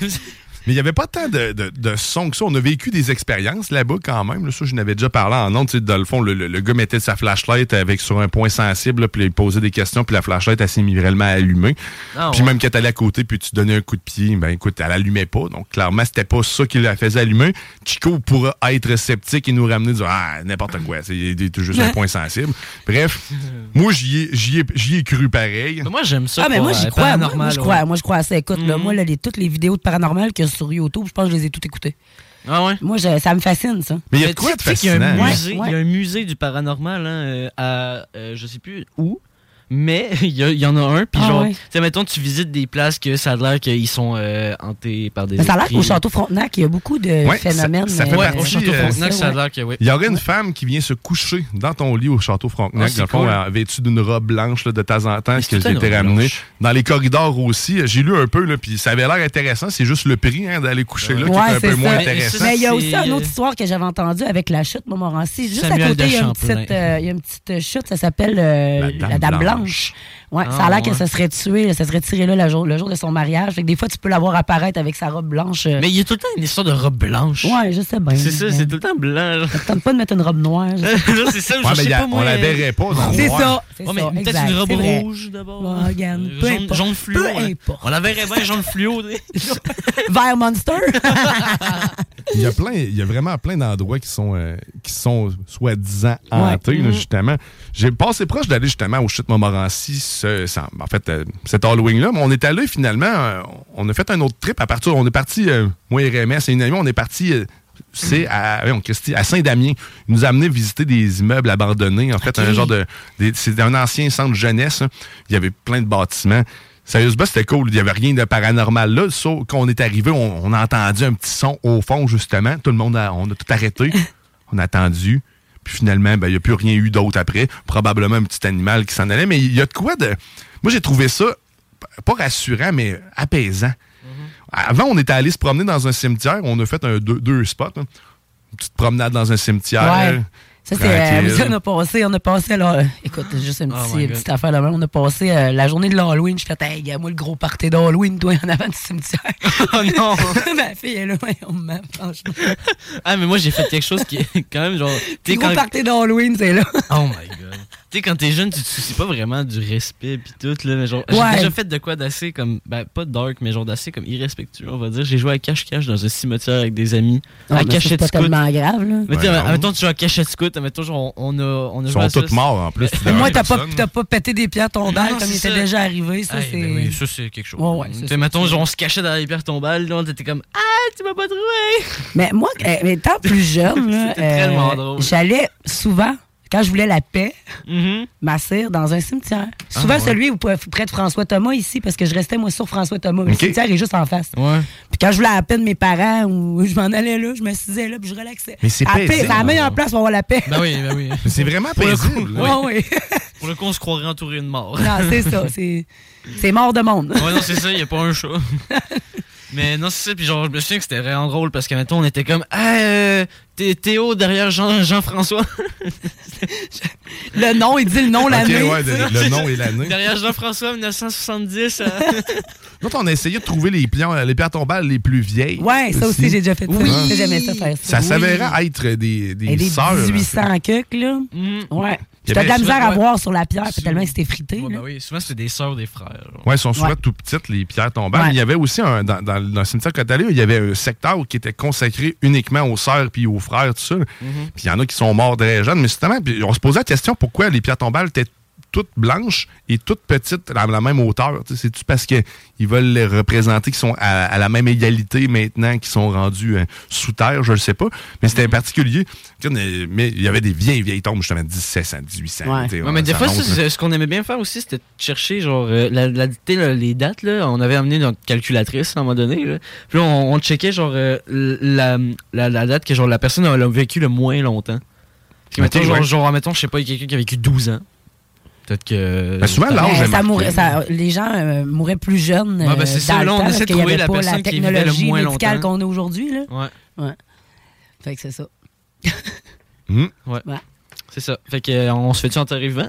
Speaker 6: Mais il n'y avait pas tant de, de, de sons que ça. On a vécu des expériences là-bas quand même. là. ça, je n'avais déjà parlé en ondes. Tu sais, Dans le fond, le, le- le gars mettait sa flashlight avec, sur un point sensible, là, puis il posait des questions, puis la flashlight, elle s'est mis réellement allumée.
Speaker 7: Ah,
Speaker 6: puis
Speaker 7: ouais.
Speaker 6: même quand elle allait à côté, puis tu donnais un coup de pied, ben écoute, elle allumait pas. Donc clairement, c'était pas ça qui la faisait allumer. Chico pourra être sceptique et nous ramener du Ah, n'importe quoi. C'est il est juste un point sensible. Bref, moi, j'y ai, j'y ai, j'y ai cru pareil.
Speaker 7: moi, j'aime euh,
Speaker 20: Ah, mais moi, j'y crois. Moi, moi, je crois. Moi, je crois à ça. Écoute, là, moi, là, les- toutes les vidéos de paranormal qu'il y a sur YouTube, je pense que je les ai toutes écoutées.
Speaker 7: Ah ouais?
Speaker 20: Moi, je- ça me fascine, ça.
Speaker 6: Mais il y a
Speaker 7: Mais
Speaker 6: de quoi
Speaker 7: tu
Speaker 6: de
Speaker 7: sais qu'il y a un
Speaker 6: fascinant.
Speaker 7: musée-
Speaker 20: Ouais, ouais.
Speaker 7: Il y a un musée du paranormal hein, euh, à euh, je sais plus où. Mais il y, a- il y en a un, puis
Speaker 20: Ah
Speaker 7: genre,
Speaker 20: ouais.
Speaker 7: tu sais, mettons, tu visites des places que ça a l'air qu'ils sont euh, hantés par des.
Speaker 20: Mais ça a l'air
Speaker 7: esprits.
Speaker 20: qu'au Château Frontenac, il y a beaucoup de
Speaker 6: Ouais, ça-
Speaker 20: phénomènes.
Speaker 6: Ça, fait
Speaker 20: euh,
Speaker 6: partie,
Speaker 20: Château
Speaker 6: euh,
Speaker 20: Frontenac,
Speaker 7: ça a
Speaker 20: ouais.
Speaker 7: l'air que oui.
Speaker 6: Il y aurait une femme qui vient se coucher dans ton lit au château
Speaker 7: Ah,
Speaker 6: Frontenac,
Speaker 7: c'est
Speaker 6: dans le fond,
Speaker 7: cool.
Speaker 6: euh, vêtue d'une robe blanche là, de temps en temps, que
Speaker 7: tout
Speaker 6: j'ai
Speaker 7: le temps une
Speaker 6: été
Speaker 7: robe
Speaker 6: ramené.
Speaker 7: blanche.
Speaker 6: Dans les corridors aussi, euh, j'ai lu un peu, là, puis ça avait l'air intéressant. C'est juste le prix hein, d'aller coucher là qui est un peu moins
Speaker 20: ça.
Speaker 6: intéressant.
Speaker 20: Mais il y a aussi
Speaker 7: c'est,
Speaker 20: une
Speaker 7: euh,
Speaker 20: autre histoire que j'avais entendue avec la chute Montmorency. Juste à
Speaker 7: Samuel
Speaker 20: côté,
Speaker 7: de
Speaker 20: il y a une
Speaker 7: Champlain.
Speaker 20: petite, euh, il y a une petite euh, chute, ça s'appelle euh,
Speaker 7: La
Speaker 20: la
Speaker 7: Dame
Speaker 20: Dame, Blanche.
Speaker 7: Blanche.
Speaker 20: Ouais,
Speaker 7: Ah,
Speaker 20: ça a l'air
Speaker 7: ouais.
Speaker 20: qu'elle se serait tuée, elle se serait tirée là le jour, le jour de son mariage. Fait que des fois, tu peux la voir apparaître avec sa robe blanche. euh.
Speaker 7: Mais il y a tout le temps une histoire de robe blanche.
Speaker 20: Ouais, je sais bien.
Speaker 7: C'est ça,
Speaker 20: Mais
Speaker 7: c'est tout le temps blanc. genre.
Speaker 20: ça te tente pas de mettre une robe noire. je sais
Speaker 7: Là, c'est ça,
Speaker 6: Ouais,
Speaker 7: je
Speaker 6: mais
Speaker 7: sais
Speaker 6: y a-
Speaker 7: pas moi. euh,
Speaker 6: on la verrait pas dans le
Speaker 20: C'est
Speaker 6: noir.
Speaker 20: ça. c'est
Speaker 7: Ouais, mais
Speaker 20: ça,
Speaker 7: peut-être
Speaker 20: exact,
Speaker 7: une robe
Speaker 20: c'est vrai.
Speaker 7: rouge d'abord.
Speaker 20: Ouais, regarde,
Speaker 7: Euh,
Speaker 20: peu
Speaker 7: jaune,
Speaker 20: importe.
Speaker 7: jaune fluo.
Speaker 20: Peu
Speaker 7: hein.
Speaker 20: importe.
Speaker 7: On la verrait bien jaune fluo. tu sais.
Speaker 20: Vert Monster.
Speaker 6: Il y a plein, il y a vraiment plein d'endroits qui sont, euh, qui sont soi-disant hantés, là,
Speaker 20: Mhm.
Speaker 6: justement. J'ai passé proche d'aller justement au chute Montmorency, ce- ça- en fait, euh, cet Halloween-là. Mais on est allé finalement, euh, on a fait un autre trip à partir, on est parti, euh, moi et RMS et une amie, on est parti. euh, c'est à, voyons, Christy, à Saint-Damien. Il nous a amené visiter des immeubles abandonnés. En fait,
Speaker 7: Ok.
Speaker 6: un genre de. des- C'est un ancien centre jeunesse. hein. Il y avait plein de bâtiments. Sérieusement, c'était cool. Il n'y avait rien de paranormal là. Sauf qu'on est arrivé, on, on a entendu un petit son au fond, justement. Tout le monde, a, on a tout arrêté. on a attendu. Puis finalement, ben, il n'y a plus rien eu d'autre après. Probablement un petit animal qui s'en allait. Mais il y a de quoi de. Moi, j'ai trouvé ça, p- pas rassurant, mais apaisant. Avant, on était allé se promener dans un cimetière. On a fait un, deux, deux spots. hein. Une petite promenade dans un cimetière.
Speaker 20: Ouais. Ça, c'est. euh,
Speaker 6: Tranquille.
Speaker 20: vous savez, on a passé, on a passé, là. euh, écoute, juste une
Speaker 6: Oh
Speaker 20: petite-
Speaker 6: my God.
Speaker 20: petite affaire là On a passé euh, la journée de l'Halloween. Je fais, hey, gars, moi, le gros party d'Halloween, toi, en avant du cimetière.
Speaker 7: oh non!
Speaker 20: Ma fille est là, on me ment, franchement.
Speaker 7: Ah, mais moi, j'ai fait quelque chose qui est quand même genre.
Speaker 20: Le
Speaker 7: t'sais,
Speaker 20: gros
Speaker 7: quand-
Speaker 20: party d'Halloween, c'est là.
Speaker 7: Oh my god. Tu sais, quand t'es jeune, tu te soucies pas vraiment du respect pis tout, là. Mais genre,
Speaker 20: Ouais.
Speaker 7: j'ai déjà fait de quoi d'assez comme. Ben, pas dark, mais genre d'assez comme irrespectueux, on va dire. J'ai joué à cache-cache dans un cimetière avec des amis.
Speaker 20: Non,
Speaker 7: à
Speaker 20: Ah, mais ça, c'est
Speaker 7: cachette
Speaker 20: pas
Speaker 7: scout.
Speaker 20: tellement grave, là.
Speaker 7: Mais tu
Speaker 20: Ouais,
Speaker 7: sais,
Speaker 20: non.
Speaker 7: mettons, tu joues à cachette scout, mettons, genre, on on a. On a
Speaker 6: Ils
Speaker 7: joué à
Speaker 6: sont
Speaker 7: ça,
Speaker 6: tous morts, en plus,
Speaker 7: c'est-
Speaker 6: tu
Speaker 20: Moi, t'as pas,
Speaker 6: personne.
Speaker 20: t'as pas pété des pierres tombales
Speaker 7: Non,
Speaker 20: comme il
Speaker 7: c'est
Speaker 20: était
Speaker 7: ça.
Speaker 20: déjà arrivé. Ça,
Speaker 7: Hey,
Speaker 20: c'est.
Speaker 7: ben oui, ça, c'est quelque chose.
Speaker 20: Ouais, ouais,
Speaker 7: Tu
Speaker 20: c'est
Speaker 7: sais,
Speaker 20: ça.
Speaker 7: mettons, genre, on se cachait dans les pierres tombales, là, on était comme. Ah, tu m'as pas trouvé!
Speaker 20: Mais moi, euh, étant plus jeune, là,
Speaker 7: C'était
Speaker 20: euh,
Speaker 7: tellement drôle.
Speaker 20: j'allais souvent, quand je voulais la paix,
Speaker 6: Mm-hmm.
Speaker 20: m'asseoir dans un cimetière.
Speaker 7: Ah,
Speaker 20: Souvent
Speaker 7: ouais.
Speaker 20: celui où, près de François Thomas ici, parce que je restais moi sur François Thomas. Le
Speaker 7: Ok.
Speaker 20: cimetière est juste en face.
Speaker 7: Ouais.
Speaker 20: Puis quand je voulais la paix de mes parents, ou je m'en allais là, je me disais là, puis je relaxais.
Speaker 6: Mais c'est
Speaker 20: La paix,
Speaker 6: paisible.
Speaker 20: C'est la meilleure place pour avoir la paix.
Speaker 7: Ben oui, ben oui.
Speaker 6: C'est vraiment
Speaker 7: Pour le coup,
Speaker 6: paisible.
Speaker 7: oui.
Speaker 20: Ouais, ouais.
Speaker 7: Pour le coup, on se croirait entouré de morts.
Speaker 20: non, c'est ça. C'est, c'est mort de monde.
Speaker 7: Ouais, non, c'est ça, il a pas un chat. Mais non, c'est ça, puis genre, je me souviens que c'était vraiment drôle parce que, mettons, on était comme, ah, euh, t'es Théo derrière Jean- Jean-François.
Speaker 20: Le nom, il dit le nom, l'année.
Speaker 6: ouais,
Speaker 20: tu sais.
Speaker 6: le- le nom et l'année.
Speaker 7: derrière Jean-François, 1970. euh.
Speaker 6: Nous autres, on a essayé de trouver les, pliants, les pierres tombales les plus vieilles.
Speaker 20: Ouais, ça aussi, j'ai déjà fait ça.
Speaker 6: Oui.
Speaker 20: J'ai jamais ça faire ça.
Speaker 6: Ça s'avérait être des, des,
Speaker 20: Et des
Speaker 6: sœurs.
Speaker 20: 1800 cucs, là. Ouais.
Speaker 6: Il y
Speaker 20: T'as de la
Speaker 6: avait-
Speaker 20: misère à
Speaker 6: Ouais.
Speaker 20: voir sur la pierre, puis tellement que c'était frité. là.
Speaker 7: ben oui, souvent, c'était des sœurs des frères. genre.
Speaker 6: Ouais, elles sont souvent
Speaker 20: Ouais.
Speaker 6: tout petites, les pierres tombales. Mais Il y avait aussi, un, dans, dans, dans le cimetière que t'es allé, il y avait un secteur qui était consacré uniquement aux sœurs puis aux frères, tout ça.
Speaker 20: Mm-hmm.
Speaker 6: Puis il y en a qui sont morts très jeunes. Mais justement, puis on se posait la question pourquoi les pierres tombales étaient toutes blanches et toutes petites à la même hauteur. Tu sais, C'est-tu parce qu'ils veulent les représenter qu'ils sont à, à la même égalité maintenant, qu'ils sont rendus euh, sous terre, je ne sais pas. Mais
Speaker 20: Mm-hmm.
Speaker 6: c'était particulier. Tu sais, Mais mais il y avait des vieilles, vieilles tombes, justement, 1700, 1800.
Speaker 7: Ouais.
Speaker 6: tu sais,
Speaker 7: Ouais, mais des
Speaker 6: ça
Speaker 7: fois,
Speaker 6: monte,
Speaker 7: ça,
Speaker 6: là.
Speaker 7: c'est- ce qu'on aimait bien faire aussi, c'était de chercher genre euh, la, la- tu sais, là, les dates. Là, on avait amené notre calculatrice à un moment donné. là. Puis là, on, on checkait genre euh, la, la- la date que genre la personne elle a vécu le moins longtemps. Puis,
Speaker 6: Ah, Ok,
Speaker 7: mettons, genre,
Speaker 6: ouais.
Speaker 7: genre, mettons, je sais pas, il y a quelqu'un qui a vécu 12 ans. Peut-être que.
Speaker 6: Ben, souvent, l'âge
Speaker 20: Mais
Speaker 6: est
Speaker 20: ça
Speaker 6: marqué.
Speaker 20: mourait- ça- les gens euh, mouraient plus jeunes.
Speaker 7: Ouais, ben,
Speaker 20: euh,
Speaker 7: c'est ça,
Speaker 20: dans le
Speaker 7: là, on
Speaker 20: temps,
Speaker 7: essaie
Speaker 20: parce
Speaker 7: de
Speaker 20: qu'il y
Speaker 7: trouver
Speaker 20: avait
Speaker 7: la
Speaker 20: pas la
Speaker 7: personne qui vivait le
Speaker 20: technologie
Speaker 7: moins
Speaker 20: médicale
Speaker 7: longtemps.
Speaker 20: qu'on a aujourd'hui. là.
Speaker 7: Ouais.
Speaker 20: Ouais. Fait que c'est ça.
Speaker 6: Hmm.
Speaker 7: Ouais. C'est ça. Fait que, euh, on se fait-tu enterrer vivant?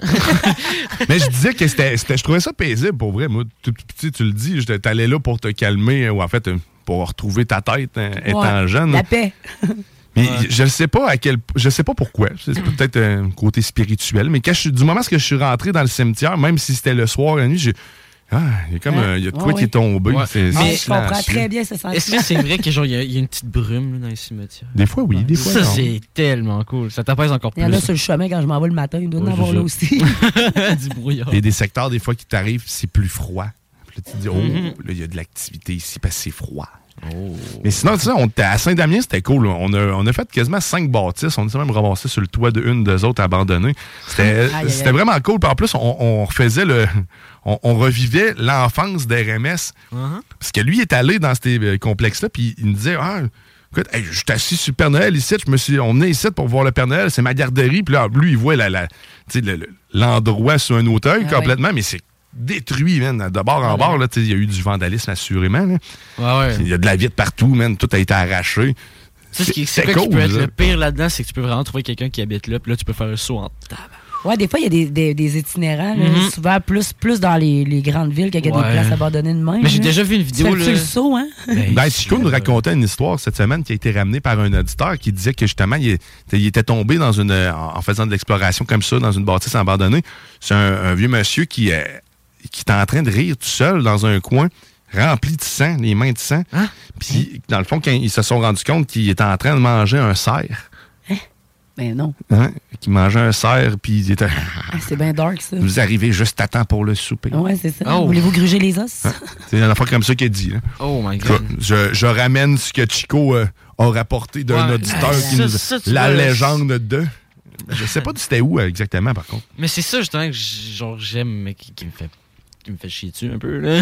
Speaker 6: Mais je disais que c'était, c'était- je trouvais ça paisible pour vrai. Moi, tout petit, tu le dis, j'étais- t'allais là pour te calmer ou en fait euh, pour retrouver ta tête euh, étant
Speaker 20: Ouais.
Speaker 6: jeune.
Speaker 20: La paix.
Speaker 6: Mais je ne sais pas à quel, je sais pas pourquoi. C'est peut-être un côté spirituel. Mais quand je suis- du moment que je suis rentré dans le cimetière, même si c'était le soir la nuit, j'ai ah, il y a comme
Speaker 20: Ouais.
Speaker 6: euh, il y a de quoi
Speaker 20: Hein? Ouais,
Speaker 6: qui est
Speaker 20: ouais.
Speaker 6: tombé. C'est-
Speaker 20: Ah,
Speaker 6: c'est
Speaker 20: je comprends
Speaker 6: silencieux.
Speaker 20: très bien ce sentiment.
Speaker 7: Ah, Est-ce que c'est vrai que genre il y, a- il y a une petite brume là, dans les cimetières?
Speaker 6: Des fois oui, des fois
Speaker 7: Ça
Speaker 6: non.
Speaker 7: c'est tellement cool. Ça t'apaise encore
Speaker 20: Il
Speaker 7: plus.
Speaker 20: y en a sur le chemin quand je m'en vais le matin, il doit en
Speaker 7: Ouais,
Speaker 20: avoir
Speaker 7: c'est
Speaker 20: là
Speaker 7: ça.
Speaker 20: aussi.
Speaker 7: du brouillard.
Speaker 6: Il y a des secteurs des fois qui t'arrivent, c'est plus froid. Puis là, tu te dis, oh,
Speaker 7: Mhm.
Speaker 6: là, il y a de l'activité ici parce que c'est froid. Mais sinon, tu sais, on était à Saint-Damien, c'était cool. On a, on a fait quasiment cinq bâtisses. On s'est même ramassé sur le toit de une des autres abandonnées. C'était
Speaker 20: Aïe, aïe, aïe.
Speaker 6: c'était vraiment cool. Puis en plus, on, on refaisait le. On, on revivait l'enfance d'RMS.
Speaker 20: Uh-huh.
Speaker 6: Parce que lui est allé dans ces euh, complexes-là, puis il me disait Ah, écoute, hey, je suis assis sur le Père Noël ici, je me suis, on est ici pour voir le Père Noël, c'est ma garderie. Puis là, lui, il voit la- la- tu sais, le- le- l'endroit sur un auteuil
Speaker 7: Ah
Speaker 6: complètement, mais c'est détruit, man, de
Speaker 20: Ah
Speaker 6: bord en bord. là, tu sais, Il y a eu du vandalisme, assurément. là.
Speaker 7: Ouais, ouais.
Speaker 6: Il y a de la vitre partout, man, tout a été arraché.
Speaker 7: Tu sais, ce qui, c'est
Speaker 6: C'était
Speaker 7: quoi qui peut être
Speaker 6: là.
Speaker 7: le pire là-dedans, c'est que tu peux vraiment trouver quelqu'un qui habite là, puis là, tu peux faire un saut en table.
Speaker 20: Ouais, des fois, il y a des, des- des itinérants, là,
Speaker 6: Mm-hmm.
Speaker 7: Mhm.
Speaker 20: hein. souvent plus, plus dans les, les grandes villes qu'il y a des
Speaker 6: Ouais.
Speaker 20: places abandonnées de même.
Speaker 6: Mais j'ai
Speaker 20: là.
Speaker 6: déjà vu une
Speaker 20: Tu
Speaker 6: vidéo,
Speaker 20: fais-tu
Speaker 6: là.
Speaker 20: le saut, hein?
Speaker 6: Ben, Chico nous racontait une histoire cette semaine qui a été ramenée par un auditeur qui disait que justement, il, est- il était tombé dans une, en en faisant de l'exploration comme ça, dans une bâtisse abandonnée. C'est un, un vieux monsieur qui, euh, qui est en train de rire tout seul dans un coin, rempli de sang, les mains de sang.
Speaker 20: Hein?
Speaker 6: Puis, dans le fond, quand ils se sont rendus compte qu'il était en train de manger un cerf,
Speaker 20: Ben non.
Speaker 6: hein, qu'il mangeait un cerf, puis il était.
Speaker 20: Ah, c'est bien dark, ça.
Speaker 6: Vous arrivez juste à temps pour le souper.
Speaker 20: Ouais, c'est ça.
Speaker 6: Oh.
Speaker 20: Voulez-vous gruger les os?
Speaker 6: Hein? C'est une affaire comme ça qu'il a dit. hein. là.
Speaker 7: Oh my
Speaker 6: Je, je- je ramène ce que Chico euh, a rapporté d'un
Speaker 7: Ouais.
Speaker 6: auditeur
Speaker 7: Ah,
Speaker 6: qui
Speaker 7: ça,
Speaker 6: nous
Speaker 7: ça, tu
Speaker 6: la
Speaker 7: vois, là,
Speaker 6: légende de. Je sais pas du c'était où euh, exactement par contre.
Speaker 7: Mais c'est ça, justement, que j- genre, j'aime, mais qui, qui me fait, qui me fait chier dessus un peu, là.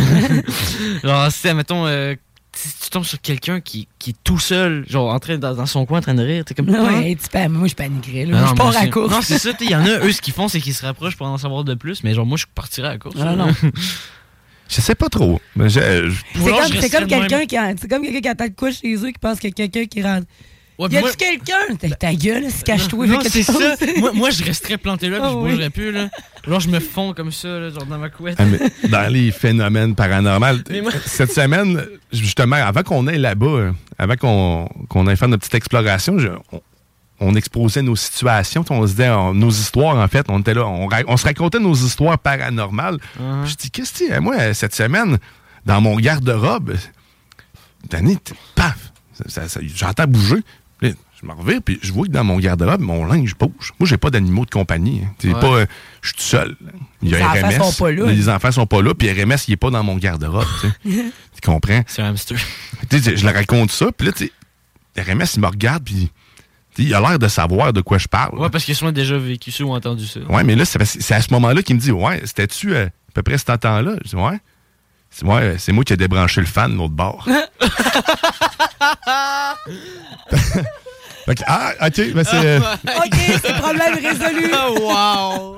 Speaker 7: genre, c'est, mettons, euh, si tu tombes sur quelqu'un qui, qui est tout seul, genre, en train, dans, dans son coin, en train de rire, t'es comme.
Speaker 20: Ouais, tu peux, moi, je paniquerais.
Speaker 7: Ah
Speaker 20: Là.
Speaker 7: non,
Speaker 20: je
Speaker 7: mais
Speaker 20: pars
Speaker 7: c'est-
Speaker 20: à court.
Speaker 7: Non, c'est ça, t'sais, il y en a, eux, ce qu'ils font, c'est qu'ils se rapprochent pour en savoir de plus, mais genre, moi, je partirais à la course.
Speaker 20: Ah non,
Speaker 7: là.
Speaker 20: non.
Speaker 6: Je sais pas trop. Mais je- je-
Speaker 20: C'est
Speaker 7: Ou alors,
Speaker 20: comme,
Speaker 7: je
Speaker 20: c'est comme
Speaker 7: resterais de
Speaker 20: quelqu'un
Speaker 7: même.
Speaker 20: qui, a- c'est comme quelqu'un qui attend de quoi chez eux qui pense que quelqu'un qui rentre.
Speaker 7: Ouais,
Speaker 20: y a-tu
Speaker 7: moi-
Speaker 20: quelqu'un? Ta, ta gueule, se cache-toi.
Speaker 7: Non,
Speaker 20: fais
Speaker 7: c'est
Speaker 20: quelque chose.
Speaker 7: ça. moi, moi, je resterais planté là, puis
Speaker 20: Ah
Speaker 7: je
Speaker 20: oui.
Speaker 7: bougerais plus, là. Genre, je me fonds comme ça, là, genre dans ma couette.
Speaker 6: Ah, mais dans les phénomènes paranormaux,
Speaker 7: Mais moi-
Speaker 6: cette semaine, justement, avant qu'on aille là-bas, euh, avant qu'on qu'on aille faire notre petite exploration, je- on, on exposait nos situations, puis on se disait on- nos histoires, en fait. On était là, on, ra- on se racontait nos histoires paranormales.
Speaker 7: Ah.
Speaker 6: Puis Je dis, qu'est-ce que c'est? Moi, cette semaine, dans mon garde-robe, Danny, t- paf, ça- ça- ça- j'entends bouger. Là, je me reviens, puis je vois que dans mon garde-robe, mon linge bouge. Moi, j'ai pas d'animaux de compagnie. hein. T'sais,
Speaker 20: Ouais.
Speaker 6: pas, euh, je suis tout seul. Il y a
Speaker 20: Les enfants
Speaker 6: RMS.
Speaker 20: sont pas là.
Speaker 6: Les enfants sont pas là, puis RMS, il est pas dans mon garde-robe. tu sais. tu comprends?
Speaker 7: C'est un hamster.
Speaker 6: Tu sais, je le raconte ça, puis là, tu sais, RMS, il me regarde, puis tu sais, il a l'air de savoir de quoi je parle.
Speaker 7: Ouais, parce qu'ils sont déjà vécu ça ou entendu ça.
Speaker 6: Ouais, mais là, c'est parce- c'est à ce moment-là qu'il me dit Ouais, c'était-tu euh, à peu près cet temps-là Je dis Ouais. C'est- Ouais, euh, c'est moi qui ai débranché le fan de l'autre bord. Fait que, ah, ok, ben c'est. euh,
Speaker 20: OK, c'est problème résolu.
Speaker 7: Ah, wow!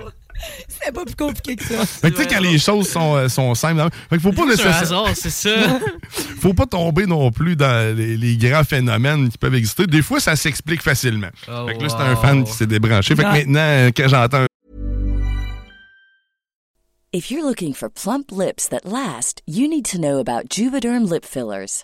Speaker 20: C'est pas plus compliqué que ça.
Speaker 6: Fait que tu sais, quand les choses sont, euh, sont simples. hein, Fait que faut pas
Speaker 20: C'est un
Speaker 6: nécessaire-
Speaker 20: hasard,
Speaker 7: c'est ça.
Speaker 6: faut pas tomber non plus dans les, les grands phénomènes qui peuvent exister. Des fois, ça s'explique facilement. fait que là, c'est un fan qui s'est débranché. Fait que
Speaker 21: Non.
Speaker 6: maintenant, euh, quand j'entends
Speaker 21: If you're looking for plump lips that last, you need to know about Juvederm lip fillers.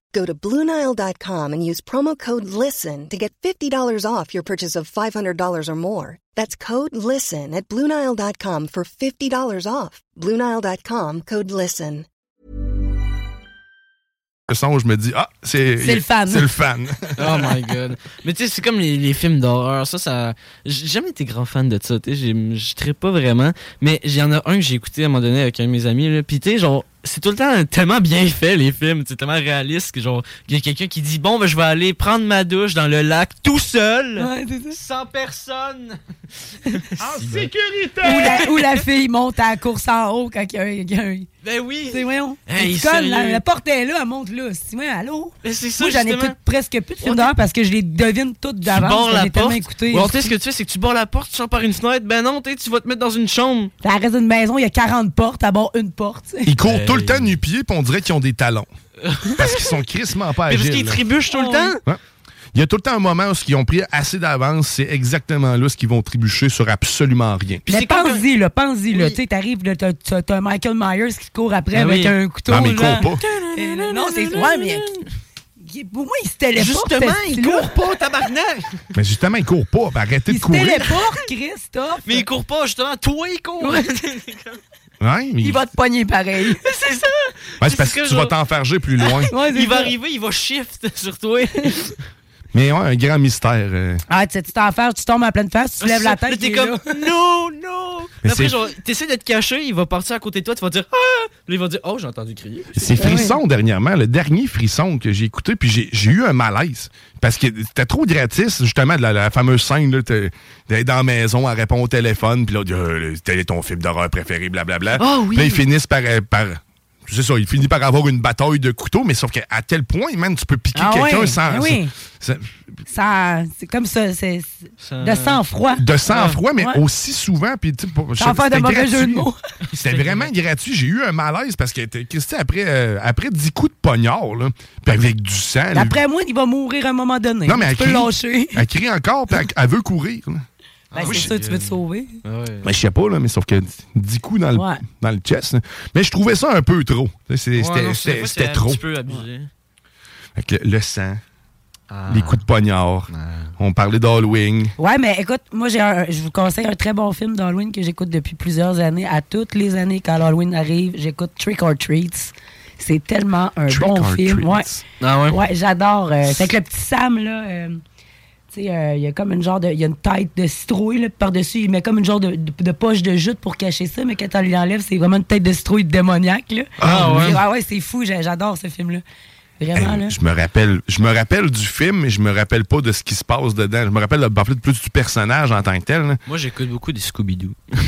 Speaker 22: Go to BlueNile.com and use promo code LISTEN to get $50 off your purchase of $500 or more. That's code LISTEN at BlueNile.com for $50 off. BlueNile.com code LISTEN.
Speaker 6: le son, je me dis Ah, c'est.
Speaker 7: C'est le fan.
Speaker 6: C'est le fan.
Speaker 7: Oh my god. Mais tu sais, c'est comme les, les films d'horreur. Ça, ça. J'ai jamais été grand fan de ça. Tu sais, j'ai- je trippe pas vraiment. Mais il y en a un que j'ai écouté à un moment donné avec un de mes amis. Là. Puis tu sais, genre, c'est tout le temps tellement bien fait, les films. C'est tellement réaliste que, genre, il y a quelqu'un qui dit Bon, ben, je vais aller prendre ma douche dans le lac tout seul. Sans personne. ben. en sécurité.
Speaker 20: Ou la, ou la fille monte à la course en haut quand il y a un- il y a un.
Speaker 7: Ben oui.
Speaker 20: C'est voyons.
Speaker 7: Hey,
Speaker 20: Tu colles, la,
Speaker 7: sérieux. Ben,
Speaker 20: la porte est là, elle monte là. C'est moi, allô?
Speaker 7: c'est ça,
Speaker 20: Moi, j'en
Speaker 7: justement.
Speaker 20: écoute presque plus de films d'horreur parce que je les devine toutes
Speaker 7: tu
Speaker 20: d'avance.
Speaker 7: barres
Speaker 20: parce que
Speaker 7: la
Speaker 20: J'ai tellement
Speaker 7: porte.
Speaker 20: écouté.
Speaker 7: Ou alors, tu sais, ce que tu fais, c'est que tu barres la porte, tu sors par une fenêtre. Ben non, tu sais, tu vas te mettre dans une chambre.
Speaker 20: La reste d'une maison, il y a 40 portes, à bord une porte. tu sais.
Speaker 6: Ils courent tout le temps nu-pieds, puis on dirait qu'ils ont des talons. parce qu'ils sont crissement pas agiles.
Speaker 20: Puis parce
Speaker 6: Ah,
Speaker 20: qu'ils
Speaker 6: là.
Speaker 20: trébuchent tout le Oh, temps.
Speaker 6: Ouais. Il y a tout le temps un moment où ils ont pris assez d'avance, c'est exactement là ce qu'ils vont trébucher sur absolument rien.
Speaker 20: Mais pense-y, là, pense-y, là. Tu sais, t'arrives, là, t'as- t'as t'as Michael Myers qui court après
Speaker 6: Ah
Speaker 7: Ben
Speaker 20: avec
Speaker 6: oui.
Speaker 20: un couteau.
Speaker 6: Non, mais il
Speaker 20: là.
Speaker 6: court pas.
Speaker 20: Et là, Non, c'est. Ouais, mais. il- Pour moi, il se téléporte.
Speaker 7: Justement,
Speaker 20: ce
Speaker 7: il
Speaker 20: style-là.
Speaker 7: court pas, tabarnak.
Speaker 6: Mais justement, ils courent pas. Ben, arrêtez de courir.
Speaker 20: Téléporte, Christophe.
Speaker 7: Mais il court pas, justement. Toi, il court.
Speaker 6: Ouais, mais-
Speaker 20: Il va te pogner pareil.
Speaker 7: c'est ça.
Speaker 6: Ouais, c'est parce que tu vas t'enfarger plus loin.
Speaker 7: il va arriver, il va shift sur toi.
Speaker 6: Mais ouais, un grand mystère. euh.
Speaker 20: Ah, tu sais, tu t'en fais, tu tombes en pleine face, tu lèves la
Speaker 7: Là,
Speaker 20: tête.
Speaker 7: t'es
Speaker 20: il est
Speaker 7: comme,
Speaker 20: là.
Speaker 7: non, non.
Speaker 6: Mais
Speaker 7: Après,
Speaker 6: c'est-
Speaker 7: genre, t'essaies d'être caché, il va partir à côté de toi, tu vas dire, ah. Là, il va dire, oh, j'ai entendu crier.
Speaker 6: C'est frisson dernièrement, le dernier frisson que j'ai écouté, puis j'ai- j'ai eu un malaise. Parce que c'était trop gratis, justement, de la, la fameuse scène là, t'es- d'être dans la maison, à répondre au téléphone, puis là, on dit, Euh, tel est ton film d'horreur préféré, blablabla.
Speaker 19: Ah oui.
Speaker 6: Puis là, ils finissent par, euh, par Puis c'est ça, il finit par avoir une bataille de couteaux, mais sauf qu'à à tel point, man, tu peux piquer
Speaker 20: Ah
Speaker 6: quelqu'un
Speaker 20: oui,
Speaker 6: sans.
Speaker 20: oui.
Speaker 6: sans-
Speaker 20: Ça, c'est comme ça, c'est c'est de sang-froid.
Speaker 6: De sang-froid, mais
Speaker 20: Ouais.
Speaker 6: aussi souvent. Puis, tu sais, pour-
Speaker 20: Sans faire de
Speaker 6: c'était
Speaker 20: mauvais
Speaker 6: gratuit.
Speaker 20: jeu de mots.
Speaker 6: C'était vraiment gratuit. J'ai eu un malaise parce que, t'es- Christy, après, euh, après 10 coups de poignard, là, puis avec du sang. là,
Speaker 20: D'après moi, il va mourir à un moment donné.
Speaker 6: non, mais
Speaker 20: tu
Speaker 6: elle
Speaker 20: peux
Speaker 6: crie,
Speaker 20: le lâcher.
Speaker 6: Elle crie encore, puis elle, elle veut courir. là.
Speaker 20: Ben, c'est ça, tu veux te sauver.
Speaker 6: Mais je sais pas, là, mais sauf que 10 coups dans le,
Speaker 20: Ouais.
Speaker 6: dans le chest. là. Mais je trouvais ça un peu trop. Tu sais, c'est-
Speaker 7: Ouais,
Speaker 6: C'était
Speaker 7: non, c'est- des
Speaker 6: c'était-
Speaker 7: fois,
Speaker 6: c'était
Speaker 7: c'est un
Speaker 6: trop.
Speaker 7: petit peu abusé.
Speaker 6: Fait que le sang,
Speaker 20: Ah.
Speaker 6: les coups de poignard. On parlait d'Halloween.
Speaker 20: Ouais, mais écoute, moi, j'ai un- je vous conseille un très bon film d'Halloween que j'écoute depuis plusieurs années. À toutes les années, quand Halloween arrive, j'écoute Trick or Treats. C'est tellement un
Speaker 7: Trick
Speaker 20: bon
Speaker 7: or
Speaker 20: film.
Speaker 7: Treats.
Speaker 20: Ouais.
Speaker 7: Ah ouais?
Speaker 20: j'adore. euh, fait que le petit Sam, là, euh, tu sais, euh, il y a comme une genre de. Il y a une tête de citrouille, là, puis par-dessus, il met comme une genre de, de- de poche de jute pour cacher ça, mais quand on lui enlève, c'est vraiment une tête de citrouille démoniaque, là.
Speaker 6: Ah ouais?
Speaker 20: Ah ouais, c'est fou, j'a- j'adore ce film-là. Vraiment, là.
Speaker 6: Je me rappelle, je me rappelle du film, mais je me rappelle pas de ce qui se passe dedans. Je me rappelle en fait, plus du personnage en tant que tel. là.
Speaker 7: Moi, j'écoute beaucoup des Scooby-Doo.
Speaker 6: Ça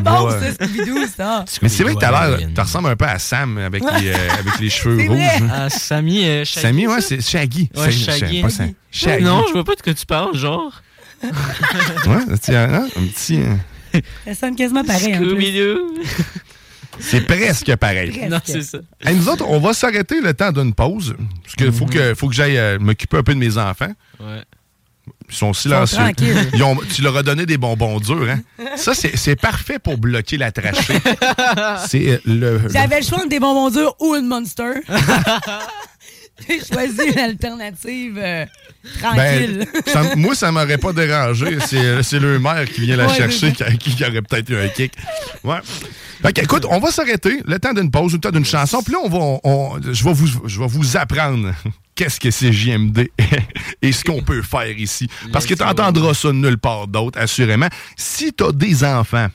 Speaker 6: va,
Speaker 20: bon,
Speaker 6: euh,
Speaker 20: ça, Scooby-Doo, ça.
Speaker 6: Mais c'est vrai que t'as l'air,
Speaker 7: Halloween.
Speaker 6: t'en ressembles un peu à Sam avec les, euh, avec les cheveux
Speaker 20: C'est
Speaker 6: rouges.
Speaker 20: vrai.
Speaker 6: hein.
Speaker 7: Ah, Sammy, euh, Shaggy,
Speaker 6: Sammy, ouais,
Speaker 7: ça?
Speaker 6: c'est Shaggy.
Speaker 7: Ouais,
Speaker 6: Sam-
Speaker 7: Shaggy.
Speaker 6: pas Sam- Shaggy.
Speaker 7: Non, je vois pas de quoi tu parles, genre.
Speaker 6: Ouais, tu- hein, un petit. hein.
Speaker 20: Ça sonne quasiment pareil, en plus.
Speaker 7: Scooby-Doo.
Speaker 6: C'est presque pareil.
Speaker 7: Non, c'est ça.
Speaker 6: Hey, nous autres, on va s'arrêter le temps d'une pause. Parce qu'il
Speaker 7: Mhm.
Speaker 6: faut que, faut que j'aille euh, m'occuper un peu de mes enfants.
Speaker 7: Ouais.
Speaker 6: Ils sont silencieux.
Speaker 7: tranquilles.
Speaker 6: Ils ont- tu leur as donné des bonbons durs, hein? Ça, c'est c'est parfait pour bloquer la trachée. C'est euh, le. le-
Speaker 20: J'avais le choix entre des bonbons durs ou une Monster. J'ai choisi une alternative euh, tranquille.
Speaker 6: Ben, ça m- moi, ça m'aurait pas dérangé. C'est c'est le maire qui vient la
Speaker 20: Ouais,
Speaker 6: chercher,
Speaker 20: c'est
Speaker 6: qui, qui aurait peut-être eu un kick. Ouais. Fait que, écoute, on va s'arrêter. Le temps d'une pause, le temps d'une chanson. Puis là, on va, on- je, vais vous, je vais vous apprendre qu'est-ce que c'est JMD et ce qu'on peut faire ici. Parce que tu entendras ça nulle part d'autre, assurément. Si tu as des enfants,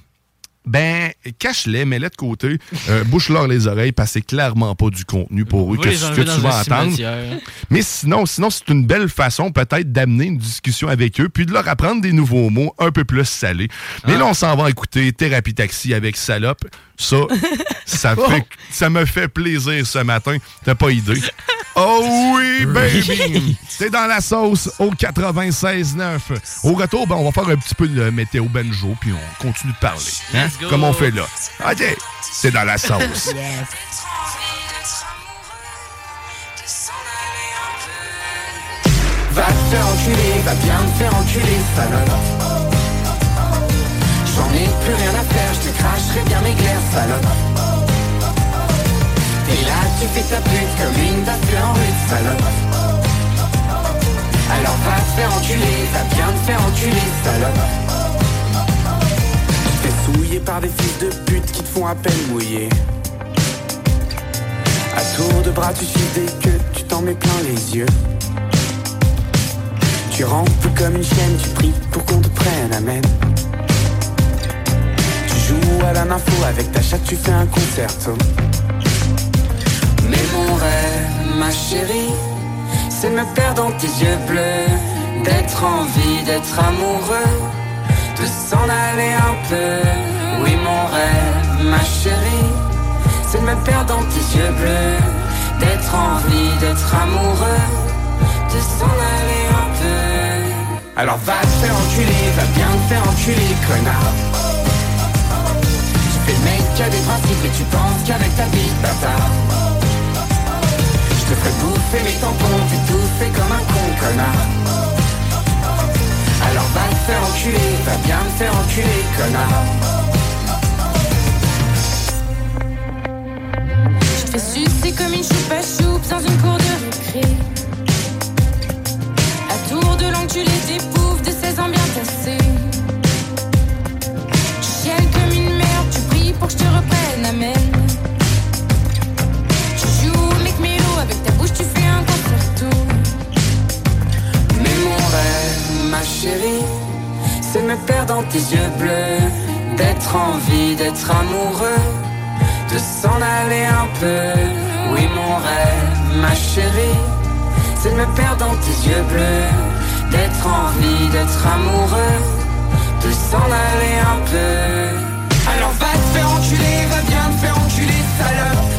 Speaker 6: ben, cache-les, mets-les de côté, euh, bouche-leur les oreilles, parce que c'est clairement pas du contenu pour eux
Speaker 7: Va
Speaker 6: que,
Speaker 7: les
Speaker 6: ce que
Speaker 7: enlever dans
Speaker 6: tu vas
Speaker 7: un
Speaker 6: entendre.
Speaker 7: cimetière.
Speaker 6: Mais sinon, sinon c'est une belle façon peut-être d'amener une discussion avec eux, puis de leur apprendre des nouveaux mots un peu plus salés. Mais
Speaker 13: Ah.
Speaker 6: là, on s'en va écouter Thérapie Taxi avec Salope. Ça, ça, fait- ça me fait plaisir ce matin. T'as pas idée. Oh oui, baby! T'es dans la sauce au 96.9. Au retour, ben, on va faire un petit peu de météo banjo, puis on continue de parler. hein,
Speaker 13: Let's go.
Speaker 6: Comme on fait là. OK, c'est dans la sauce.
Speaker 13: Va te faire enculer, va bien te faire enculer, salope. J'en ai plus rien à faire, je te cracherai bien mes glaires, salope. Et là, tu fais ta pute comme une battue en rue, salope. Alors va te faire enculer, va bien te faire enculer, salope. Tu te fais souiller par des fils de pute qui te font à peine mouiller. À tour de bras, tu suces des queues, tu t'en mets plein les yeux. Tu rampes comme une chienne, tu pries pour qu'on te prenne, amen. Tu joues à la nympho avec ta chatte, tu fais un concerto.
Speaker 23: Mais mon rêve, ma chérie, c'est de me perdre dans tes yeux bleus, d'être en vie, d'être amoureux, de s'en aller un peu. Oui, mon rêve, ma chérie, c'est de me perdre dans tes yeux bleus, d'être en vie, d'être amoureux, de s'en aller un peu.
Speaker 13: Alors va te faire enculer, va bien te faire enculer, connard. Tu fais le mec qui a des principes et tu penses qu'avec ta bite, bâtard. Je te ferai bouffer mes tampons, t'étouffer comme un con, connard. Alors va te faire enculer, va bien te faire enculer, connard.
Speaker 23: Je te fais sucer comme une choupe à choupe dans une cour de récré. À tour de langue, tu les épouves de 16 ans bien tassés. Tu chiales comme une merde, tu pries pour que je te reprenne, amen. Tu joues au mec mélo, avec ta bouche, tu fais un concerto. Mais mon rêve, ma chérie, c'est de me perdre dans tes yeux bleus, d'être en vie, d'être amoureux, de s'en aller un peu. Oui, mon rêve, ma chérie, c'est de me perdre dans tes yeux bleus, d'être en vie, d'être amoureux, de s'en aller un peu.
Speaker 13: Alors va te faire enculer, va bien te faire enculer.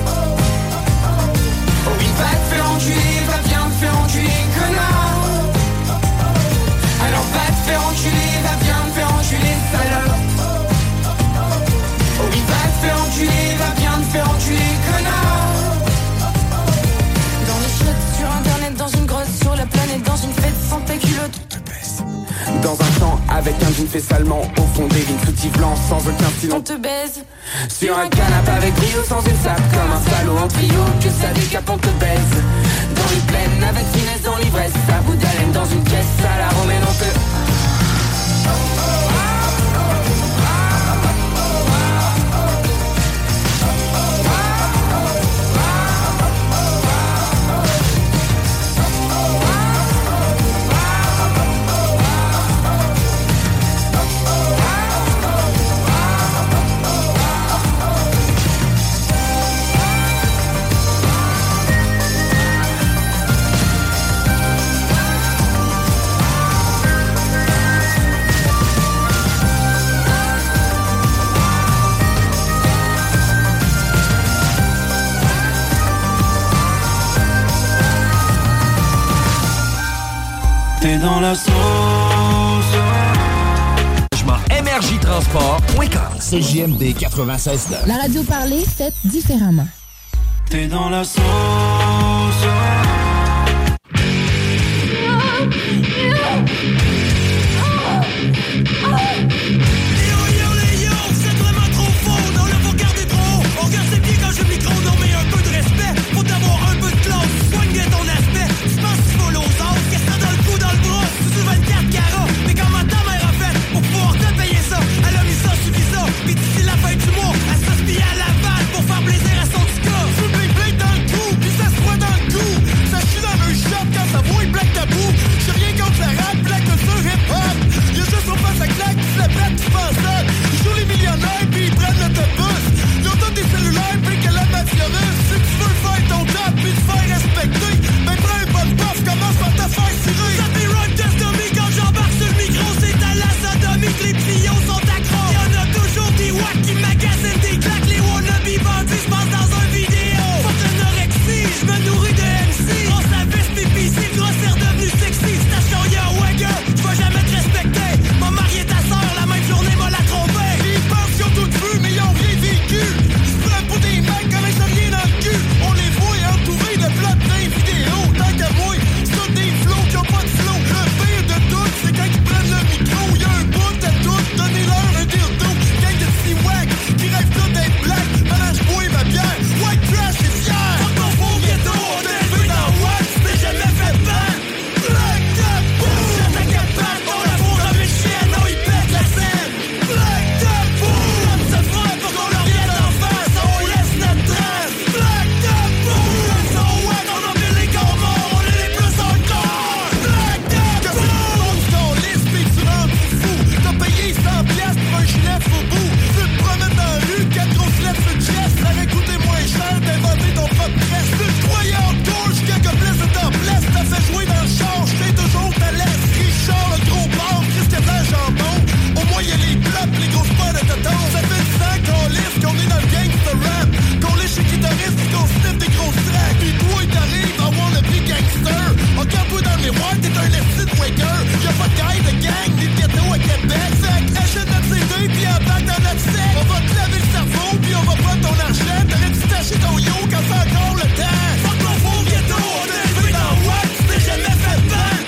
Speaker 20: Oh,
Speaker 13: dans un champ avec un jean fait salement au fond des lignes futives blanches sans aucun style. On te baise sur un canapé avec brio sans une sape comme un salaud en trio que ça décape on te baise dans les plaines avec finesse dans l'ivresse à bout d'haleine dans une caisse à la romaine on te
Speaker 24: T'es dans la sauce.
Speaker 25: MRJtransport.com CJMD 96.9
Speaker 5: La radio
Speaker 7: Ben,
Speaker 5: parlée, faite différemment.
Speaker 24: T'es dans la sauce.
Speaker 8: Regarde ses pieds quand je le micro, non mais un peu de respect Faut avoir un peu de classe, soigne de ton aspect Tu penses qu'il faut aux autres, qu'est-ce que t'as dans le cou, dans le bras Sous 24 carats, mais comment ta mère a fait Pour pouvoir te payer ça, elle a mis ça sur visa Puis d'ici la fin du mois, elle se pille à la balle Pour faire plaisir à son petit gars Sous le blé dans le cou, puis ça se voit dans le cou Ça chie dans un shop quand ça voit une blague tabou J'ai rien contre la rap, blague de ce hip-hop Y'a juste au face à claque, tu la prête, tu penses ça Ils jouent les millionnaires, puis ils prennent l'autobus Ils ont tous des cellulaires, puis que la mafia russe Si tu veux faire ton tap, puis te faire respecter Ben prends une bonne puff, commence par te faire tirer Ça fait rock d'estomac quand j'embarque sur le micro C'est à la sodomie que les trios sont accros Y'en a toujours des wack qui magasinent des claques Les wannabe bandits se passent dans un vidéo Faut l'anorexie, je me nourris de MC On s'investe pipi, c'est grosse est devenu sexy Station Yawaga, je vais jamais te respecter M'a marié ta sœur, la même journée m'a la trompé Ils pensent qu'ils ont tout vu, mais ils ont rien vécu Ils se prennent pour des mecs comme ils ont rien dans le cul On les voit entourés de plein de vidéos Tant qu'à moi, c'est tous des flots qui ont pas de flow Le pire de tout, c'est quand ils prennent le micro Y'a un bout à tout, donnez-leur un dildo Gang de petits wack, qui rêvent tout d'être black Pendant je bois ma bière, white trash est fier Fuck ton faux ghetto, on est vu dans wack Mais jamais fait peur Black Tap Boom J'attaque à part, on la fourre comme une chienne On y pète la scène Black Tap Boom Comme ça froid pour qu'on leur vienne en face On laisse notre trace Black Tap Boom Comme ça on wack, on empile les corps morts On est les plus encore Black Tap Boom Ton liste, puis tu rentres fou T'as payé 100 piastres pour un chef au bout Tu te promènes dans la rue, quatre grosses lettres sur le chest Ça aurait coûté moins cher d'inventer ton propre presse Tu te croyais en gauche, quelques places de temps place T'as fait jouer dans le char, j'étais toujours ta laisse Richard, le gros porc, Christian Blanc, jambon Au moins y'a les clubs, les grosses pas de tonton Ça fait 10 ans qu'on liste, qu'on est dans le gangster rap Qu'on est chez guitariste, puis qu'on sniff des grosses tracks Puis toi, t'arrives à wannabe gangster Regarde-toi dans le miroir, t'es un esti de waker Y'a pas de guy de gang, ni de ghetto à Québec Fait que achète notre CD, puis embarque dans notre set On va te laver le cerveau, puis on va prendre ton argent T'aurais dû t'acheter ton yo quand c'est encore le temps Fuck ton faux ghetto, on est arrivé dans Wax, t'es jamais fait peur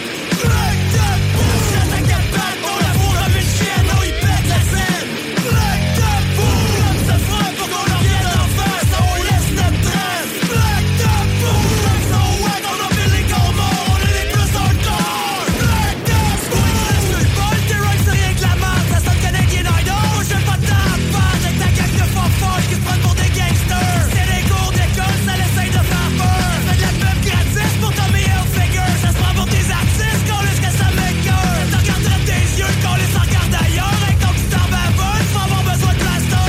Speaker 8: Black Dog Boom J'attaque à balle, on la fourre comme une chienne, on y pète la scène Black Dog Boom Comme ça froid pour qu'on en vienne en face, on laisse notre trace Black Dog Boom Comme ça on wack, on empile les corps morts, on est les plus hardcore Black Dog Boom Laisse le bol, t'es rock, c'est rien que la merde, ça sonne Canadian Idol Je pas de temps à perdre avec ta gang de fanfares qui se prennent pour des gangsters C'est des cours d'école, ça l'essaye de faire peur Fais de la pub gratis pour ton meilleur figure Ça se prend pour tes artistes, qu'on laisse que ça m'écoeure Je te regarderai de tes yeux, qu'on laisse en regarde ailleurs Avec ton petit temps baveux, faut avoir besoin de plaster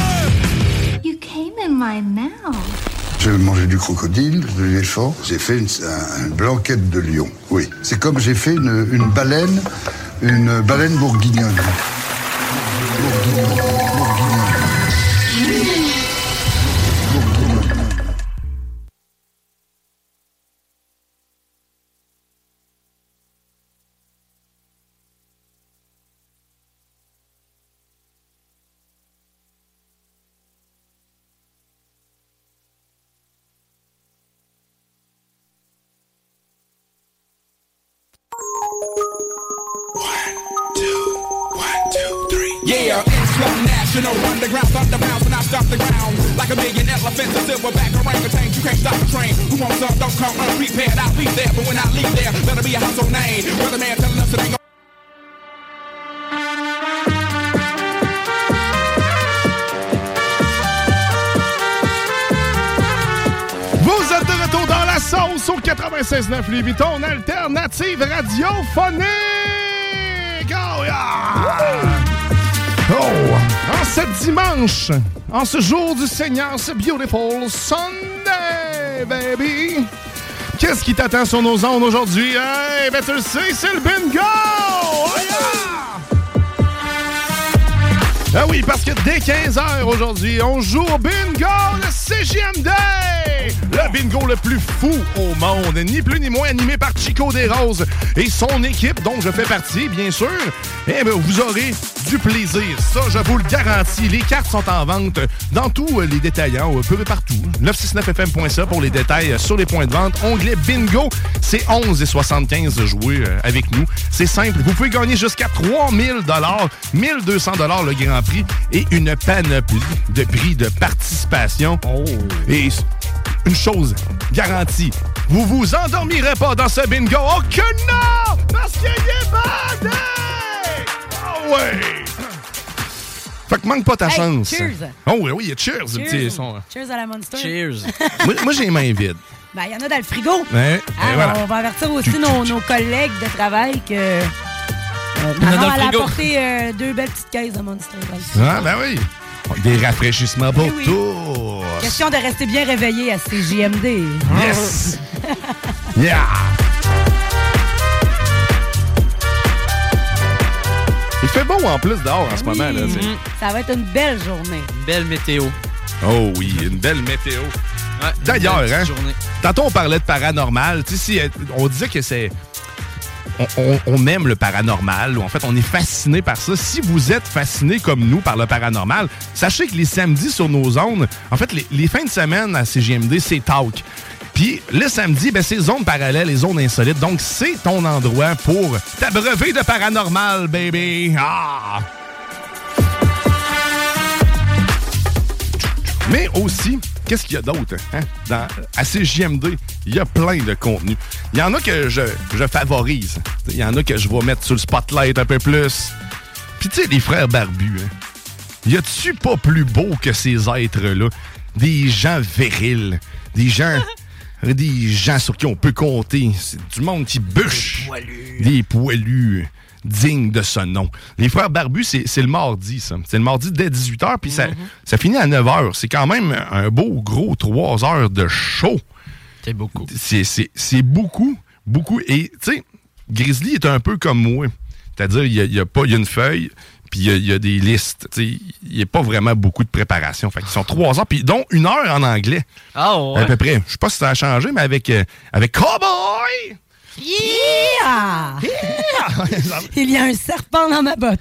Speaker 26: You came in my mouth.
Speaker 17: J'ai mangé du crocodile, de l'éléphant. J'ai fait une, un- une blanquette de lion. Oui. C'est comme j'ai fait une, une baleine, une baleine bourguignonne.
Speaker 27: Two.
Speaker 28: Slow national underground thunderbounds when I stop the ground Like a million elephants, a silverback orangutan You can't stop the train Who wants some, don't come unprepared I'll be there, but when I leave there Better be a household name Brother man telling us it ain't gon'
Speaker 6: Vous êtes de retour dans la sauce au 96.9 Lévis, ton alternative radiophonique! Oh, yeah! Oh! En ce dimanche, en ce jour du Seigneur, ce beautiful Sunday, baby! Qu'est-ce qui t'attend sur nos ondes aujourd'hui? Hey, ben tu le sais, c'est le bingo! Oh, yeah! Ah oui, parce que dès 15h aujourd'hui, on joue au bingo le CGMD! Le bingo le plus fou au monde, ni plus ni moins animé par Chico des Roses et son équipe, dont je fais partie, bien sûr. Eh bien, vous aurez du plaisir, ça, je vous le garantis. Les cartes sont en vente dans tous euh, les détaillants, un peu partout. 969fm.ca pour les détails euh, sur les points de vente. Onglet bingo, c'est 11 et 75 de jouer euh, avec nous. C'est simple, vous pouvez gagner jusqu'à 3000 dollars, 1200 dollars le grand prix et une panoplie de prix de participation. Et s- une chose garantie, vous vous endormirez pas dans ce bingo. Oh que non! Parce qu'il est bandé! Ah ouais! Fait que manque pas ta
Speaker 20: Hey,
Speaker 6: chance.
Speaker 20: cheers.
Speaker 6: Oh oui, oui, cheers, le petit
Speaker 20: Cheers.
Speaker 6: son.
Speaker 20: Cheers à la Monster.
Speaker 6: moi, moi, j'ai les mains vides.
Speaker 20: Ben, il y en a dans le frigo.
Speaker 6: Ouais,
Speaker 20: Ah,
Speaker 6: et voilà.
Speaker 20: On va avertir aussi nos, nos collègues de travail que. euh,
Speaker 6: Il y en a dans
Speaker 20: maman,
Speaker 6: le
Speaker 20: elle a
Speaker 6: frigo.
Speaker 20: apporté euh, deux belles petites caisses de Monster.
Speaker 6: Ah, ben oui. Des rafraîchissements pour
Speaker 20: oui.
Speaker 6: tous.
Speaker 20: Question de rester bien réveillé à ces JMD.
Speaker 6: Yes. Yeah! Il fait beau en plus dehors en ce moment. Là, c'est-
Speaker 20: Ça va être une belle journée.
Speaker 7: Belle météo.
Speaker 6: Oh oui, une belle météo. D'ailleurs,
Speaker 7: belle petite
Speaker 6: hein,
Speaker 7: journée.
Speaker 6: tantôt on parlait de paranormal. Tu sais, si, euh, on disait que c'est... On, on- on aime le paranormal. ou En fait, on est fasciné par ça. Si vous êtes fasciné comme nous par le paranormal, sachez que les samedis sur nos zones, en fait, les, les fins de semaine à CGMD, c'est talk. Puis le samedi, ben, c'est zones parallèles et zones insolites. Donc, c'est ton endroit pour t'abreuver de paranormal, baby. Ah! Mais aussi, qu'est-ce qu'il y a d'autre? hein? Dans, à CJMD, il y a plein de contenu. Il y en a que je, je favorise. Il y en a que je vais mettre sur le spotlight un peu plus. Puis tu sais, les frères barbus, hein? y a-tu pas plus beau que ces êtres-là? Des gens virils, des gens... Des gens sur qui on peut compter. C'est du monde qui bûche. Des poilus dignes de ce nom. Les frères Barbus, c'est c'est le mardi, ça. C'est le mardi dès 18h, puis ça, ça finit à 9h. C'est quand même un beau, gros 3 heures de show.
Speaker 7: C'est beaucoup.
Speaker 6: C'est c'est beaucoup, beaucoup. Et, tu sais, Grizzly est un peu comme moi. C'est-à-dire, il y a, il y a pas il y a une feuille, puis il y a- il y, a des listes. Tu sais, il n'y a pas vraiment beaucoup de préparation. Fait qu'ils sont 3 heures, puis dont une heure en anglais.
Speaker 7: Ah ouais.
Speaker 6: À peu près. Je sais pas si ça a changé, mais avec, euh, avec Cowboy!
Speaker 20: Yeah! Il y a un serpent dans ma botte.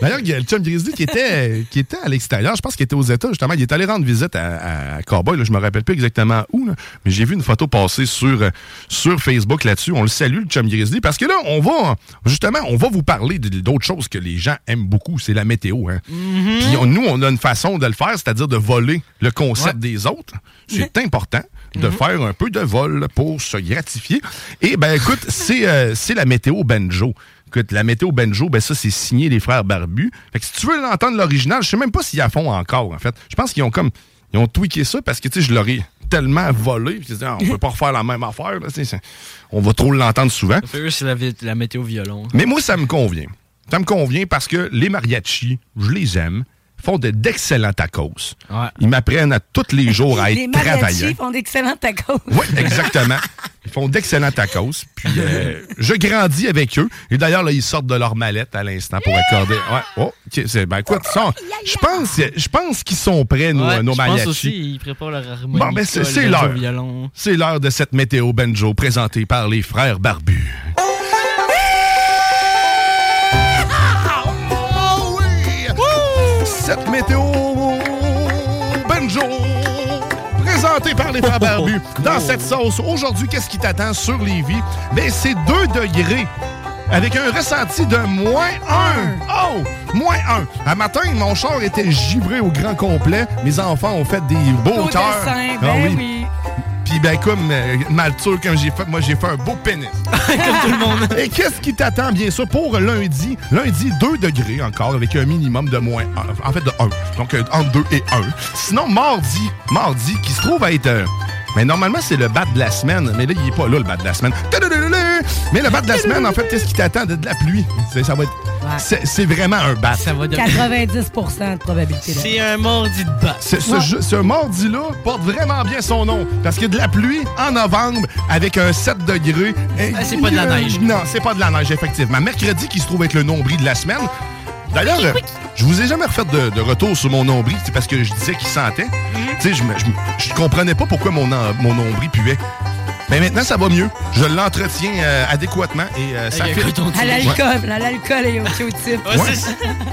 Speaker 6: D'ailleurs, il y a le chum Grizzly qui était, qui était à l'extérieur, je pense qu'il était aux États, justement. Il est allé rendre visite à, à Cowboy, là, je me rappelle plus exactement où, là, mais j'ai vu une photo passer sur, euh, sur Facebook là-dessus. On le salue, le chum Grizzly, parce que là, on va, justement, on va vous parler de- d'autres choses que les gens aiment beaucoup, c'est la météo. Hein. Puis on- nous, on a une façon de le faire, c'est-à-dire de voler le concept des autres. C'est important de faire un peu de vol pour se gratifier. Et ben écoute, c'est euh, c'est la météo banjo. Écoute, la météo banjo, ben ça, c'est signé les frères Barbus. Fait que si tu veux l'entendre l'original, je sais même pas s'ils la font encore, en fait. Je pense qu'ils ont comme. Ils ont tweaké ça parce que, tu sais, je leur ai tellement volé. Puis ils se disaient, Ah, on peut pas refaire la même affaire. là, tu sais, ça- on va trop l'entendre souvent.
Speaker 7: Fait eux, c'est la, vi- la météo violon.
Speaker 6: Mais moi, ça me convient. Ça me convient parce que les mariachis, je les aime, font de- d'excellents tacos. Ils m'apprennent à tous les jours à
Speaker 20: Les
Speaker 6: être
Speaker 20: mariachis
Speaker 6: travaillant.
Speaker 20: font d'excellents tacos.
Speaker 6: Oui, exactement. Ils font d'excellents tacos. Puis euh, je grandis avec eux. Et d'ailleurs, là, ils sortent de leur mallette à l'instant pour accorder. Ouais. Oh, ok, c'est- ben écoute, ils sont- je pense, je pense qu'ils sont prêts, nos,
Speaker 7: Ouais,
Speaker 6: euh, nos
Speaker 7: je pense
Speaker 6: mariachis.
Speaker 7: aussi, ils préparent leur harmonie.
Speaker 6: Bon, ben c'est c'est l'heure. C'est l'heure de cette météo banjo présentée par les frères barbus. Oh oui! Cette météo banjo présentée par les frères barbus. Dans cette sauce, aujourd'hui, qu'est-ce qui t'attend sur Lévis? Ben, c'est 2 degrés avec un ressenti de moins 1. Oh! Moins 1. À matin, mon char était gibré au grand complet. Mes enfants ont fait des beaux
Speaker 20: Beau
Speaker 6: cœurs.
Speaker 20: dessin,
Speaker 6: Ah
Speaker 20: ben
Speaker 6: oui.
Speaker 20: oui.
Speaker 6: Puis ben comme euh, Maltour, comme j'ai fait, moi j'ai fait un beau pénis. comme tout le monde. Et qu'est-ce qui t'attend bien sûr pour lundi? Lundi, 2 degrés encore, avec un minimum de moins un. En fait de 1. Donc euh, entre 2 et 1. Sinon, mardi, mardi, qui se trouve à être. euh, mais normalement, c'est le bat de la semaine. Mais là, il est pas là, le bat de la semaine. Tadadadada! Mais le bat de la semaine, en fait, qu'est-ce qui t'attend de de la pluie? C'est- Ça va être- c'est- C'est vraiment un bat. Ça va
Speaker 20: 90 de probabilité.
Speaker 7: C'est un mardi de bas.
Speaker 6: ce, ce, jeu- ce mardi-là porte vraiment bien son nom. Parce qu'il y a de la pluie en novembre avec un 7 degrés. Et-
Speaker 7: Ah, c'est pas de la
Speaker 6: Euh,
Speaker 7: neige.
Speaker 6: Non, c'est pas de la neige, effectivement. Mercredi, qui se trouve être le nombril de la semaine. D'ailleurs, euh, je vous ai jamais refait de, de retour sur mon nombril. C'est parce que je disais qu'il sentait. Tu sais, je, me- je me- je comprenais pas pourquoi mon, en- mon nombril puait. Mais maintenant, ça va mieux. Je l'entretiens euh, adéquatement et euh, ça
Speaker 7: Eh
Speaker 20: Avec
Speaker 6: fait...
Speaker 20: À l'alcool, à l'alcool et au kéotype.
Speaker 6: Ouais.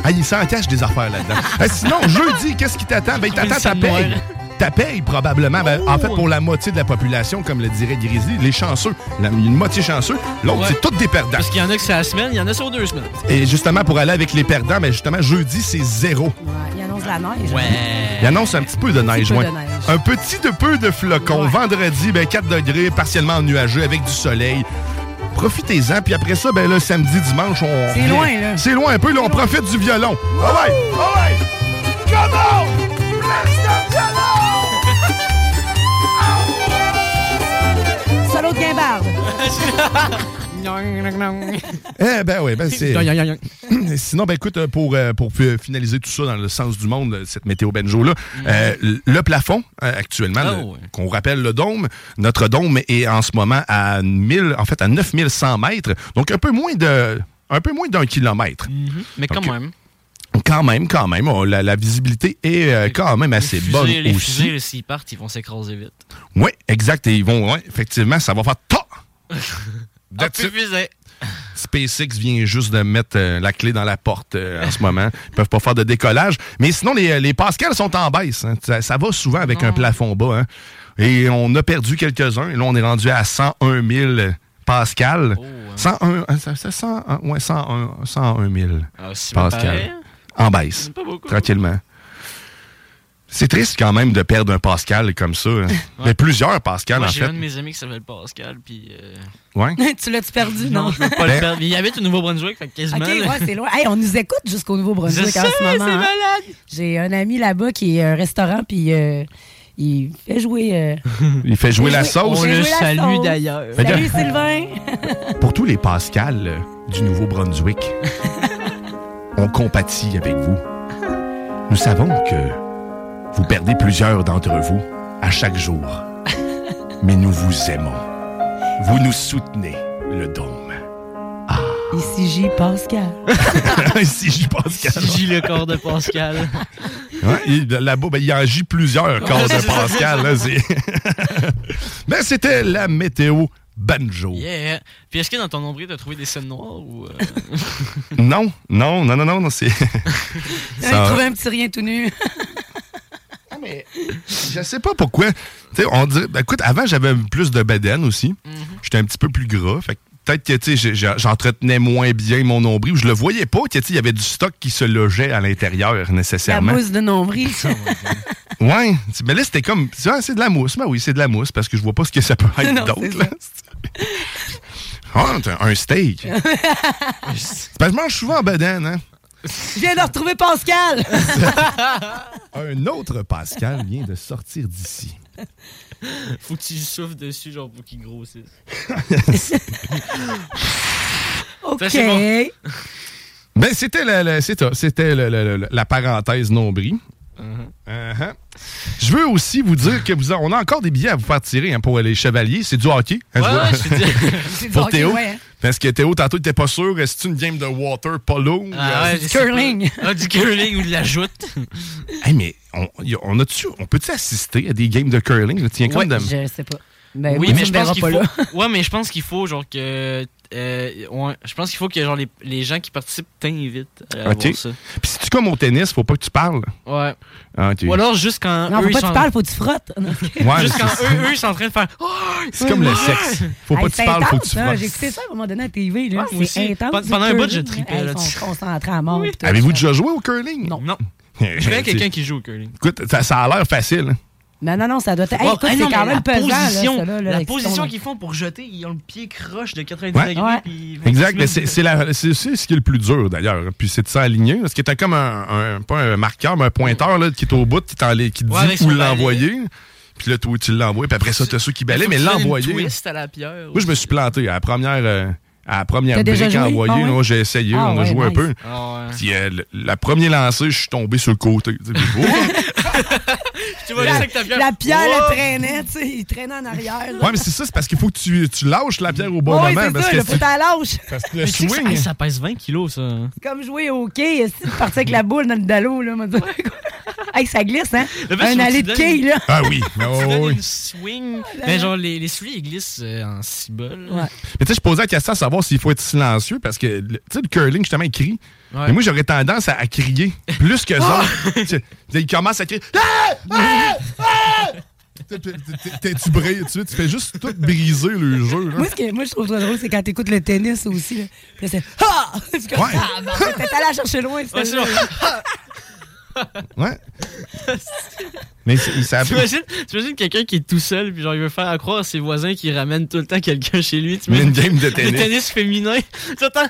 Speaker 6: Ah, il s'en cache des affaires là-dedans. Euh, sinon, jeudi, qu'est-ce qui t'attend? Ben, il t'attend ta
Speaker 20: Trouver le
Speaker 6: paye.
Speaker 20: sac
Speaker 6: Ta paye, probablement. Ben, en fait, pour la moitié de la population, comme le dirait Grizzly, les chanceux. La, une moitié chanceux, l'autre,
Speaker 7: Ouais.
Speaker 6: c'est toutes des perdants.
Speaker 7: Parce qu'il y en a que c'est la semaine, il y en a sur deux semaines.
Speaker 6: Et justement, pour aller avec les perdants, ben, justement, jeudi, c'est zéro.
Speaker 20: Il annonce la neige.
Speaker 6: Il annonce un petit peu de neige,
Speaker 20: peu
Speaker 6: ouais.
Speaker 20: de neige.
Speaker 6: Un petit de peu de flocons. Vendredi, ben, 4 degrés, partiellement ennuageux, avec du soleil. Profitez-en, puis après ça, ben là, samedi, dimanche, on.
Speaker 20: C'est
Speaker 6: revient.
Speaker 20: loin, là.
Speaker 6: C'est loin un peu, là, on profite du violon. Ah ouais!
Speaker 20: Solo de guimbarde.
Speaker 6: Eh ben oui, ben c'est. Sinon, ben écoute, euh, pour, euh, pour euh, finaliser tout ça dans le sens du monde, euh, cette météo benjo-là, euh, le- le plafond, euh, actuellement,
Speaker 7: Mm. Ah
Speaker 6: le- qu'on rappelle le dôme, notre dôme est en ce moment à 1000, en fait à 9100 mètres, donc un peu moins de. Un peu moins d'un kilomètre.
Speaker 7: Mais
Speaker 6: Donc,
Speaker 7: quand même.
Speaker 6: Quand même, quand même. Oh, la, la visibilité est euh, quand même assez
Speaker 7: Fusées,
Speaker 6: bonne
Speaker 7: les
Speaker 6: aussi.
Speaker 7: fusées, là, s'ils partent, ils vont s'écraser vite.
Speaker 6: Oui, exact. Et ils vont, ouais, effectivement, ça va faire ta!
Speaker 7: Hop, fusée.
Speaker 6: SpaceX vient juste de mettre euh, la clé dans la porte euh, en ce moment. Ils peuvent pas faire de décollage. Mais sinon, les, les Pascal sont en baisse. hein. Ça, ça va souvent avec un plafond bas. hein. Et on a perdu quelques-uns. Et là, on est rendu à 101 000 Pascal.
Speaker 7: Oh,
Speaker 6: 101, hein, ça- ça- 101, ouais, 101, 101 000
Speaker 7: Ah, c'est pas pareil.
Speaker 6: Pascal. En baisse.
Speaker 7: Pas beaucoup.
Speaker 6: Tranquillement. C'est triste quand même de perdre un Pascal comme ça. hein. Mais plusieurs Pascal,
Speaker 7: Moi,
Speaker 6: en
Speaker 7: J'ai un
Speaker 6: fait.
Speaker 7: de mes amis qui s'appelle Pascal, puis. euh,
Speaker 6: Ouais.
Speaker 20: tu l'as-tu perdu? Non.
Speaker 7: je veux pas
Speaker 6: Ben.
Speaker 7: le perdre. Il habite au Nouveau-Brunswick, fait que
Speaker 20: OK,
Speaker 7: quasiment.
Speaker 20: ouais,
Speaker 7: là.
Speaker 20: c'est loin. Hey, on nous écoute jusqu'au Nouveau-Brunswick
Speaker 7: Je
Speaker 20: en
Speaker 7: sais,
Speaker 20: ce moment.
Speaker 7: c'est
Speaker 20: hein.
Speaker 7: malade.
Speaker 20: J'ai un ami là-bas qui est un restaurant, puis euh, il fait jouer. euh,
Speaker 6: Il fait jouer la sauce.
Speaker 20: il fait jouer la sauce. Salut Sylvain.
Speaker 6: Pour tous les Pascal euh, du Nouveau-Brunswick, on compatit avec vous. Nous savons que vous perdez plusieurs d'entre vous à chaque jour. Mais nous vous aimons. Vous nous soutenez, le dôme. Ah.
Speaker 20: Ici J. Pascal.
Speaker 6: Ici J. Pascal.
Speaker 7: J'ai le corps de Pascal.
Speaker 6: Hein? Il- Là-bas, ben, il y en gît plusieurs corps de Pascal. là, c'est- Mais c'était la météo banjo.
Speaker 7: Yeah. Puis est-ce que dans ton nombril, t'as trouvé des scènes noires ou. euh,
Speaker 6: Non, non, non, non, non, non, c'est...
Speaker 20: Il
Speaker 6: Ça-
Speaker 20: trouve un petit rien tout nu.
Speaker 6: Je sais pas pourquoi. Tu sais, on dirait. ben, écoute, avant, j'avais plus de bedaine aussi.
Speaker 20: Mm-hmm.
Speaker 6: J'étais un petit peu plus gras. Fait que peut-être que tu sais, j'ai- j'ai- j'entretenais moins bien mon nombril. ou Je le voyais pas. que, tu sais, Il y avait du stock qui se logeait à l'intérieur,
Speaker 20: La
Speaker 6: nécessairement.
Speaker 20: mousse de nombril.
Speaker 6: Ouais. Tu- Mais là, c'était comme. tu vois, c'est de la mousse. Ben oui, c'est de la mousse parce que je vois pas ce que ça peut être
Speaker 20: Non,
Speaker 6: d'autre.
Speaker 20: c'est
Speaker 6: là. Ah, t'as un steak. C'est parce que je mange souvent en bedaine, hein.
Speaker 20: Je viens de retrouver Pascal.
Speaker 6: Un autre Pascal vient de sortir d'ici.
Speaker 7: Faut que tu souffles dessus, genre, pour qu'il grossisse.
Speaker 20: OK.
Speaker 7: Ça, c'est bon.
Speaker 6: Ben, c'était la, la- c'est ça, c'était le- le- le- la parenthèse nombril.
Speaker 20: Mm-hmm.
Speaker 6: Uh-huh. Je veux aussi vous dire que vous a- on a encore des billets à vous faire tirer hein, pour les chevaliers. C'est du hockey. hein,
Speaker 7: Ouais,
Speaker 6: je vois.
Speaker 7: ouais, je suis dit- C'est du
Speaker 6: pour
Speaker 7: hockey,
Speaker 6: Théo.
Speaker 7: ouais, hein.
Speaker 6: Parce que Théo, tantôt, t'étais pas sûr. Est-ce une game de water polo? ou,
Speaker 7: Ah
Speaker 6: euh,
Speaker 7: ouais, je sais pas. Ah, du curling ou de la joute.
Speaker 6: Hey, mais on, y a- on, a-tu- on peut-tu assister à des games de curling? là? Tiens, comme de-
Speaker 20: Je sais pas. Ben,
Speaker 7: oui,
Speaker 20: moi,
Speaker 7: mais
Speaker 20: tu
Speaker 7: je
Speaker 20: me verras
Speaker 7: pense qu'il
Speaker 20: pas
Speaker 7: faut.
Speaker 20: là.
Speaker 7: Ouais, mais je pense qu'il faut genre que. euh, ouais, je pense qu'il faut que genre les, les gens qui participent t'invitent euh, à
Speaker 6: OK.
Speaker 7: voir
Speaker 6: Puis
Speaker 7: ça.
Speaker 6: si tu comme au tennis, faut pas que tu parles. Ah,
Speaker 7: Ouais.
Speaker 6: OK.
Speaker 7: Ou alors juste quand
Speaker 20: Non,
Speaker 7: eux
Speaker 20: faut
Speaker 7: ils
Speaker 20: pas que
Speaker 7: sont-
Speaker 20: tu parles, faut que tu frottes.
Speaker 6: Ouais,
Speaker 7: juste quand
Speaker 6: c'est-
Speaker 7: eux, eux, ils sont en train de faire. Oh,
Speaker 6: C'est comme le sexe. Faut pas
Speaker 20: Hey,
Speaker 6: que tu
Speaker 20: c'est
Speaker 6: parles, faut
Speaker 20: intense,
Speaker 6: que tu
Speaker 21: hein,
Speaker 20: ça.
Speaker 6: fasses.
Speaker 20: J'ai écouté ça à un moment donné à TV. Là.
Speaker 7: Ouais, moi
Speaker 20: c'est
Speaker 7: aussi.
Speaker 20: intense.
Speaker 7: Pendant-
Speaker 20: du
Speaker 7: pendant un bout,
Speaker 20: curling,
Speaker 7: je
Speaker 20: là.
Speaker 7: tripais,
Speaker 20: Hey,
Speaker 7: là,
Speaker 20: Ils
Speaker 7: dessus.
Speaker 20: sont concentrés à mort. tout.
Speaker 6: Avez-vous déjà joué au curling?
Speaker 20: Non.
Speaker 7: Non. Je connais quelqu'un qui joue au curling.
Speaker 6: Écoute, ça, ça a l'air facile. hein.
Speaker 20: Non, non, non, ça doit être. Hey,
Speaker 7: Ouais,
Speaker 20: écoute,
Speaker 7: hey,
Speaker 20: c'est
Speaker 7: ah non,
Speaker 20: quand
Speaker 7: mais
Speaker 20: même
Speaker 7: la
Speaker 20: pesant. là,
Speaker 7: position-
Speaker 20: ça, là, là,
Speaker 7: la
Speaker 20: avec
Speaker 7: position
Speaker 20: ton-
Speaker 7: qu'ils font pour jeter, ils ont le pied croche de 90
Speaker 6: Ouais.
Speaker 7: degrés.
Speaker 6: Ouais.
Speaker 7: puis ils vont
Speaker 6: Exact, mais
Speaker 7: se
Speaker 6: c'est
Speaker 7: mettre-
Speaker 6: c'est la- c'est aussi ce qui est le plus dur d'ailleurs. hein. Puis c'est de s'aligner. Parce que t'as comme un, un- pas un marqueur, mais un pointeur là, qui est au bout, qui, t'en- qui te dit
Speaker 7: Ouais, avec
Speaker 6: où
Speaker 7: son balai.
Speaker 6: l'envoyer. Puis là, toi, tu l'envoies. Puis après ça, t'as ceux qui balaient, mais
Speaker 7: Faut que tu fasses une
Speaker 6: l'envoyer.
Speaker 7: twist à la pierre.
Speaker 6: Moi, je me suis planté à la première, euh, à la première
Speaker 7: T'as déjà
Speaker 6: brique
Speaker 7: joué?
Speaker 6: envoyée.
Speaker 7: Ah ouais?
Speaker 6: là, J'ai essayé,
Speaker 7: Ah
Speaker 6: on a
Speaker 7: ouais,
Speaker 6: joué
Speaker 7: nice.
Speaker 6: un peu.
Speaker 7: Ah ouais.
Speaker 6: Puis euh, le, la première lancée, je suis tombé sur le côté. tu sais, puis, oh!
Speaker 7: Tu
Speaker 20: La,
Speaker 7: vois, juste avec ta
Speaker 20: la pierre, elle
Speaker 7: Wow!
Speaker 20: traînait, tu sais, il traînait en arrière. là.
Speaker 6: ouais, mais c'est ça, c'est parce qu'il faut que tu, tu lâches la pierre au bon
Speaker 20: Oui,
Speaker 6: moment.
Speaker 20: c'est
Speaker 6: parce
Speaker 20: ça,
Speaker 6: que
Speaker 20: là, faut
Speaker 6: si-
Speaker 20: t'en lâche.
Speaker 6: parce que
Speaker 7: Mais
Speaker 6: le
Speaker 7: tu sais que ça-
Speaker 6: swing.
Speaker 7: hey, ça pèse 20 kilos, ça. hein.
Speaker 20: C'est comme jouer au quai, si tu partais avec la boule dans le dallo, là, m'a dit. Hey, ça glisse, hein?
Speaker 7: Le best, c'est
Speaker 20: Un
Speaker 7: que
Speaker 20: allée
Speaker 7: tu
Speaker 20: de
Speaker 7: donnes-
Speaker 20: quai, là.
Speaker 6: Ah oui, oh
Speaker 7: tu donnes
Speaker 6: oui.
Speaker 7: une swing.
Speaker 20: là là.
Speaker 7: Mais genre, les, les souliers, ils glissent euh, en cibole.
Speaker 20: Ben, Ouais.
Speaker 6: Mais tu sais, je posais la question à savoir s'il faut être silencieux parce que, le- tu sais, le curling, justement, il crie.
Speaker 7: Ouais.
Speaker 6: Mais moi, j'aurais tendance à, à crier plus que ça. Tu sais, il commence à crier. Ah! Ah! Ah! T'es- t'es- t'es- T'es tu brilles, tu sais, tu fais juste tout briser le jeu. là.
Speaker 20: Moi, ce que, moi, je trouve ça drôle, c'est quand t'écoutes le tennis aussi. Là, Puis là, c'est Ah! C'est comme
Speaker 6: Ouais.
Speaker 20: Ah, bon, T'es allé la chercher loin.
Speaker 7: Ouais, c'est
Speaker 20: celle-là.
Speaker 6: Ouais. Mais c'est- ça
Speaker 7: T'imagines, t'imagines quelqu'un qui est tout seul, puis genre, il veut faire à croire à ses voisins qu'il ramène tout le temps quelqu'un chez lui.
Speaker 6: Mais une game
Speaker 7: t'imagines-
Speaker 6: de
Speaker 7: Le
Speaker 6: tennis.
Speaker 7: tennis féminin. T'entends.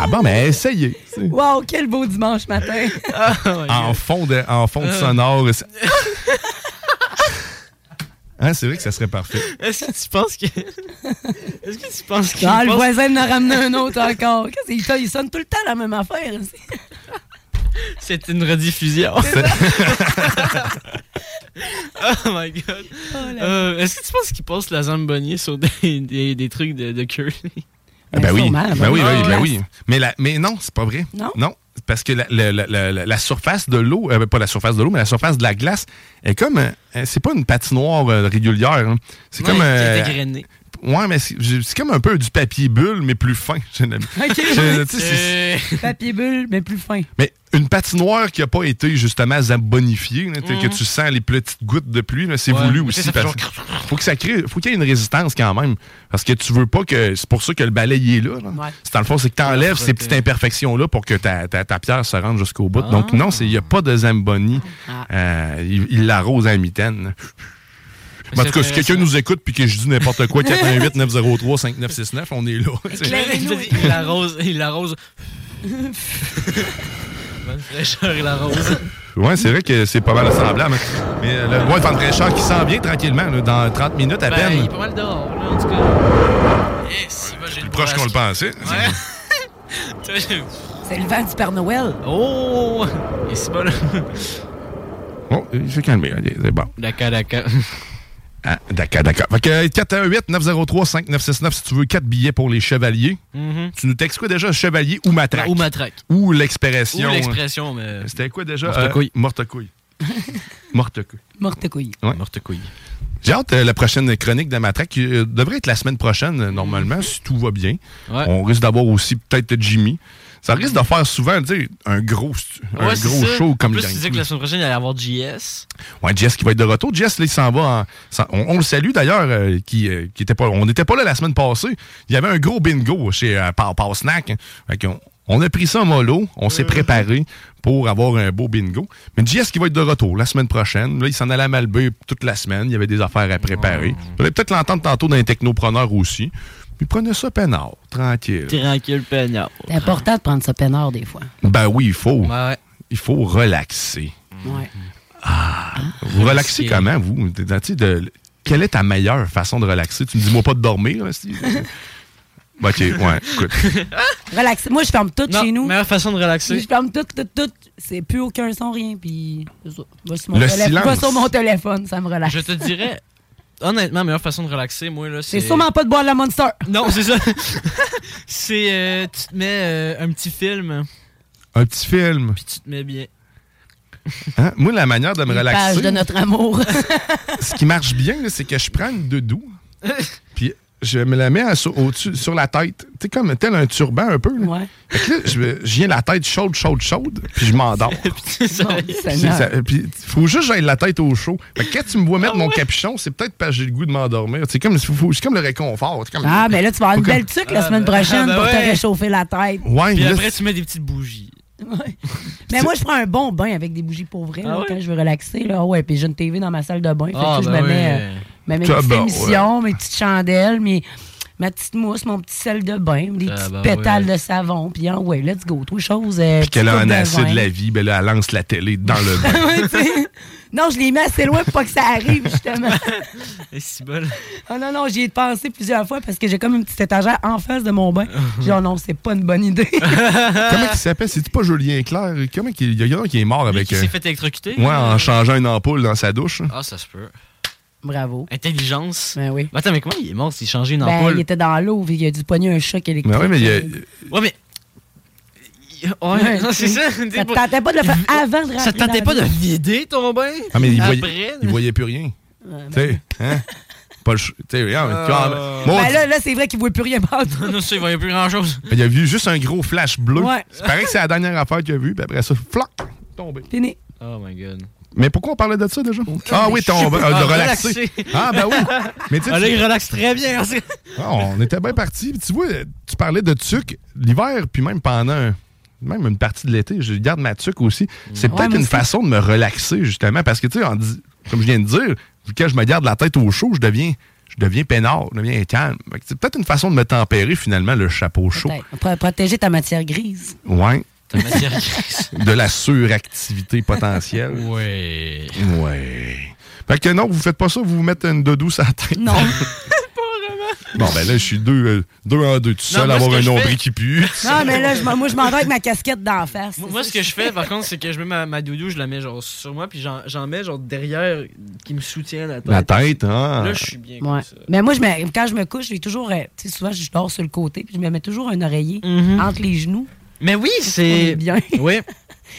Speaker 6: Ah bon, mais essayez. tu sais.
Speaker 20: Wow, quel beau dimanche matin.
Speaker 6: En fond de, en fond de
Speaker 7: Euh.
Speaker 6: sonore. c'est- Hein, c'est vrai que ça serait parfait.
Speaker 7: Est-ce que tu penses que. Est-ce que tu penses que.
Speaker 20: Ah, le voisin en a ramené un autre encore. Qu'est-ce qu'il sonne- il sonne tout le temps la même affaire. aussi.
Speaker 7: C'est une rediffusion. oh my god.
Speaker 20: là.
Speaker 7: Euh, Est-ce que tu penses qu'il passe la Zambonier sur des, des, des trucs de, de curling?
Speaker 6: Ah, ben oui,
Speaker 20: sûrement,
Speaker 6: ben
Speaker 20: ben
Speaker 6: oui,
Speaker 20: oui.
Speaker 6: ben oui, ben
Speaker 20: Ah.
Speaker 6: oui. Mais, la, mais non, c'est pas vrai.
Speaker 20: Non?
Speaker 6: parce que la, la- la- la- la surface de l'eau, euh, pas la surface de l'eau, mais la surface de la glace est comme, euh, euh, c'est pas une patinoire euh, régulière. hein. C'est
Speaker 7: Ouais,
Speaker 6: comme,
Speaker 7: qui
Speaker 6: euh,
Speaker 7: est dégrené.
Speaker 6: ouais, mais c'est c'est comme un peu du papier bulle, mais plus fin. J'ai une- j'ai- tu sais, c'est-
Speaker 7: Euh,
Speaker 20: Papier bulle, mais plus fin.
Speaker 6: mais une patinoire qui a pas été justement zambonifiée, là, t'sais,
Speaker 7: Mhm.
Speaker 6: que tu sens les petites gouttes de pluie, là, c'est
Speaker 7: Ouais.
Speaker 6: voulu
Speaker 7: Mais
Speaker 6: aussi.
Speaker 7: ça fait
Speaker 6: parce-
Speaker 7: genre-
Speaker 6: faut que ça crée, faut qu'il y ait une résistance quand même, parce que tu veux pas que, c'est pour ça que le balai il est là. là.
Speaker 20: Ouais.
Speaker 6: C'est dans le fond, c'est que t'enlèves ces
Speaker 7: frotter.
Speaker 6: petites imperfections là pour que ta, ta, ta pierre se rende jusqu'au bout. Donc non, c'est- il y a pas de zamboni. Euh, il, il l'arrose à la mitaine. Mais en tout cas, si quelqu'un nous écoute puis que je dis n'importe quoi, 418 903 5969, on est là.
Speaker 7: Il- il il arrose. Il arrose. Bonne fraîcheur, il arrose.
Speaker 6: Ouais, c'est vrai que c'est pas mal semblable. hein. Mais euh, le Wolf en fraîcheur qui s'en vient tranquillement, là, dans 30 minutes à
Speaker 7: Ben, il
Speaker 6: peine.
Speaker 7: est pas mal dehors, là, en tout cas. Eh, si, moi, j'ai
Speaker 6: Plus
Speaker 7: une
Speaker 6: proche qu'on le pensait.
Speaker 7: Ouais.
Speaker 20: C'est le vent du Père Noël.
Speaker 7: oh! Et c'est pas là.
Speaker 6: Bon, il s'est calmé. allez, C'est bon.
Speaker 7: D'accord, d'accord.
Speaker 6: Ah, d'accord, d'accord. Fait que 418-903-5969, si tu veux 4 billets pour les chevaliers.
Speaker 7: Mhm.
Speaker 6: Tu nous textes quoi déjà, chevalier ou matraque? euh,
Speaker 7: Ou matraque.
Speaker 6: Ou
Speaker 7: Ou
Speaker 6: l'expression. hein.
Speaker 7: l'expression, mais.
Speaker 6: C'était quoi déjà?
Speaker 7: Morte-couille.
Speaker 6: Euh, Morte-couille. Morte-couille.
Speaker 20: Morte couille.
Speaker 6: Ouais.
Speaker 7: Morte-couille.
Speaker 6: J'ai hâte, euh, la prochaine chronique de Matraque qui euh, devrait être la semaine prochaine, euh, normalement, si tout va bien.
Speaker 7: Mm-hmm. Ouais. Mm-hmm.
Speaker 6: On risque d'avoir aussi peut-être Jimmy. Ça risque de faire souvent, tu sais, un gros, stu- un
Speaker 7: Ouais, c'est
Speaker 6: gros
Speaker 7: ça.
Speaker 6: show
Speaker 7: en
Speaker 6: comme
Speaker 7: plus,
Speaker 6: Gang
Speaker 7: tu disais que la semaine prochaine, il allait y avoir JS.
Speaker 6: Ouais, Jess qui va être de retour. Jess, là, il s'en va. en- s'en- on, on le salue d'ailleurs, euh, qui, euh, qui était pas. On n'était pas là la semaine passée. Il y avait un gros bingo chez euh, Pow Pow Snack. hein. Fait qu'on- on, a pris ça en mollo, on s'est préparé pour avoir un beau bingo. Mais Jess qui va être de retour la semaine prochaine. Là, il s'en allait à Malbé toute la semaine. Il y avait des affaires à préparer. Vous allez peut-être l'entendre tantôt dans les technopreneurs aussi. Puis prenez ça peinard, tranquille.
Speaker 7: Tranquille, peignard.
Speaker 20: C'est important de prendre ça peinard des fois.
Speaker 6: Ben oui, il faut.
Speaker 7: Ouais.
Speaker 6: Il faut relaxer. Ah,
Speaker 20: Ouais. Ah,
Speaker 6: Vous relaxez
Speaker 7: Relaxer.
Speaker 6: comment, vous? Tu sais, de- quelle est ta meilleure façon de relaxer? Tu ne dis-moi pas de dormir, là, si- OK, ouais, écoute.
Speaker 20: Relax. Moi, je ferme tout
Speaker 7: Non,
Speaker 20: chez nous.
Speaker 7: meilleure façon de
Speaker 20: Je
Speaker 7: relaxer.
Speaker 20: ferme tout, tout, tout. C'est plus aucun son, rien. Puis, c'est ça. Va sur mon
Speaker 6: Le
Speaker 20: téléphone-
Speaker 6: silence.
Speaker 20: va sur mon téléphone, ça me relaxe.
Speaker 7: Je te dirais, honnêtement, meilleure façon de relaxer, moi, là, c'est.
Speaker 20: C'est sûrement pas de boire de la Monster.
Speaker 7: Non, c'est ça. c'est. euh, tu te mets euh, un petit film,
Speaker 6: Un petit film.
Speaker 7: puis tu te mets bien.
Speaker 6: Hein? Moi, la manière de me relaxer.
Speaker 20: Page de notre amour.
Speaker 6: Ce qui marche bien, là, c'est que je prends une doudou, puis je me la mets à- sur, au-dessus- sur la tête. Tu sais, comme tel un turban un peu. là. Fait que là, je, me- je viens la tête chaude, chaude, chaude, puis je m'endors. Puis ça- puis faut juste que j'aille la tête au chaud. Fait que quand tu me vois mettre mon capuchon, c'est peut-être parce que j'ai le goût de m'endormir. C'est comme, c'est fou- c'est comme le réconfort. C'est comme-
Speaker 20: Ah, mais là, tu vas avoir une
Speaker 6: Faut
Speaker 20: belle
Speaker 6: comme-
Speaker 20: tuque la semaine prochaine
Speaker 6: Ah, ben
Speaker 20: pour te
Speaker 6: ouais.
Speaker 20: réchauffer la tête.
Speaker 6: Ouais,
Speaker 7: Puis
Speaker 6: là,
Speaker 7: après, tu mets des petites bougies.
Speaker 20: Mais moi, je prends un bon bain avec des bougies pour vrai
Speaker 7: Ah
Speaker 20: là,
Speaker 7: ouais?
Speaker 20: quand je veux relaxer. Là. Ouais, puis j'ai une TV dans ma salle de bain. Fait que
Speaker 7: Ah,
Speaker 20: tu sais,
Speaker 7: ben
Speaker 20: je me mets,
Speaker 7: oui.
Speaker 20: euh, je me mets mes
Speaker 7: Ah,
Speaker 20: petites
Speaker 7: ben
Speaker 20: émissions, mes petites chandelles, mes, ma petite mousse, mon petit sel de bain, des
Speaker 6: Ah,
Speaker 20: petites
Speaker 6: ben
Speaker 20: pétales de savon. Puis hein, ouais, let's go. Trois choses. euh,
Speaker 6: Puis
Speaker 20: petite
Speaker 6: qu'elle a
Speaker 20: coupe
Speaker 6: un
Speaker 20: de
Speaker 6: acide
Speaker 20: vin.
Speaker 6: de la vie, ben là, elle lance la télé dans le bain.
Speaker 20: Ouais, tu sais. non, je les mets assez loin pour pas que ça arrive, justement.
Speaker 7: Et Eh, si bol.
Speaker 20: Ah non, non, j'y ai pensé plusieurs fois parce que j'ai comme une petite étagère en face de mon bain. J'ai dit, oh non, c'est pas une bonne idée.
Speaker 6: Comment il s'appelle? C'est-tu pas Julien Clerc? Comment qu'il- il y a quelqu'un qui est mort avec.
Speaker 7: qui s'est
Speaker 6: euh,
Speaker 7: fait électrocuter?
Speaker 6: Ouais, en changeant une ampoule dans sa douche.
Speaker 7: Ah, ça se peut.
Speaker 20: Bravo.
Speaker 7: Intelligence.
Speaker 20: Ben oui.
Speaker 7: attends, mais comment il est mort s'il changeait
Speaker 6: Ah,
Speaker 7: une
Speaker 20: Ben,
Speaker 7: ampoule?
Speaker 20: il était dans l'eau, puis il a dû pogner un choc électrique.
Speaker 6: Ben oui, mais il y a-
Speaker 7: Ouais, mais. il- Ouais, non, c'est ça.
Speaker 20: Ça te tentait pas de le faire avant de rentrer
Speaker 7: Ça te tentait
Speaker 20: dans
Speaker 7: pas de
Speaker 20: la douche.
Speaker 7: vider ton bain?
Speaker 6: Ah, mais il
Speaker 7: Après,
Speaker 6: voyait,
Speaker 7: là?
Speaker 6: il voyait plus rien.
Speaker 20: ben-
Speaker 6: tu sais, hein? Pas le. ch- Tu sais, regarde,
Speaker 7: Ah.
Speaker 6: quand- Mon
Speaker 20: Ben
Speaker 6: Dieu,
Speaker 20: là, là c'est vrai qu'il voulait plus rien partout.
Speaker 7: Non, ça, il voyait plus grand chose.
Speaker 6: Il a vu juste un gros flash bleu.
Speaker 20: Ouais.
Speaker 6: C'est pareil que c'est la dernière affaire qu'il a vue, puis après ça, floc! Tombé.
Speaker 20: Fini.
Speaker 7: Oh my god.
Speaker 6: Mais pourquoi on parlait de ça déjà? Ah oui,
Speaker 7: Je sais
Speaker 6: ton
Speaker 7: pas.
Speaker 6: euh, de
Speaker 7: Ah,
Speaker 6: relaxer.
Speaker 7: relaxer.
Speaker 6: Ah ben oui. Mais tu sais,
Speaker 7: Ah, là,
Speaker 6: tu-
Speaker 7: il relaxe très bien.
Speaker 6: Ah, on était bien partis. Puis Tu vois, tu parlais de tuc l'hiver, puis même pendant un- même une partie de l'été, je garde ma tuque aussi. C'est
Speaker 20: Ouais,
Speaker 6: peut-être
Speaker 20: moi
Speaker 6: une
Speaker 20: aussi.
Speaker 6: façon de me relaxer, justement, parce que, tu sais, en dis- comme je viens de dire, quand je me garde la tête au chaud, je deviens, je deviens peinard, je deviens calme. Fait que C'est peut-être une façon de me tempérer, finalement, le chapeau chaud.
Speaker 20: Peut-être. Pro- protéger ta matière grise.
Speaker 6: Ouais.
Speaker 7: Ta matière
Speaker 6: de la suractivité potentielle.
Speaker 7: Ouais.
Speaker 6: Ouais. Fait que non, vous faites pas ça, vous vous mettez une doudou sur la tête.
Speaker 20: Non.
Speaker 6: Bon, ben là, je suis deux, euh, deux en deux, tout
Speaker 7: Non,
Speaker 6: seul,
Speaker 7: moi,
Speaker 6: à
Speaker 7: ce
Speaker 6: avoir
Speaker 7: que
Speaker 6: un
Speaker 7: je
Speaker 6: nombril
Speaker 7: fais-
Speaker 6: qui pue.
Speaker 20: Non, Ah, mais là, je m'en- moi, je m'en vais avec ma casquette d'en face.
Speaker 7: Moi, ce que je fais, par contre, c'est que je mets ma, ma doudou, je la mets genre sur moi, puis j'en j'en mets genre derrière qui me soutient la tête.
Speaker 6: La tête, hein?
Speaker 7: Ben, Là, je suis bien.
Speaker 20: Ouais. Mais moi, je me- quand je me couche, j'ai toujours. euh, Tu sais, souvent, je dors sur le côté, puis je me mets toujours un oreiller entre les genoux.
Speaker 7: Mais oui,
Speaker 20: On est
Speaker 7: c'est.
Speaker 20: bien.
Speaker 7: Oui.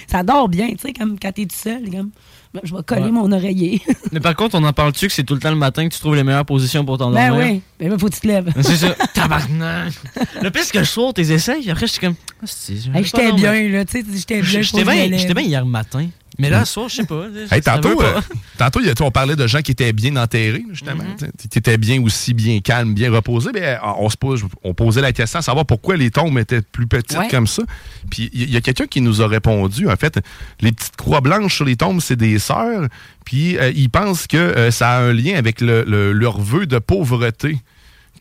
Speaker 20: Ça dort bien, tu sais, comme quand t'es tout seul. Comme, ben, je vais coller
Speaker 7: Ouais.
Speaker 20: mon oreiller.
Speaker 7: Mais par contre, on en parle-tu que c'est tout le temps le matin que tu trouves les meilleures positions pour t'endormir?
Speaker 20: ben oui. Mais ben, faut que tu te lèves.
Speaker 7: C'est ça. Tabarnak. Le pire, c'est que je soir, tes essais, puis après, je suis comme. Ah, c'est- je
Speaker 20: Hey,
Speaker 7: sais pas,
Speaker 20: j'étais
Speaker 7: non, mais-
Speaker 20: bien, là. Tu sais, j'étais bien.
Speaker 7: J'étais bien j'étais bien hier matin. Mais là, ce soir, je sais pas. je-
Speaker 6: Hey,
Speaker 7: ça veut
Speaker 6: tantôt,
Speaker 7: pas.
Speaker 6: euh, tantôt, il y a- tu- on parlait de gens qui étaient bien enterrés, justement.
Speaker 20: Mm-hmm.
Speaker 6: Tu étais bien aussi, bien calme, bien reposé. Mais euh, on, se pose, on posait la question à savoir pourquoi les tombes étaient plus petites
Speaker 20: Ouais.
Speaker 6: comme ça. Puis il y, il y a quelqu'un qui nous a répondu, en fait, les petites croix blanches sur les tombes, c'est des sœurs. Puis euh, ils pensent que euh, ça a un lien avec le- le- leur vœu de pauvreté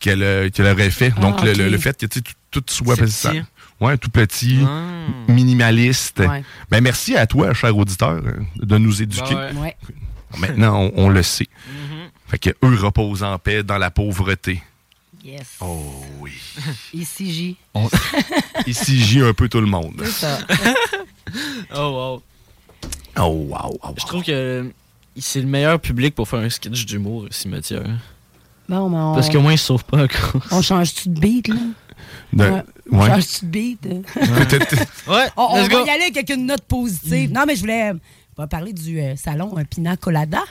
Speaker 6: qu'elle euh, qu'elle aurait fait.
Speaker 20: Ah,
Speaker 6: Donc, le- le,
Speaker 20: ok.
Speaker 6: le fait que tu sais, tout, tout soit
Speaker 20: C'est
Speaker 6: ça-
Speaker 20: petit. hein.
Speaker 6: Ouais, tout petit, minimaliste.
Speaker 20: Ah. Ouais.
Speaker 6: Ben, merci à toi, cher auditeur, euh, de nous éduquer.
Speaker 20: Ben Ouais. Mm-hmm.
Speaker 6: Maintenant, on, on le sait. Fait que eux reposent en paix dans la pauvreté.
Speaker 20: Yes.
Speaker 6: Oh oui.
Speaker 20: Ici, J.
Speaker 6: Ici, j'y un peu tout le monde.
Speaker 20: C'est ça.
Speaker 7: Oh, wow.
Speaker 6: Oh wow, wow.
Speaker 7: Je trouve que euh, c'est le meilleur public pour faire un sketch d'humour au cimetière.
Speaker 20: Bon, ben, on,
Speaker 7: Parce qu'au moins, ils se sauvent pas encore.
Speaker 20: on change-tu de beat, là?
Speaker 6: De-
Speaker 20: On
Speaker 6: ouais.
Speaker 20: change-tu de beat? hein?
Speaker 7: Ouais,
Speaker 20: On, on
Speaker 7: let's
Speaker 20: va
Speaker 7: go.
Speaker 20: y aller avec une note positive. Non, mais je voulais euh, on va parler du euh, salon euh, Pina Colada.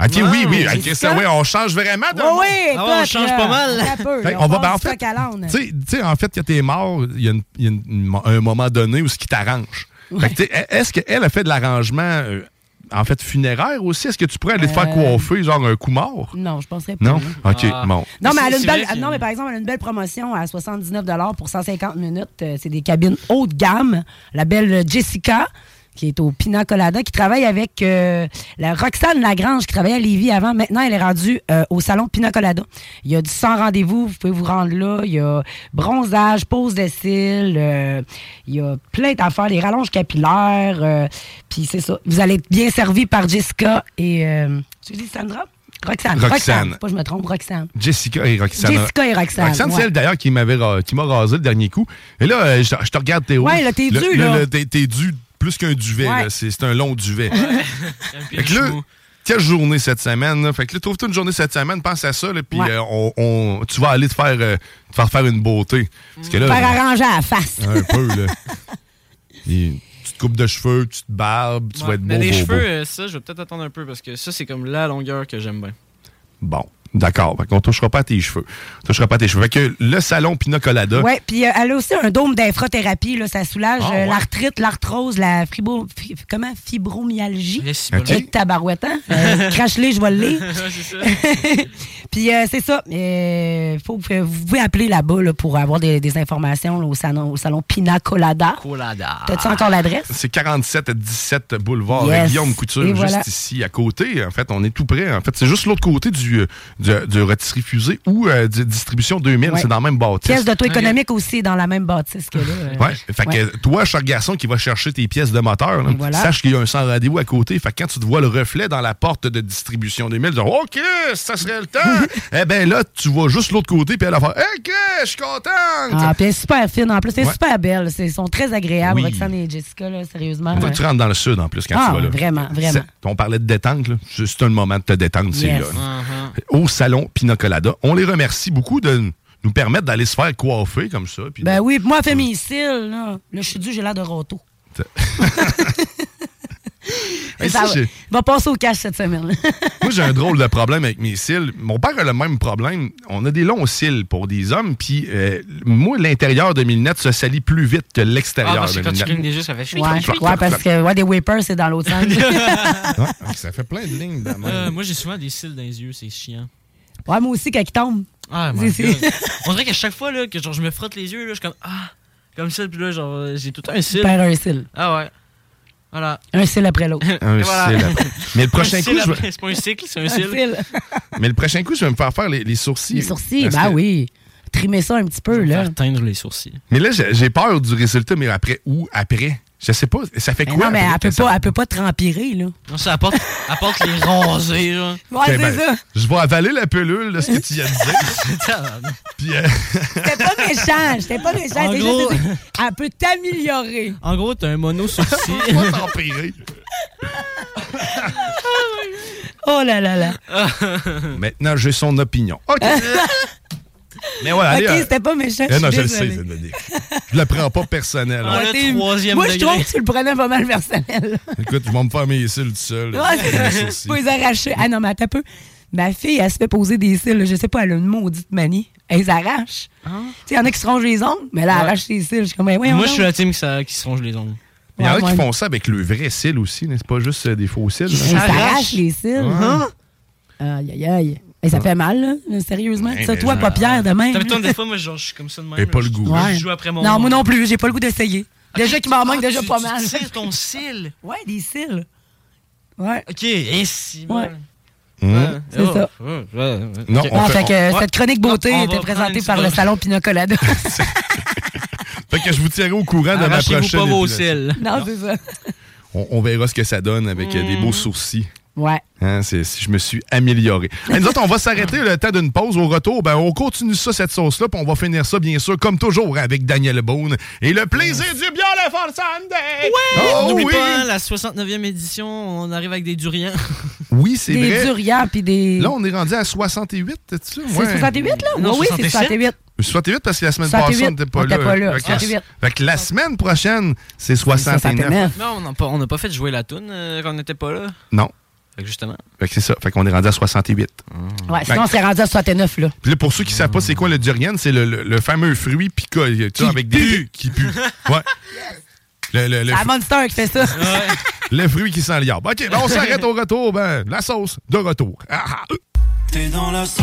Speaker 6: Ok, oui, oui.
Speaker 20: Ah,
Speaker 6: ok,
Speaker 20: c'est
Speaker 6: ça,
Speaker 20: ça.
Speaker 6: oui, on change vraiment de
Speaker 20: Oui, oui,
Speaker 7: Ah ouais, on
Speaker 20: écoute,
Speaker 7: change
Speaker 20: là,
Speaker 7: pas mal.
Speaker 20: un peu,
Speaker 6: Fait
Speaker 20: là,
Speaker 6: qu'on va- ben,
Speaker 20: passe
Speaker 6: en
Speaker 20: du
Speaker 6: fait,
Speaker 20: coq à l'âne.
Speaker 6: Tu sais- tu sais, en fait, quand t'es mort, il y a, une- il y a une- un moment donné où ce qui t'arrange. Fait que tu sais, e-, Est-ce qu'elle a fait de l'arrangement, euh, en fait, funéraire aussi? Est-ce que tu pourrais aller te faire
Speaker 20: Euh,
Speaker 6: coiffer, genre un coup mort?
Speaker 20: Non, je penserais pas.
Speaker 6: Non? OK,
Speaker 7: Ah.
Speaker 6: bon.
Speaker 20: euh, Non, mais, elle a
Speaker 7: C'est
Speaker 20: une belle- ah,
Speaker 7: vrai que-
Speaker 20: non, mais par exemple, elle a une belle promotion à 79 pour 150 minutes. Euh, C'est des cabines haut de gamme. La belle Jessica, qui est au Pina Colada, qui travaille avec euh, la Roxane Lagrange, qui travaillait à Lévis avant. Maintenant, elle est rendue euh, au salon Pina Colada. Il y a du 100 rendez-vous, vous pouvez vous rendre là. Il y a bronzage, pose de cils, euh, il y a plein d'affaires, les rallonges capillaires. euh, Puis c'est ça. Vous allez être bien servi par Jessica et... euh, tu dis Sandra? Roxane.
Speaker 6: Roxane.
Speaker 20: Roxane. Pas je me trompe, Roxane.
Speaker 6: Jessica et Roxane.
Speaker 20: Jessica et Roxane,
Speaker 6: Roxane, c'est
Speaker 20: ouais.
Speaker 6: elle d'ailleurs qui m'avait ra- qui m'a rasé le dernier coup. Et là, euh, je, je te regarde, Théo.
Speaker 20: Ouais, là, t'es
Speaker 6: Le-
Speaker 20: dû,
Speaker 6: le-
Speaker 20: là.
Speaker 6: le- T'es t'es dû plus qu'un duvet,
Speaker 20: Ouais.
Speaker 6: là. C'est c'est un long duvet. Fait que
Speaker 7: Puis
Speaker 6: là,
Speaker 7: le chou.
Speaker 6: quelle journée cette semaine? là? Fait que là, trouve-toi une journée cette semaine, pense à ça, là, puis
Speaker 20: Ouais.
Speaker 6: euh, on, on- tu vas aller te faire, euh, te faire faire une beauté. Parce que là,
Speaker 20: Faire arranger à la face.
Speaker 6: un peu, là. il- tu tu te coupes de cheveux, tu te barbes, tu
Speaker 7: Ouais,
Speaker 6: vas être beau,
Speaker 7: mais les
Speaker 6: beau,
Speaker 7: cheveux,
Speaker 6: beau.
Speaker 7: euh, ça, je vais peut-être attendre un peu parce que ça, c'est comme la longueur que j'aime bien.
Speaker 20: hein.
Speaker 6: Bon, d'accord. On touchera pas à tes cheveux. On touchera pas à tes cheveux. Fait que le salon Pina Colada,
Speaker 20: Ouais, puis euh, elle a aussi un dôme d'infrothérapie, là, ça soulage
Speaker 6: Ah,
Speaker 20: euh,
Speaker 6: ouais.
Speaker 20: l'arthrite, l'arthrose, la fibro, fi- comment fibromyalgie.
Speaker 6: bon.
Speaker 20: Et tabarouette, hein? Euh, Crache-les, je vais le lire. Puis euh, c'est ça. Euh, faut que vous pouvez appeler là-bas là, pour avoir des, des informations là, au, salon, au salon Pina Colada.
Speaker 7: Colada.
Speaker 20: T'as-tu encore l'adresse?
Speaker 6: c'est 47-17 boulevard
Speaker 20: Yes.
Speaker 6: Guillaume Couture,
Speaker 20: Et
Speaker 6: juste
Speaker 20: voilà.
Speaker 6: ici, à côté. En fait, on est tout près. En fait, c'est juste l'autre côté du, euh, du, du rôtisserie fusée ou euh, du- distribution 2000.
Speaker 20: Ouais.
Speaker 6: C'est dans la même bâtisse.
Speaker 20: Pièce d'auto-économique aussi dans la même bâtisse que là. euh,
Speaker 6: Ouais. Fait que
Speaker 20: ouais.
Speaker 6: toi, cher garçon qui va chercher tes pièces de moteur, là,
Speaker 20: Et voilà.
Speaker 6: sache qu'il y a un sans rendez-vous à côté. Fait que quand tu te vois le reflet dans la porte de distribution des milles, genre, OK, ça serait le temps. eh bien là, tu vas juste l'autre côté, puis elle va faire, OK, je suis contente.
Speaker 20: Ah, puis elle est super fine en plus. C'est
Speaker 6: Ouais.
Speaker 20: super belle. C'est- Ils sont très agréables,
Speaker 6: Oui.
Speaker 20: Roxane et Jessica, là, sérieusement.
Speaker 6: Toi,
Speaker 20: euh,
Speaker 6: tu rentres dans le sud en plus quand
Speaker 20: Ah,
Speaker 6: tu vas là.
Speaker 20: vraiment, vraiment.
Speaker 6: C'est- On parlait de détente, là. C'est c'est un moment de te détendre, c'est
Speaker 20: Yes. Uh-huh.
Speaker 6: là. Au salon Pinacolada. On les remercie beaucoup de nous permettre d'aller se faire coiffer comme ça. puis
Speaker 20: Ben oui, puis moi, féminicile, là, là je suis dû, j'ai l'air de roto.
Speaker 6: Hey,
Speaker 20: ça
Speaker 6: ça,
Speaker 20: va,
Speaker 6: j'ai-
Speaker 20: va passer au cash cette semaine. là.
Speaker 6: Moi, j'ai un drôle de problème avec mes cils. Mon père a le même problème. On a des longs cils pour des hommes, puis euh, moi, l'intérieur de mes lunettes se salit plus vite que
Speaker 7: Ah,
Speaker 6: l'extérieur
Speaker 7: parce
Speaker 6: de mes
Speaker 7: que quand tu
Speaker 6: lunettes.
Speaker 7: clignes des yeux, ça fait
Speaker 20: ouais, ouais, parce que ouais, des whippers, c'est dans l'autre sens. Ah,
Speaker 6: Ouais, ça fait plein de lignes. dans la main.
Speaker 7: Euh, moi, j'ai souvent des cils dans les yeux, c'est chiant.
Speaker 20: ouais, moi aussi, quand ils tombent.
Speaker 7: Ah, my
Speaker 20: C'est-
Speaker 7: God. On dirait qu'à chaque fois là, que genre, je me frotte les yeux, là, je suis comme Ah, comme ça, puis là, genre, j'ai tout le temps un cil.
Speaker 6: Ben.
Speaker 20: Perds un cil.
Speaker 7: Ah ouais. Voilà.
Speaker 20: Un cil après l'autre.
Speaker 6: Un
Speaker 7: Et voilà.
Speaker 6: cil après. Mais le prochain
Speaker 7: Un
Speaker 6: coup,
Speaker 7: cil
Speaker 6: je vais-
Speaker 7: après, C'est pas un cycle, c'est un
Speaker 20: Un
Speaker 7: cil.
Speaker 20: cil.
Speaker 6: Mais le prochain coup, je vais me faire faire les, les sourcils.
Speaker 20: Les sourcils,
Speaker 6: Parce
Speaker 20: ben
Speaker 6: que-
Speaker 20: oui. Trimer ça un petit peu, là.
Speaker 7: teindre les sourcils.
Speaker 6: Mais là, j'ai j'ai peur du résultat, mais après, où après? Je sais pas. Ça fait
Speaker 20: Mais
Speaker 6: quoi?
Speaker 20: non, mais
Speaker 6: après?
Speaker 20: elle peut, pas, elle peut pas te rempirer, là.
Speaker 7: Non, ça apporte, apporte les rasés, là.
Speaker 20: Ouais,
Speaker 6: Ok, ben, Je vais avaler la pelule, là, ce que tu y as dit. Puis, euh,
Speaker 20: J'étais pas méchant, j'étais pas méchant.
Speaker 7: En
Speaker 20: c'est
Speaker 7: gros-
Speaker 20: juste- elle peut t'améliorer.
Speaker 7: En gros, t'as un mono sourcil.
Speaker 6: Pas t'empirer.
Speaker 20: Oh là là là.
Speaker 6: Maintenant, j'ai son opinion. OK. mais voilà,
Speaker 20: ok,
Speaker 6: allez. euh,
Speaker 20: c'était pas méchant.
Speaker 6: eh non,
Speaker 20: suis
Speaker 6: je le sais,
Speaker 20: désolée.
Speaker 6: Dominique. Je le prends pas personnel. hein.
Speaker 20: Ouais, t'es- Moi, je trouve que tu le prenais pas mal personnel.
Speaker 6: Écoute, je vais me faire mes cils tout seul.
Speaker 20: Ouais,
Speaker 6: Mes
Speaker 20: c'est-
Speaker 6: sourcils.
Speaker 20: faut les arracher. Ah non, mais attends un peu. Ma fille, elle se fait poser des cils. là. Je sais pas, elle a une maudite manie. Elle les arrache. Tu sais, il y en a qui se rongent les ongles, mais là, elle
Speaker 7: Ah. Ouais.
Speaker 20: arrache les cils. Je suis comme, mais oui,
Speaker 7: Moi, je suis la team qui, ça, qui se ronge les ongles.
Speaker 6: Il y en a
Speaker 20: Ouais,
Speaker 6: qui
Speaker 20: ouais.
Speaker 6: font ça avec le vrai cil aussi, n'est-ce pas juste euh, des faux cils.
Speaker 20: Elle
Speaker 6: là.
Speaker 20: s'arrache les cils. Hein?
Speaker 6: Ouais.
Speaker 20: Aïe, aïe, aïe. Et ça fait mal, là, sérieusement.
Speaker 6: Ah. Ouais,
Speaker 20: ça,
Speaker 6: mais
Speaker 20: toi,
Speaker 6: je-
Speaker 20: paupière, demain.
Speaker 7: T'as vu, toi, des fois, moi, genre, je suis comme ça de même.
Speaker 6: Et pas
Speaker 7: là,
Speaker 6: le
Speaker 7: je-
Speaker 6: goût.
Speaker 7: Je joue après mon.
Speaker 20: Non, moi non plus, j'ai pas le goût d'essayer. Déjà qu'il m'en
Speaker 7: Ah,
Speaker 20: manque déjà
Speaker 7: tu-
Speaker 20: pas
Speaker 7: tu
Speaker 20: mal.
Speaker 7: tires ton cil.
Speaker 20: Ouais, des cils. Ouais.
Speaker 7: Ok, et si.
Speaker 20: Ouais.
Speaker 6: Hum.
Speaker 20: C'est ça.
Speaker 6: Non,
Speaker 7: Ok.
Speaker 6: on
Speaker 20: Ah,
Speaker 6: fait-
Speaker 20: fait que
Speaker 6: on-
Speaker 20: euh, cette chronique beauté
Speaker 7: on va
Speaker 20: était
Speaker 7: prendre
Speaker 20: présentée
Speaker 7: une
Speaker 20: par le
Speaker 7: petite-
Speaker 20: salon Pina Colada.
Speaker 6: Fait que je vous tiendrai au courant de ma
Speaker 7: Arrachez-vous
Speaker 6: prochaine.
Speaker 7: pas vos
Speaker 6: épilation.
Speaker 7: cils.
Speaker 20: non, c'est ça.
Speaker 6: On, on verra ce que ça donne avec euh, des
Speaker 20: Hmm.
Speaker 6: beaux sourcils.
Speaker 20: Ouais.
Speaker 6: Hein, c'est- si je me suis amélioré. Hey, nous autres, on va s'arrêter le temps d'une pause. Au retour, ben, on continue ça, cette sauce-là, puis on va finir ça, bien sûr, comme toujours, avec Daniel Boone. Et le plaisir du bien le Fun Sunday! Oh,
Speaker 7: N'oublie
Speaker 6: oui!
Speaker 7: pas, hein, la 69e édition, on arrive avec des durians.
Speaker 6: Oui, c'est
Speaker 20: Des
Speaker 6: vrai.
Speaker 20: durians puis des.
Speaker 6: Là, on est rendu à 68, c'est ça?
Speaker 20: C'est
Speaker 6: Ouais.
Speaker 20: 68, là?
Speaker 7: Non,
Speaker 20: Ouais, oui, c'est
Speaker 7: 67.
Speaker 20: 68.
Speaker 6: 68 parce que la semaine
Speaker 20: 68,
Speaker 6: passée, on n'était pas
Speaker 20: on
Speaker 6: là.
Speaker 20: était pas là,
Speaker 6: Fait que la-
Speaker 20: 68.
Speaker 6: Fait que la semaine prochaine, c'est 69.
Speaker 7: Non, on n'a pas, on n'a pas fait jouer la toune euh, quand on n'était pas là.
Speaker 6: Non.
Speaker 7: Fait que justement.
Speaker 6: Fait que c'est ça. Fait qu'on est rendu à 68.
Speaker 7: Ben,
Speaker 20: Ouais, sinon,
Speaker 6: Fait-
Speaker 20: on s'est rendu à 69, là.
Speaker 6: Puis là, pour ceux qui savent pas c'est quoi le durian, c'est le, le- le fameux fruit piquant, tu sais, avec des qui pue. Ouais. Le, le- le
Speaker 20: C'est la Monster qui fait ça.
Speaker 6: fru- le fruit qui sent liable. OK, ben on s'arrête au retour. Ben, la sauce de retour. Ah, ah, euh.
Speaker 2: T'es dans la sauce.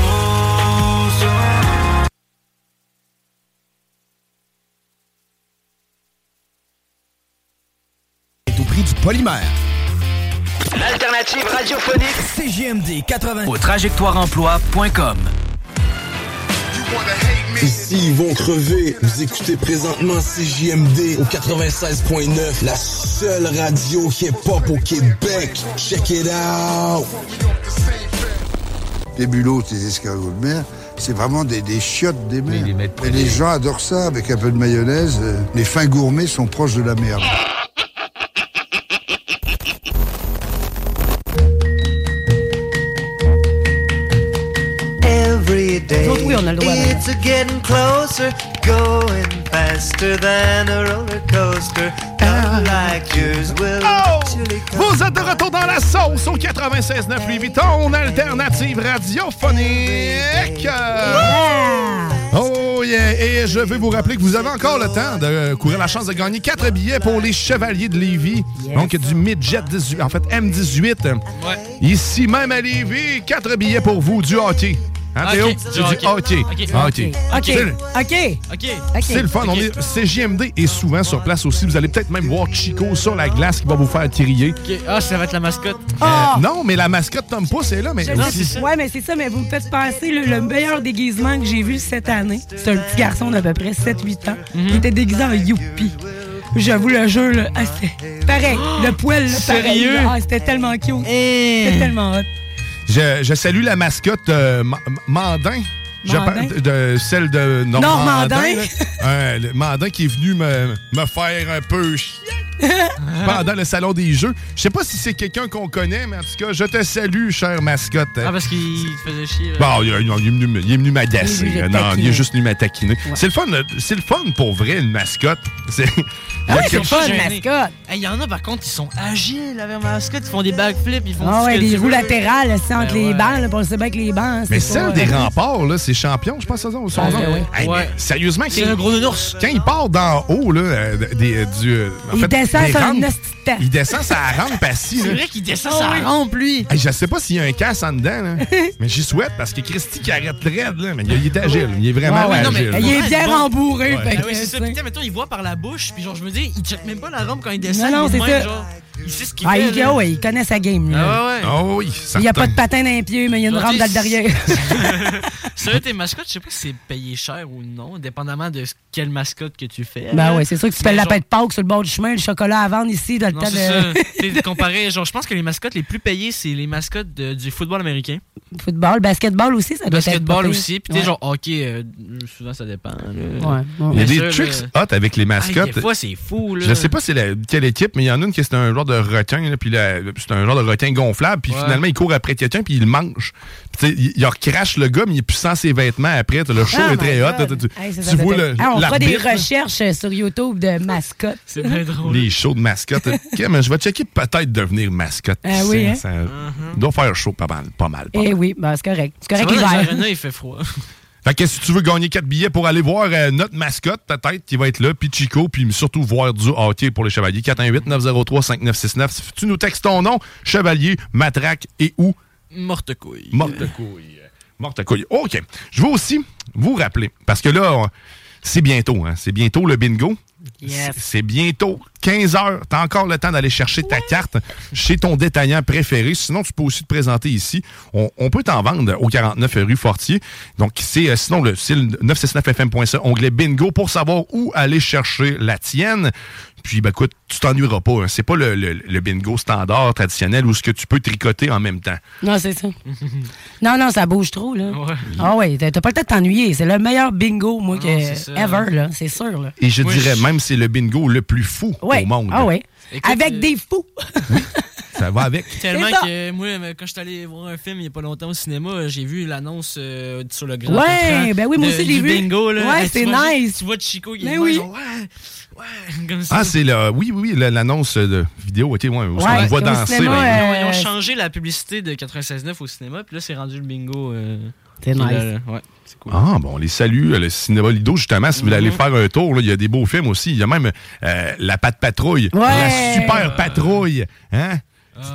Speaker 14: est au prix du polymère.
Speaker 3: L'alternative radiophonique
Speaker 14: CGMD 80.
Speaker 3: au trajectoireemploi.com.
Speaker 14: Ici, ils vont crever. Vous écoutez présentement CJMD au 96.9, la seule radio qui est pop au Québec. Check it out!
Speaker 17: Les bulots, les escargots de mer, c'est vraiment des, des chiottes des mers. Et les gens adorent ça avec un peu de mayonnaise. euh, Les fins gourmets sont proches de la merde.
Speaker 4: Every day
Speaker 20: L'autre, oui, on a le droit, là.
Speaker 7: Ben,
Speaker 4: it's a getting closer Going faster than a roller coaster.
Speaker 7: Ah.
Speaker 4: Not like yours will actually come.
Speaker 6: Oh! Vous êtes de retour dans la sauce au 96.9 Louis Vuitton, alternative radiophonique. Oh yeah! Et je vais vous rappeler que vous avez encore le temps de courir la chance de gagner 4 billets pour les Chevaliers de Lévis. Donc du Midget 18, en fait M18. Ici même à Lévis, 4 billets pour vous du hockey. Hein,
Speaker 20: Ok,
Speaker 6: Théo?
Speaker 20: du
Speaker 6: C'est du hockey.
Speaker 20: hockey.
Speaker 6: Hockey.
Speaker 20: OK.
Speaker 6: C'est le-
Speaker 20: OK. OK.
Speaker 6: c'est le fun. On est CJMD est souvent sur place aussi. Vous allez peut-être même voir Chico sur la glace qui va vous faire tirer.
Speaker 7: Ok. Ah, ça va être la mascotte.
Speaker 6: Euh,
Speaker 20: Oh,
Speaker 6: non, mais la mascotte Tom Pouce est là. Mais
Speaker 7: Ben,
Speaker 20: Je sais- ouais, mais c'est ça, mais vous me faites penser le, le meilleur déguisement que j'ai vu cette année. C'est un petit garçon d'à peu près 7-8 ans.
Speaker 7: Mhm.
Speaker 20: Il était déguisé en Youpi. J'avoue, le jeu, là, ah, c'était pareil.
Speaker 7: Oh!
Speaker 20: Le poil, là, pareil.
Speaker 6: Sérieux?
Speaker 20: Ah, c'était tellement cute.
Speaker 7: Eh,
Speaker 20: C'était tellement hot.
Speaker 6: Je, je salue la mascotte euh, Ma- Ma- Mandin. Je
Speaker 20: Mandin?
Speaker 6: par- de celle de
Speaker 20: Normandin.
Speaker 6: là. Euh, le Mandin qui est venu me, me faire un peu chier pendant le salon des jeux. Je sais pas si c'est quelqu'un qu'on connaît, mais en tout cas, je te salue, chère mascotte.
Speaker 7: Ah, parce qu'il te faisait chier.
Speaker 20: Ah,
Speaker 7: là.
Speaker 6: Bon, il, il- il est venu, me- il est venu m'agacer.
Speaker 7: Il est venu
Speaker 6: Non,
Speaker 7: taquiner.
Speaker 6: il est juste venu m'attaquiner. C'est le fun, euh, c'est le fun pour vrai, une mascotte. C'est il y a
Speaker 7: Ah ouais,
Speaker 6: quelque
Speaker 7: c'est pas
Speaker 6: chose-
Speaker 7: une mascotte. Il y en a, par contre, ils sont agiles avec la mascotte. Ils font des backflips, ils font
Speaker 20: Ah
Speaker 7: tout ce
Speaker 20: ouais,
Speaker 7: que
Speaker 20: des
Speaker 7: tu
Speaker 20: roues
Speaker 7: veux.
Speaker 20: latérales, c'est entre
Speaker 7: Ben
Speaker 20: les
Speaker 7: ouais.
Speaker 20: bancs, là, puis on le sait bien que les bancs, hein,
Speaker 6: Mais
Speaker 20: c'est
Speaker 6: celle
Speaker 20: pas,
Speaker 6: des
Speaker 20: euh,
Speaker 6: remparts, là, c'est champion, je pense, à ça, au son
Speaker 20: Ah,
Speaker 6: nom.
Speaker 20: ouais.
Speaker 6: Hey, mais Sérieusement,
Speaker 7: C'est
Speaker 6: quand-
Speaker 7: un gros nounours.
Speaker 6: Quand il part d'en haut, là, euh, des, euh, du. euh, en
Speaker 20: Il
Speaker 6: fait,
Speaker 20: descend
Speaker 6: des
Speaker 20: sur un
Speaker 6: rampes,
Speaker 20: hostie de tête.
Speaker 6: Il descend sa rampe assis.
Speaker 20: C'est
Speaker 6: là.
Speaker 20: vrai qu'il descend sa Ah oui. rampe, lui.
Speaker 6: Hey, je sais pas s'il y a un casse en dedans, là. mais j'y souhaite parce que Christy qui arrête raide, là, mais il il est agile. Il est vraiment
Speaker 7: Ouais, ouais, non, mais-
Speaker 6: agile.
Speaker 20: Il est bien
Speaker 7: Bon.
Speaker 20: rembourré.
Speaker 6: Ouais.
Speaker 20: fait
Speaker 7: Ah
Speaker 20: que,
Speaker 7: ouais, c'est ça.
Speaker 20: tu sais.
Speaker 7: Putain, mettons, il voit par la bouche, puis genre, je me dis, il check même pas la rampe quand il descend.
Speaker 20: Non, non,
Speaker 7: il
Speaker 20: c'est
Speaker 7: est de même,
Speaker 20: ça.
Speaker 7: genre, il sait ce qu'il
Speaker 20: Ah,
Speaker 7: fait.
Speaker 20: il,
Speaker 7: là.
Speaker 20: ouais, il connaît sa game. là.
Speaker 6: Ah oui,
Speaker 20: Il n'y a
Speaker 6: certain.
Speaker 20: pas de patin dans les pieds, mais il y a une
Speaker 7: Non,
Speaker 20: rampe
Speaker 7: t'es-
Speaker 20: dans le derrière.
Speaker 7: Sérieux, tes mascottes, je sais pas si c'est payé cher ou non, dépendamment de ce- quelle mascotte que tu fais.
Speaker 20: Ben ouais, c'est sûr que tu
Speaker 7: Mais
Speaker 20: fais la
Speaker 7: genre-
Speaker 20: pète Pâques sur le bord du chemin, le chocolat à vendre ici, dans le
Speaker 7: Non,
Speaker 20: temps
Speaker 7: c'est ça.
Speaker 20: de
Speaker 7: T'sais, comparé, genre, je pense que les mascottes les plus payées, c'est les mascottes de- du football américain.
Speaker 20: football. Basketball aussi, ça doit être. Ah, ben, pas
Speaker 7: Basketball
Speaker 20: pire.
Speaker 7: aussi. Puis t'sais,
Speaker 20: Ouais.
Speaker 7: genre, hockey, euh, souvent ça dépend. là.
Speaker 20: Ouais,
Speaker 6: Il y a
Speaker 7: Mais
Speaker 6: des
Speaker 7: ça,
Speaker 6: tricks
Speaker 7: là-
Speaker 6: hot avec
Speaker 20: Ah,
Speaker 6: les
Speaker 7: Hey,
Speaker 6: mascottes.
Speaker 7: des fois, c'est fou, là.
Speaker 6: euh, Je sais pas c'est la- quelle équipe, mais il y en a une qui est un genre de requin, là, puis la- c'est un genre de requin gonflable, puis
Speaker 7: Ouais.
Speaker 6: finalement il court après quelqu'un, puis il le mange. Puis tu sais, il, il recrache le gars, mais il est plus sans ses vêtements après. t'as Le
Speaker 7: Ah,
Speaker 6: show
Speaker 20: Oh
Speaker 6: est
Speaker 20: my
Speaker 6: très hot.
Speaker 20: God.
Speaker 6: t'as- tu-
Speaker 20: Hey, ça, ça
Speaker 6: tu
Speaker 20: doit
Speaker 6: vois
Speaker 20: être-
Speaker 6: le.
Speaker 20: Ah, on fera des
Speaker 6: l'arbitre, là.
Speaker 20: recherches euh, sur YouTube de mascotte.
Speaker 7: C'est bien drôle.
Speaker 6: Les shows de mascotte. Ok, mais je vais checker peut-être devenir mascotte.
Speaker 20: Ah
Speaker 6: Tu
Speaker 20: oui,
Speaker 6: sais,
Speaker 20: hein?
Speaker 6: ça doit faire chaud pas mal. Pas mal.
Speaker 20: Eh oui, ben, c'est correct. C'est
Speaker 7: C'est
Speaker 20: correct
Speaker 7: vrai, dans les
Speaker 20: l'hiver.
Speaker 7: arénas, il fait froid.
Speaker 6: Fait que si tu veux gagner 4 billets pour aller voir euh, notre mascotte, peut-être, qui va être là, puis Chico, puis surtout voir du hockey pour les chevaliers. 418-903-5969. Si Tu nous textes ton nom, chevalier, matraque et ou
Speaker 7: Morte couille.
Speaker 6: morte couille. euh, Morte couille. OK. Je veux aussi vous rappeler, parce que là, on- c'est bientôt, hein, c'est bientôt le bingo.
Speaker 7: Yes.
Speaker 6: C'est c'est bientôt 15 heures. T'as encore le temps d'aller chercher ta carte chez ton détaillant préféré. Sinon, tu peux aussi te présenter ici. On, on peut t'en vendre au 49 rue Fortier. Donc, c'est euh, sinon le, c'est le 969fm.ca, onglet bingo, pour savoir où aller chercher la tienne. Puis, ben, écoute, tu t'ennuieras pas. hein. C'est pas le, le- le bingo standard, traditionnel, où ce que tu peux tricoter en même temps.
Speaker 20: Non, c'est ça. non, non, ça bouge trop, là. Ah ouais, t'as t'as pas le temps de t'ennuyer. C'est le meilleur bingo, moi, que ever, là. C'est sûr, là.
Speaker 6: Et je
Speaker 20: Oui.
Speaker 6: dirais même c'est le bingo le plus fou
Speaker 20: Ouais.
Speaker 6: au monde.
Speaker 20: Ah ouais. Avec
Speaker 7: euh,
Speaker 20: des fous.
Speaker 6: Ça va avec.
Speaker 7: Tellement
Speaker 20: C'est ça.
Speaker 7: que moi, euh, quand je suis allé voir un film il n'y a pas longtemps au cinéma, j'ai vu l'annonce euh, sur le grand
Speaker 20: Ouais,
Speaker 7: écran
Speaker 20: ben oui, moi
Speaker 7: de-
Speaker 20: aussi, je l'ai
Speaker 7: du
Speaker 20: vu.
Speaker 7: bingo. Là.
Speaker 20: Ouais,
Speaker 7: Hey, tu
Speaker 20: c'est
Speaker 7: vois-
Speaker 20: nice.
Speaker 7: Tu vois Chico, il est
Speaker 20: Ben
Speaker 7: loin,
Speaker 20: oui.
Speaker 7: genre, ouais, ouais, comme ça.
Speaker 6: Ah, c'est le. Oui, oui, oui, l'annonce de vidéo, ok, ouais, où
Speaker 7: Ouais,
Speaker 6: on voit
Speaker 7: au
Speaker 6: danser.
Speaker 7: cinéma,
Speaker 6: ben,
Speaker 7: euh, ils, ont, ils ont
Speaker 20: euh,
Speaker 7: changé la publicité de 96.9 au cinéma, puis là, c'est rendu le bingo. euh,
Speaker 20: C'est
Speaker 7: qui est
Speaker 20: nice.
Speaker 7: là, là. Ouais.
Speaker 6: Ah, bon, on les salue, le cinéma Lido, justement, si vous voulez
Speaker 20: Mm-hmm.
Speaker 6: aller faire un tour, là, il y a des beaux films aussi. Il y a même euh, La Patte Patrouille,
Speaker 20: Ouais. Ah.
Speaker 6: La Super Patrouille. Hein?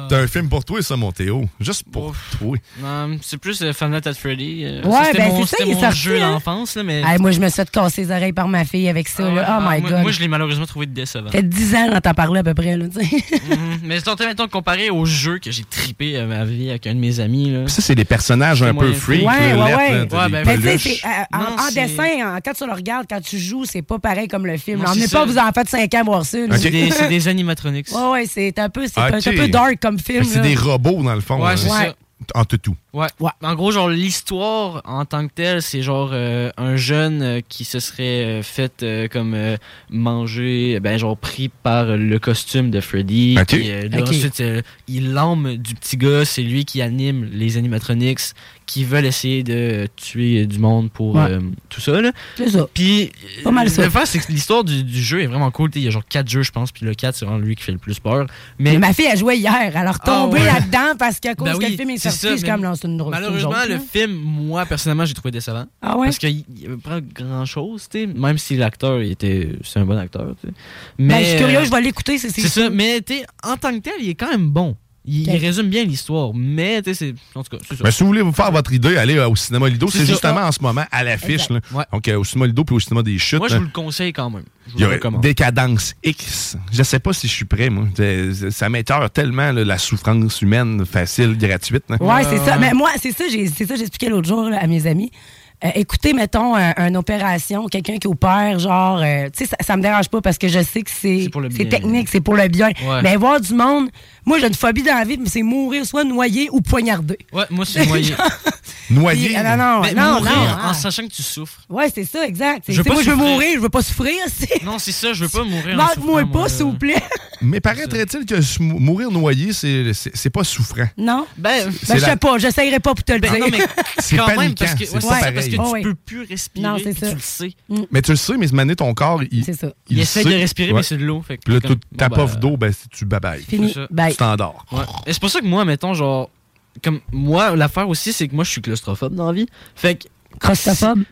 Speaker 6: C'est un film pour toi, ça, mon Théo. Juste pour toi.
Speaker 7: Non, c'est plus euh, Fan Night at Freddy. euh,
Speaker 20: Ouais,
Speaker 7: ça, c'était
Speaker 20: ben,
Speaker 7: mon,
Speaker 20: c'est ça,
Speaker 7: c'était
Speaker 20: il est
Speaker 7: mon
Speaker 20: sorti,
Speaker 7: jeu
Speaker 20: hein.
Speaker 7: d'enfance, là, mais.
Speaker 20: Hey, moi, je me suis fait casser les oreilles par ma fille avec ça, là.
Speaker 7: Ah,
Speaker 20: Oh my
Speaker 7: moi,
Speaker 20: God.
Speaker 7: Moi, je l'ai malheureusement trouvé décevant.
Speaker 20: fait 10 ans qu'on t'en parlait à peu près, là, tu sais.
Speaker 7: Mhm. Mais c'est maintenant comparé au jeu que j'ai trippé à ma vie avec un de mes amis. Là.
Speaker 6: Ça, c'est des personnages un peu freaks.
Speaker 20: Ouais, ouais,
Speaker 6: là, lettres,
Speaker 20: ouais.
Speaker 6: là, t'as
Speaker 7: Ouais,
Speaker 6: des
Speaker 7: ben,
Speaker 20: Mais tu sais,
Speaker 6: peluches.
Speaker 20: c'est, euh, en,
Speaker 7: Non,
Speaker 20: en
Speaker 7: c'est-
Speaker 20: dessin, en- quand tu le regardes, quand tu joues, c'est pas pareil comme le film.
Speaker 7: Non,
Speaker 20: Emmenez
Speaker 7: c'est
Speaker 20: pas
Speaker 7: ça.
Speaker 20: vos enfants de 5 ans voir ça. là.
Speaker 7: C'est des, c'est des animatronics.
Speaker 20: Ouais, ouais, c'est un peu, c'est
Speaker 7: Ah,
Speaker 20: un- c'est un
Speaker 6: Ok.
Speaker 20: peu dark comme film.
Speaker 6: Fait que C'est
Speaker 20: là.
Speaker 6: des robots, dans le fond.
Speaker 7: Ouais,
Speaker 6: hein.
Speaker 7: c'est ça.
Speaker 6: En tout tout.
Speaker 7: Ouais. En gros, genre, l'histoire en tant que telle, c'est genre euh, un jeune euh, qui se serait euh, fait euh, comme euh, manger, ben, genre pris par le costume de Freddy.
Speaker 6: Ok.
Speaker 7: Puis, euh, là,
Speaker 6: Ok.
Speaker 7: Ensuite, euh, il l'âme du petit gars, c'est lui qui anime les animatronics, qui veulent essayer de tuer du monde pour
Speaker 20: Ouais.
Speaker 7: euh, tout ça. là.
Speaker 20: C'est ça.
Speaker 7: Puis, euh,
Speaker 20: Pas mal ça.
Speaker 7: Le fait, c'est que l'histoire du, du jeu est vraiment cool. T'sais, Il y a genre 4 jeux, je pense, puis le 4, c'est vraiment lui qui fait le plus peur. Mais,
Speaker 20: Mais ma fille, elle jouait hier. Alors, tomber
Speaker 7: Ah ouais.
Speaker 20: là-dedans parce qu'à cause
Speaker 7: Ben
Speaker 20: que
Speaker 7: oui,
Speaker 20: le film est
Speaker 7: c'est
Speaker 20: sorti,
Speaker 7: ça,
Speaker 20: je suis
Speaker 7: mais
Speaker 20: comme là, c'est une drôle. c'est une
Speaker 7: Malheureusement,
Speaker 20: joke,
Speaker 7: le
Speaker 20: là.
Speaker 7: film, moi, personnellement, j'ai trouvé décevant.
Speaker 20: Ah ouais?
Speaker 7: Parce qu'il il prend grand chose, tu sais, même si l'acteur, il était, c'est un bon acteur. tu sais.
Speaker 20: Ben, je suis
Speaker 7: euh,
Speaker 20: curieux, je vais l'écouter. C'est
Speaker 7: C'est ça, mais tu sais, en tant que tel, il est quand même bon. Il,
Speaker 20: Ok.
Speaker 7: il résume bien l'histoire, mais tu sais, c'est. En tout cas, c'est ça.
Speaker 6: Mais si vous voulez vous faire votre idée, allez euh, au cinéma Lido.
Speaker 7: C'est
Speaker 6: C'est
Speaker 7: ça. Ah.
Speaker 6: justement en ce moment à l'affiche. là.
Speaker 7: Exact. Ouais.
Speaker 6: Donc, euh, au cinéma Lido puis au cinéma des Chutes.
Speaker 7: Moi, je vous
Speaker 6: là,
Speaker 7: le conseille quand même. Je
Speaker 6: hein.
Speaker 7: vous
Speaker 6: il y
Speaker 7: le
Speaker 6: a
Speaker 7: recommande.
Speaker 6: Décadence X. Je sais pas si je suis prêt, moi. C'est- Ça m'éteure tellement là, la souffrance humaine facile, gratuite. là.
Speaker 20: Ouais, c'est
Speaker 7: Euh.
Speaker 20: ça. Mais moi, c'est ça, j'ai, c'est ça, j'expliquais l'autre jour là, à mes amis. Euh, écoutez, mettons, un- une opération, quelqu'un qui opère, genre, euh, tu sais, ça, ça me dérange pas parce que je sais que c'est, c'est
Speaker 7: bien.
Speaker 20: technique, c'est pour le bien.
Speaker 7: Ouais.
Speaker 20: Mais voir du monde, moi, j'ai une phobie dans la vie, mais c'est mourir soit noyé ou poignardé.
Speaker 7: Ouais, moi, c'est noyé.
Speaker 20: Puis, ah, non, non,
Speaker 7: Mais
Speaker 20: non,
Speaker 7: mourir
Speaker 20: non,
Speaker 7: en
Speaker 20: ah.
Speaker 7: sachant que tu souffres.
Speaker 20: Ouais, c'est ça, exact. C'est-
Speaker 7: Je veux
Speaker 20: c'est
Speaker 7: pas
Speaker 20: moi, je veux
Speaker 7: souffrir.
Speaker 20: mourir, je veux pas souffrir. c'est-
Speaker 7: Non, c'est ça, je veux pas mourir en souffrant.
Speaker 20: Manque-moi pas, s'il vous plaît.
Speaker 6: Mais paraîtrait-il que se mou- mourir noyé, c'est- c'est c'est pas souffrant.
Speaker 20: Non?
Speaker 7: Ben,
Speaker 6: c'est
Speaker 20: je
Speaker 6: la-
Speaker 20: sais pas, j'essayerai pas pour te le dire.
Speaker 7: non, mais
Speaker 6: C'est
Speaker 7: quand même,
Speaker 6: paniquant,
Speaker 7: parce que,
Speaker 6: c'est
Speaker 7: ouais,
Speaker 6: pas
Speaker 7: c'est parce
Speaker 6: pareil.
Speaker 7: que tu
Speaker 20: Ah ouais.
Speaker 7: peux plus respirer,
Speaker 20: Non, c'est
Speaker 7: puis
Speaker 20: ça.
Speaker 7: tu le sais.
Speaker 6: Mais tu le sais, mais ce mané, ton corps, il.
Speaker 20: C'est ça.
Speaker 7: Il essaie
Speaker 6: sait.
Speaker 7: de respirer, mais
Speaker 6: Ouais.
Speaker 7: c'est de l'eau. Fait que
Speaker 6: Puis là,
Speaker 7: t'es comme,
Speaker 6: toute ta
Speaker 7: bon, ben,
Speaker 6: poffe d'eau, ben, c'est- tu babayes.
Speaker 20: Fini.
Speaker 7: C'est ça.
Speaker 6: Tu t'endors.
Speaker 7: Ouais. Et c'est pour ça que moi, mettons, genre, comme moi, l'affaire aussi, c'est que moi, je suis claustrophobe dans la vie. Fait que.
Speaker 20: Claustrophobe?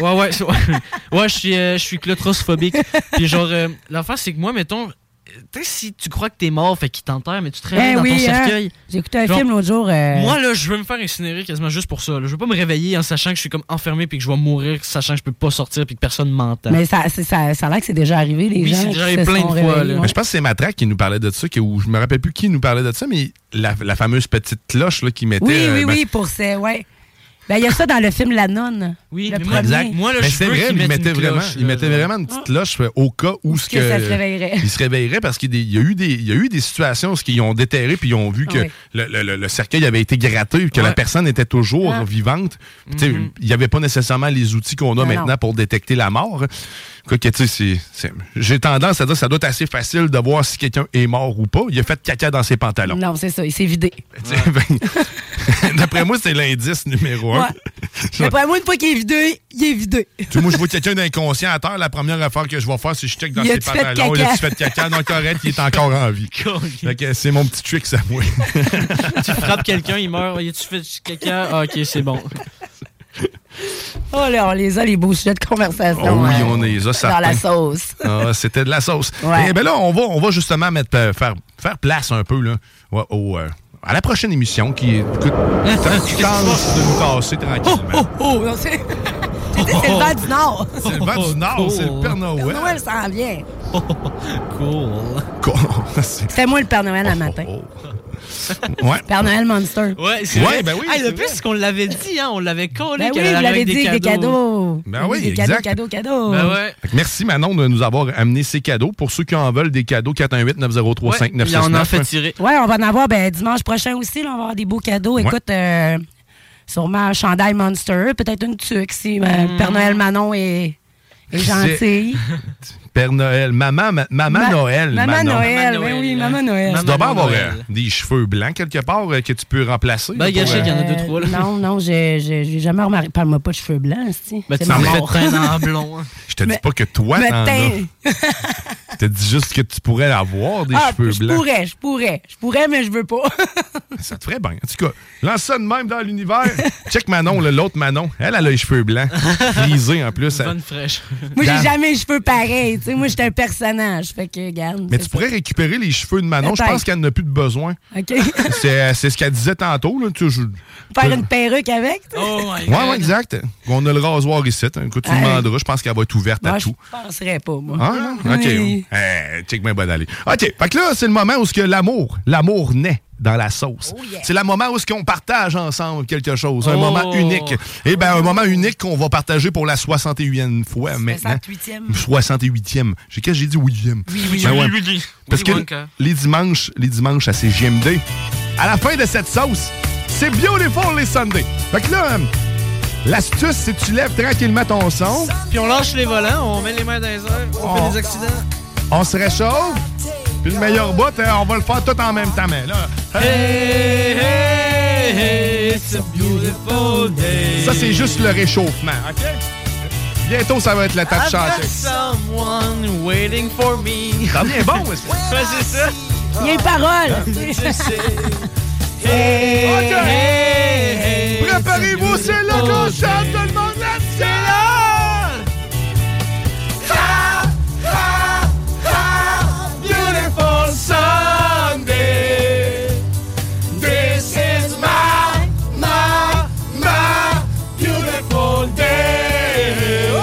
Speaker 7: Ouais, ouais, c'est- ouais, Ouais, je suis, euh, je suis claustrophobie. Puis genre, euh, l'affaire, c'est que moi, mettons, euh, tu sais, si tu crois que t'es mort, fait qu'il t'enterre, mais tu te réveilles
Speaker 20: Ben
Speaker 7: dans ton
Speaker 20: oui, hein.
Speaker 7: cercueil.
Speaker 20: J'ai écouté un
Speaker 7: Genre,
Speaker 20: film l'autre jour. euh,
Speaker 7: Moi, là, je veux me faire incinérer quasiment juste pour ça. là. Je veux pas me réveiller en sachant que je suis comme enfermé puis que je vais mourir, sachant que je peux pas sortir puis que personne m'entend.
Speaker 20: Mais ça, c'est- ça, ça a l'air que c'est déjà arrivé, les
Speaker 7: Oui,
Speaker 20: gens.
Speaker 7: c'est
Speaker 20: qui
Speaker 7: déjà arrivé
Speaker 20: se
Speaker 7: plein
Speaker 20: sont
Speaker 7: de fois,
Speaker 20: réveillés,
Speaker 7: là.
Speaker 6: Mais je pense que c'est Matraque qui nous parlait de ça, qui- ou je me rappelle plus qui nous parlait de ça, mais la, la fameuse petite cloche là, qui mettait.
Speaker 20: Oui,
Speaker 6: euh,
Speaker 20: oui,
Speaker 6: ben,
Speaker 20: oui, pour ça, ouais. Ben, il y a ça dans le film La Nonne.
Speaker 7: Oui,
Speaker 20: le
Speaker 7: mais
Speaker 20: premier.
Speaker 7: moi, exact. moi là,
Speaker 6: mais
Speaker 7: je
Speaker 6: c'est
Speaker 7: veux
Speaker 6: vrai,
Speaker 7: qu'ils
Speaker 6: il
Speaker 7: mettent
Speaker 6: mettait
Speaker 7: une
Speaker 6: vraiment,
Speaker 7: cloche,
Speaker 6: il
Speaker 7: là,
Speaker 6: mettait
Speaker 7: genre.
Speaker 6: vraiment une petite cloche euh, au cas où ce
Speaker 20: que ça se réveillerait.
Speaker 6: Il se réveillerait parce qu'il y a des- il y a eu des, il y a eu des situations où ils ont déterré puis ils ont vu que
Speaker 20: Ah oui.
Speaker 6: le, le- le- le cercueil avait été gratté, que la personne était toujours
Speaker 20: Ah. Mm-hmm.
Speaker 6: vivante. Puis, tu sais, Il n'y avait pas nécessairement les outils qu'on a
Speaker 20: Non,
Speaker 6: maintenant
Speaker 20: non.
Speaker 6: pour détecter la mort. Quoi que, tu sais, c'est- c'est- j'ai tendance à dire que ça doit être assez facile de voir si quelqu'un est mort ou pas. Il a fait caca dans ses pantalons.
Speaker 20: Non, c'est ça, il s'est vidé.
Speaker 6: Tu sais, ben, D'après moi, c'est l'indice numéro un.
Speaker 20: Ouais. Après moi, une fois qu'il est vidé, il est vidé.
Speaker 6: Tu sais, moi, je vois quelqu'un d'inconscient à terre. La première affaire que je vais faire, c'est que je check dans
Speaker 20: Il
Speaker 6: ses
Speaker 20: a-tu fait
Speaker 6: pantalons. Il
Speaker 20: caca?
Speaker 6: a-tu fait caca? Non, correct, il est encore en vie. Fait que c'est mon petit trick, ça, moi.
Speaker 7: tu frappes quelqu'un, il meurt. Y a-tu fait du caca? Ah, ok, c'est bon.
Speaker 20: Oh là, on les a, les beaux sujets de conversation.
Speaker 6: Oh oui,
Speaker 20: hein.
Speaker 6: on les a,
Speaker 20: Dans
Speaker 6: certains.
Speaker 20: la sauce.
Speaker 6: Ah, c'était de la sauce.
Speaker 20: Ouais.
Speaker 6: Et ben là, on va, on va justement mettre, euh, faire, faire place un peu là, ouais, au, euh, à la prochaine émission qui est. Écoute,
Speaker 20: Hein?
Speaker 6: t'as une chance de nous tasser
Speaker 20: Oh,
Speaker 6: tranquillement.
Speaker 20: oh, oh, non, c'est. J'ai dit, c'est le vent du Nord.
Speaker 6: C'est le vent du Nord, c'est le Père
Speaker 20: Le
Speaker 6: Noël.
Speaker 20: oh, Noël s'en vient.
Speaker 7: Cool.
Speaker 6: C'est- Oh,
Speaker 20: C'était moi le Père Noël le matin.
Speaker 6: ouais.
Speaker 20: Père Noël Monster.
Speaker 7: Oh, Ouais, c'est
Speaker 6: Ouais,
Speaker 7: vrai.
Speaker 6: ben oui,
Speaker 7: Hey,
Speaker 6: c'est
Speaker 7: le plus, c'est qu'on l'avait dit, hein. On l'avait collé.
Speaker 20: Ben
Speaker 7: qu'elle
Speaker 20: oui, vous
Speaker 7: arrivait
Speaker 20: l'avez
Speaker 7: avec
Speaker 20: dit, avec des cadeaux.
Speaker 6: Ben oui,
Speaker 20: Des
Speaker 6: exact.
Speaker 20: cadeaux, cadeaux, cadeaux.
Speaker 7: Ben ouais.
Speaker 6: Fait que Merci Manon de nous avoir amené ces cadeaux. Pour ceux qui en veulent des cadeaux, 418 903
Speaker 7: il en a
Speaker 6: 5969
Speaker 7: fait tirer.
Speaker 20: Ouais, on va en avoir ben, dimanche prochain aussi. Là, on va avoir des beaux cadeaux.
Speaker 6: Ouais.
Speaker 20: Écoute, euh, sûrement un chandail Monster, peut-être une tuque si euh,
Speaker 7: Mm.
Speaker 20: Père Noël Manon est, est gentil.
Speaker 6: Père Noël, maman, ma- maman
Speaker 20: Ma-
Speaker 6: Noël.
Speaker 20: Maman
Speaker 6: Manon.
Speaker 20: Noël, oui, oui,
Speaker 7: hein.
Speaker 20: Maman Noël.
Speaker 6: Tu dois bien avoir euh, des cheveux blancs quelque part euh, que tu peux remplacer.
Speaker 7: Ben,
Speaker 6: là, pour,
Speaker 7: gâchette, il y en a deux,
Speaker 20: Euh,
Speaker 7: trois, là.
Speaker 20: non, non, j'ai j'ai- j'ai jamais remarqué. Parle-moi pas de cheveux blancs, si.
Speaker 7: Ben, tu t'en fais teindre en blond. hein.
Speaker 6: Je te dis pas que toi, t'en as. Je te dis juste que tu pourrais avoir des
Speaker 20: Ah,
Speaker 6: cheveux
Speaker 20: je
Speaker 6: blancs.
Speaker 20: pourrais, je pourrais. Je pourrais, mais je veux pas.
Speaker 6: Ça te ferait bien. En tout cas, lance ça de même dans l'univers. Check Manon, là, l'autre Manon. Elle, elle a les cheveux blancs. Frisés en plus.
Speaker 7: Bonne fraîche.
Speaker 20: Moi, j'ai
Speaker 6: Dan.
Speaker 20: jamais les cheveux pareils. tu sais. Moi, j'étais un personnage. Fait que, regarde.
Speaker 6: Mais
Speaker 20: c'est
Speaker 6: tu pourrais récupérer les cheveux de Manon. Je
Speaker 20: Peut-être.
Speaker 6: pense qu'elle n'a plus de besoin.
Speaker 20: ça. OK.
Speaker 6: C'est euh, c'est ce qu'elle disait tantôt. Là. Tu, je-
Speaker 20: Faire une perruque avec. tu sais.
Speaker 7: Oh Euh,
Speaker 6: Ouais, ouais, exact. On a le rasoir ici. hein. Écoute, tu
Speaker 20: Ouais.
Speaker 6: demanderas. Je pense qu'elle va être ouverte à
Speaker 20: Moi, je
Speaker 6: tout.
Speaker 20: penserais pas, moi.
Speaker 6: Ah, OK.
Speaker 20: Oui.
Speaker 6: Eh, check bien bonne allée. OK. Fait que là, c'est le moment où ce que l'amour, l'amour naît dans la sauce. C'est le moment où ce qu'on partage ensemble quelque chose, un
Speaker 7: Oh.
Speaker 6: moment unique. Eh bien, un moment unique qu'on va partager pour la 61e fois maintenant.
Speaker 20: 68e.
Speaker 6: 68e. J'ai qu'est-ce que j'ai dit, William?
Speaker 7: oui,
Speaker 6: Ben
Speaker 7: oui,
Speaker 6: ouais.
Speaker 7: oui, oui.
Speaker 6: Parce
Speaker 7: Willy
Speaker 6: que
Speaker 7: Wonka.
Speaker 6: les dimanches, les dimanches à ces JMD, à la fin de cette sauce, c'est beautiful les Sundays. Fait que là, euh, l'astuce, c'est que tu lèves tranquillement ton son.
Speaker 7: Puis on lâche les volants, on met les mains dans les airs, on
Speaker 6: Oh.
Speaker 7: fait des accidents.
Speaker 6: On se réchauffe. euh, Puis le meilleur bout, hein, on va le faire tout en même temps. Mais là, hey,
Speaker 7: Hey, hey, day, it's a beautiful day.
Speaker 6: Ça, c'est juste le réchauffement, OK? Bientôt, ça va être la tape
Speaker 7: I've got
Speaker 6: chantée.
Speaker 7: someone waiting for me.
Speaker 6: Ça bien bon, est-ce que-
Speaker 7: Ouais, c'est ça.
Speaker 20: Il y a une parole.
Speaker 6: Préparez-vous, c'est là qu'on chante tout le monde national!
Speaker 8: Ha, ha, ha, beautiful Sunday. This is my, my, my beautiful day. Oh,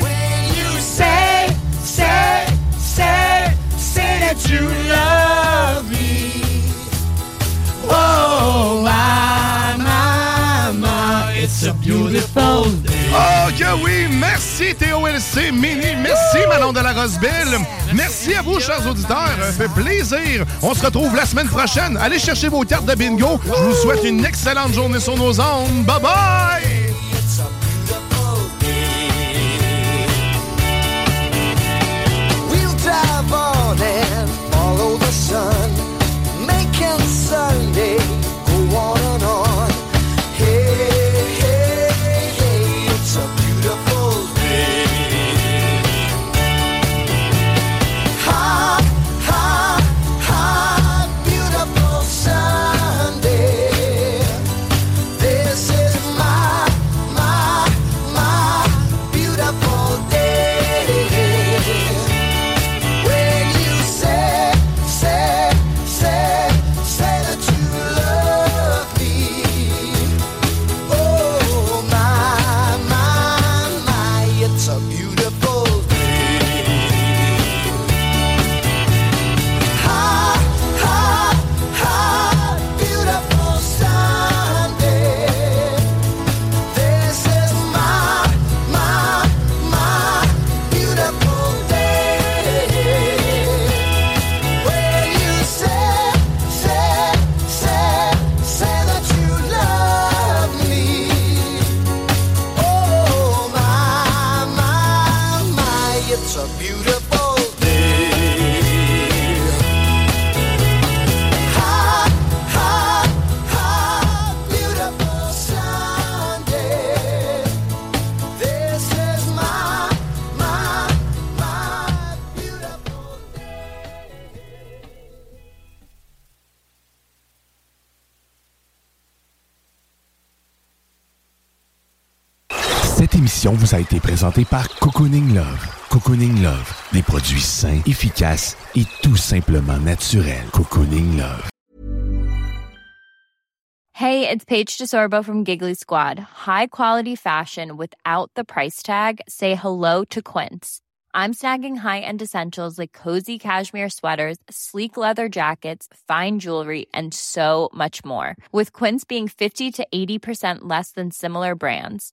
Speaker 8: when you say, say, say, say that you love me. Oh, my, my, my, it's a beautiful day.
Speaker 6: Oh que oui! Merci Théo LC Mini, merci Manon de la Roseville, merci à vous chers auditeurs, ça fait plaisir! On se retrouve la semaine prochaine, allez chercher vos cartes de bingo, je vous souhaite une excellente journée sur nos ondes, bye bye!
Speaker 8: We'll drive on and follow the sun, making Sunday go on and on. Hey, hey, hey, it's a beautiful day. Ha, ha, ha, beautiful Sunday. This is my, my, my beautiful day. When you say, say, say, say that you love me, oh my, my, my, it's a beautiful day. Ha, ha, ha, beautiful Sunday. This is my, my, my beautiful day. When you say, say, say, say that you love me. Oh my, my, my, it's a beautiful day. Ha, ha, ha, beautiful Sunday. This is my, my, my beautiful day.
Speaker 19: Cette émission vous a été présentée par Cocooning Love. Cocooning Love, des produits sains, efficaces et tout simplement naturels. Cocooning Love.
Speaker 1: Hey, it's Paige DeSorbo from Giggly Squad. High quality fashion without the price tag. Say hello to Quince. I'm snagging high-end essentials like cozy cashmere sweaters, sleek leather jackets, fine jewelry, and so much more. With Quince being 50 to 80% less than similar brands.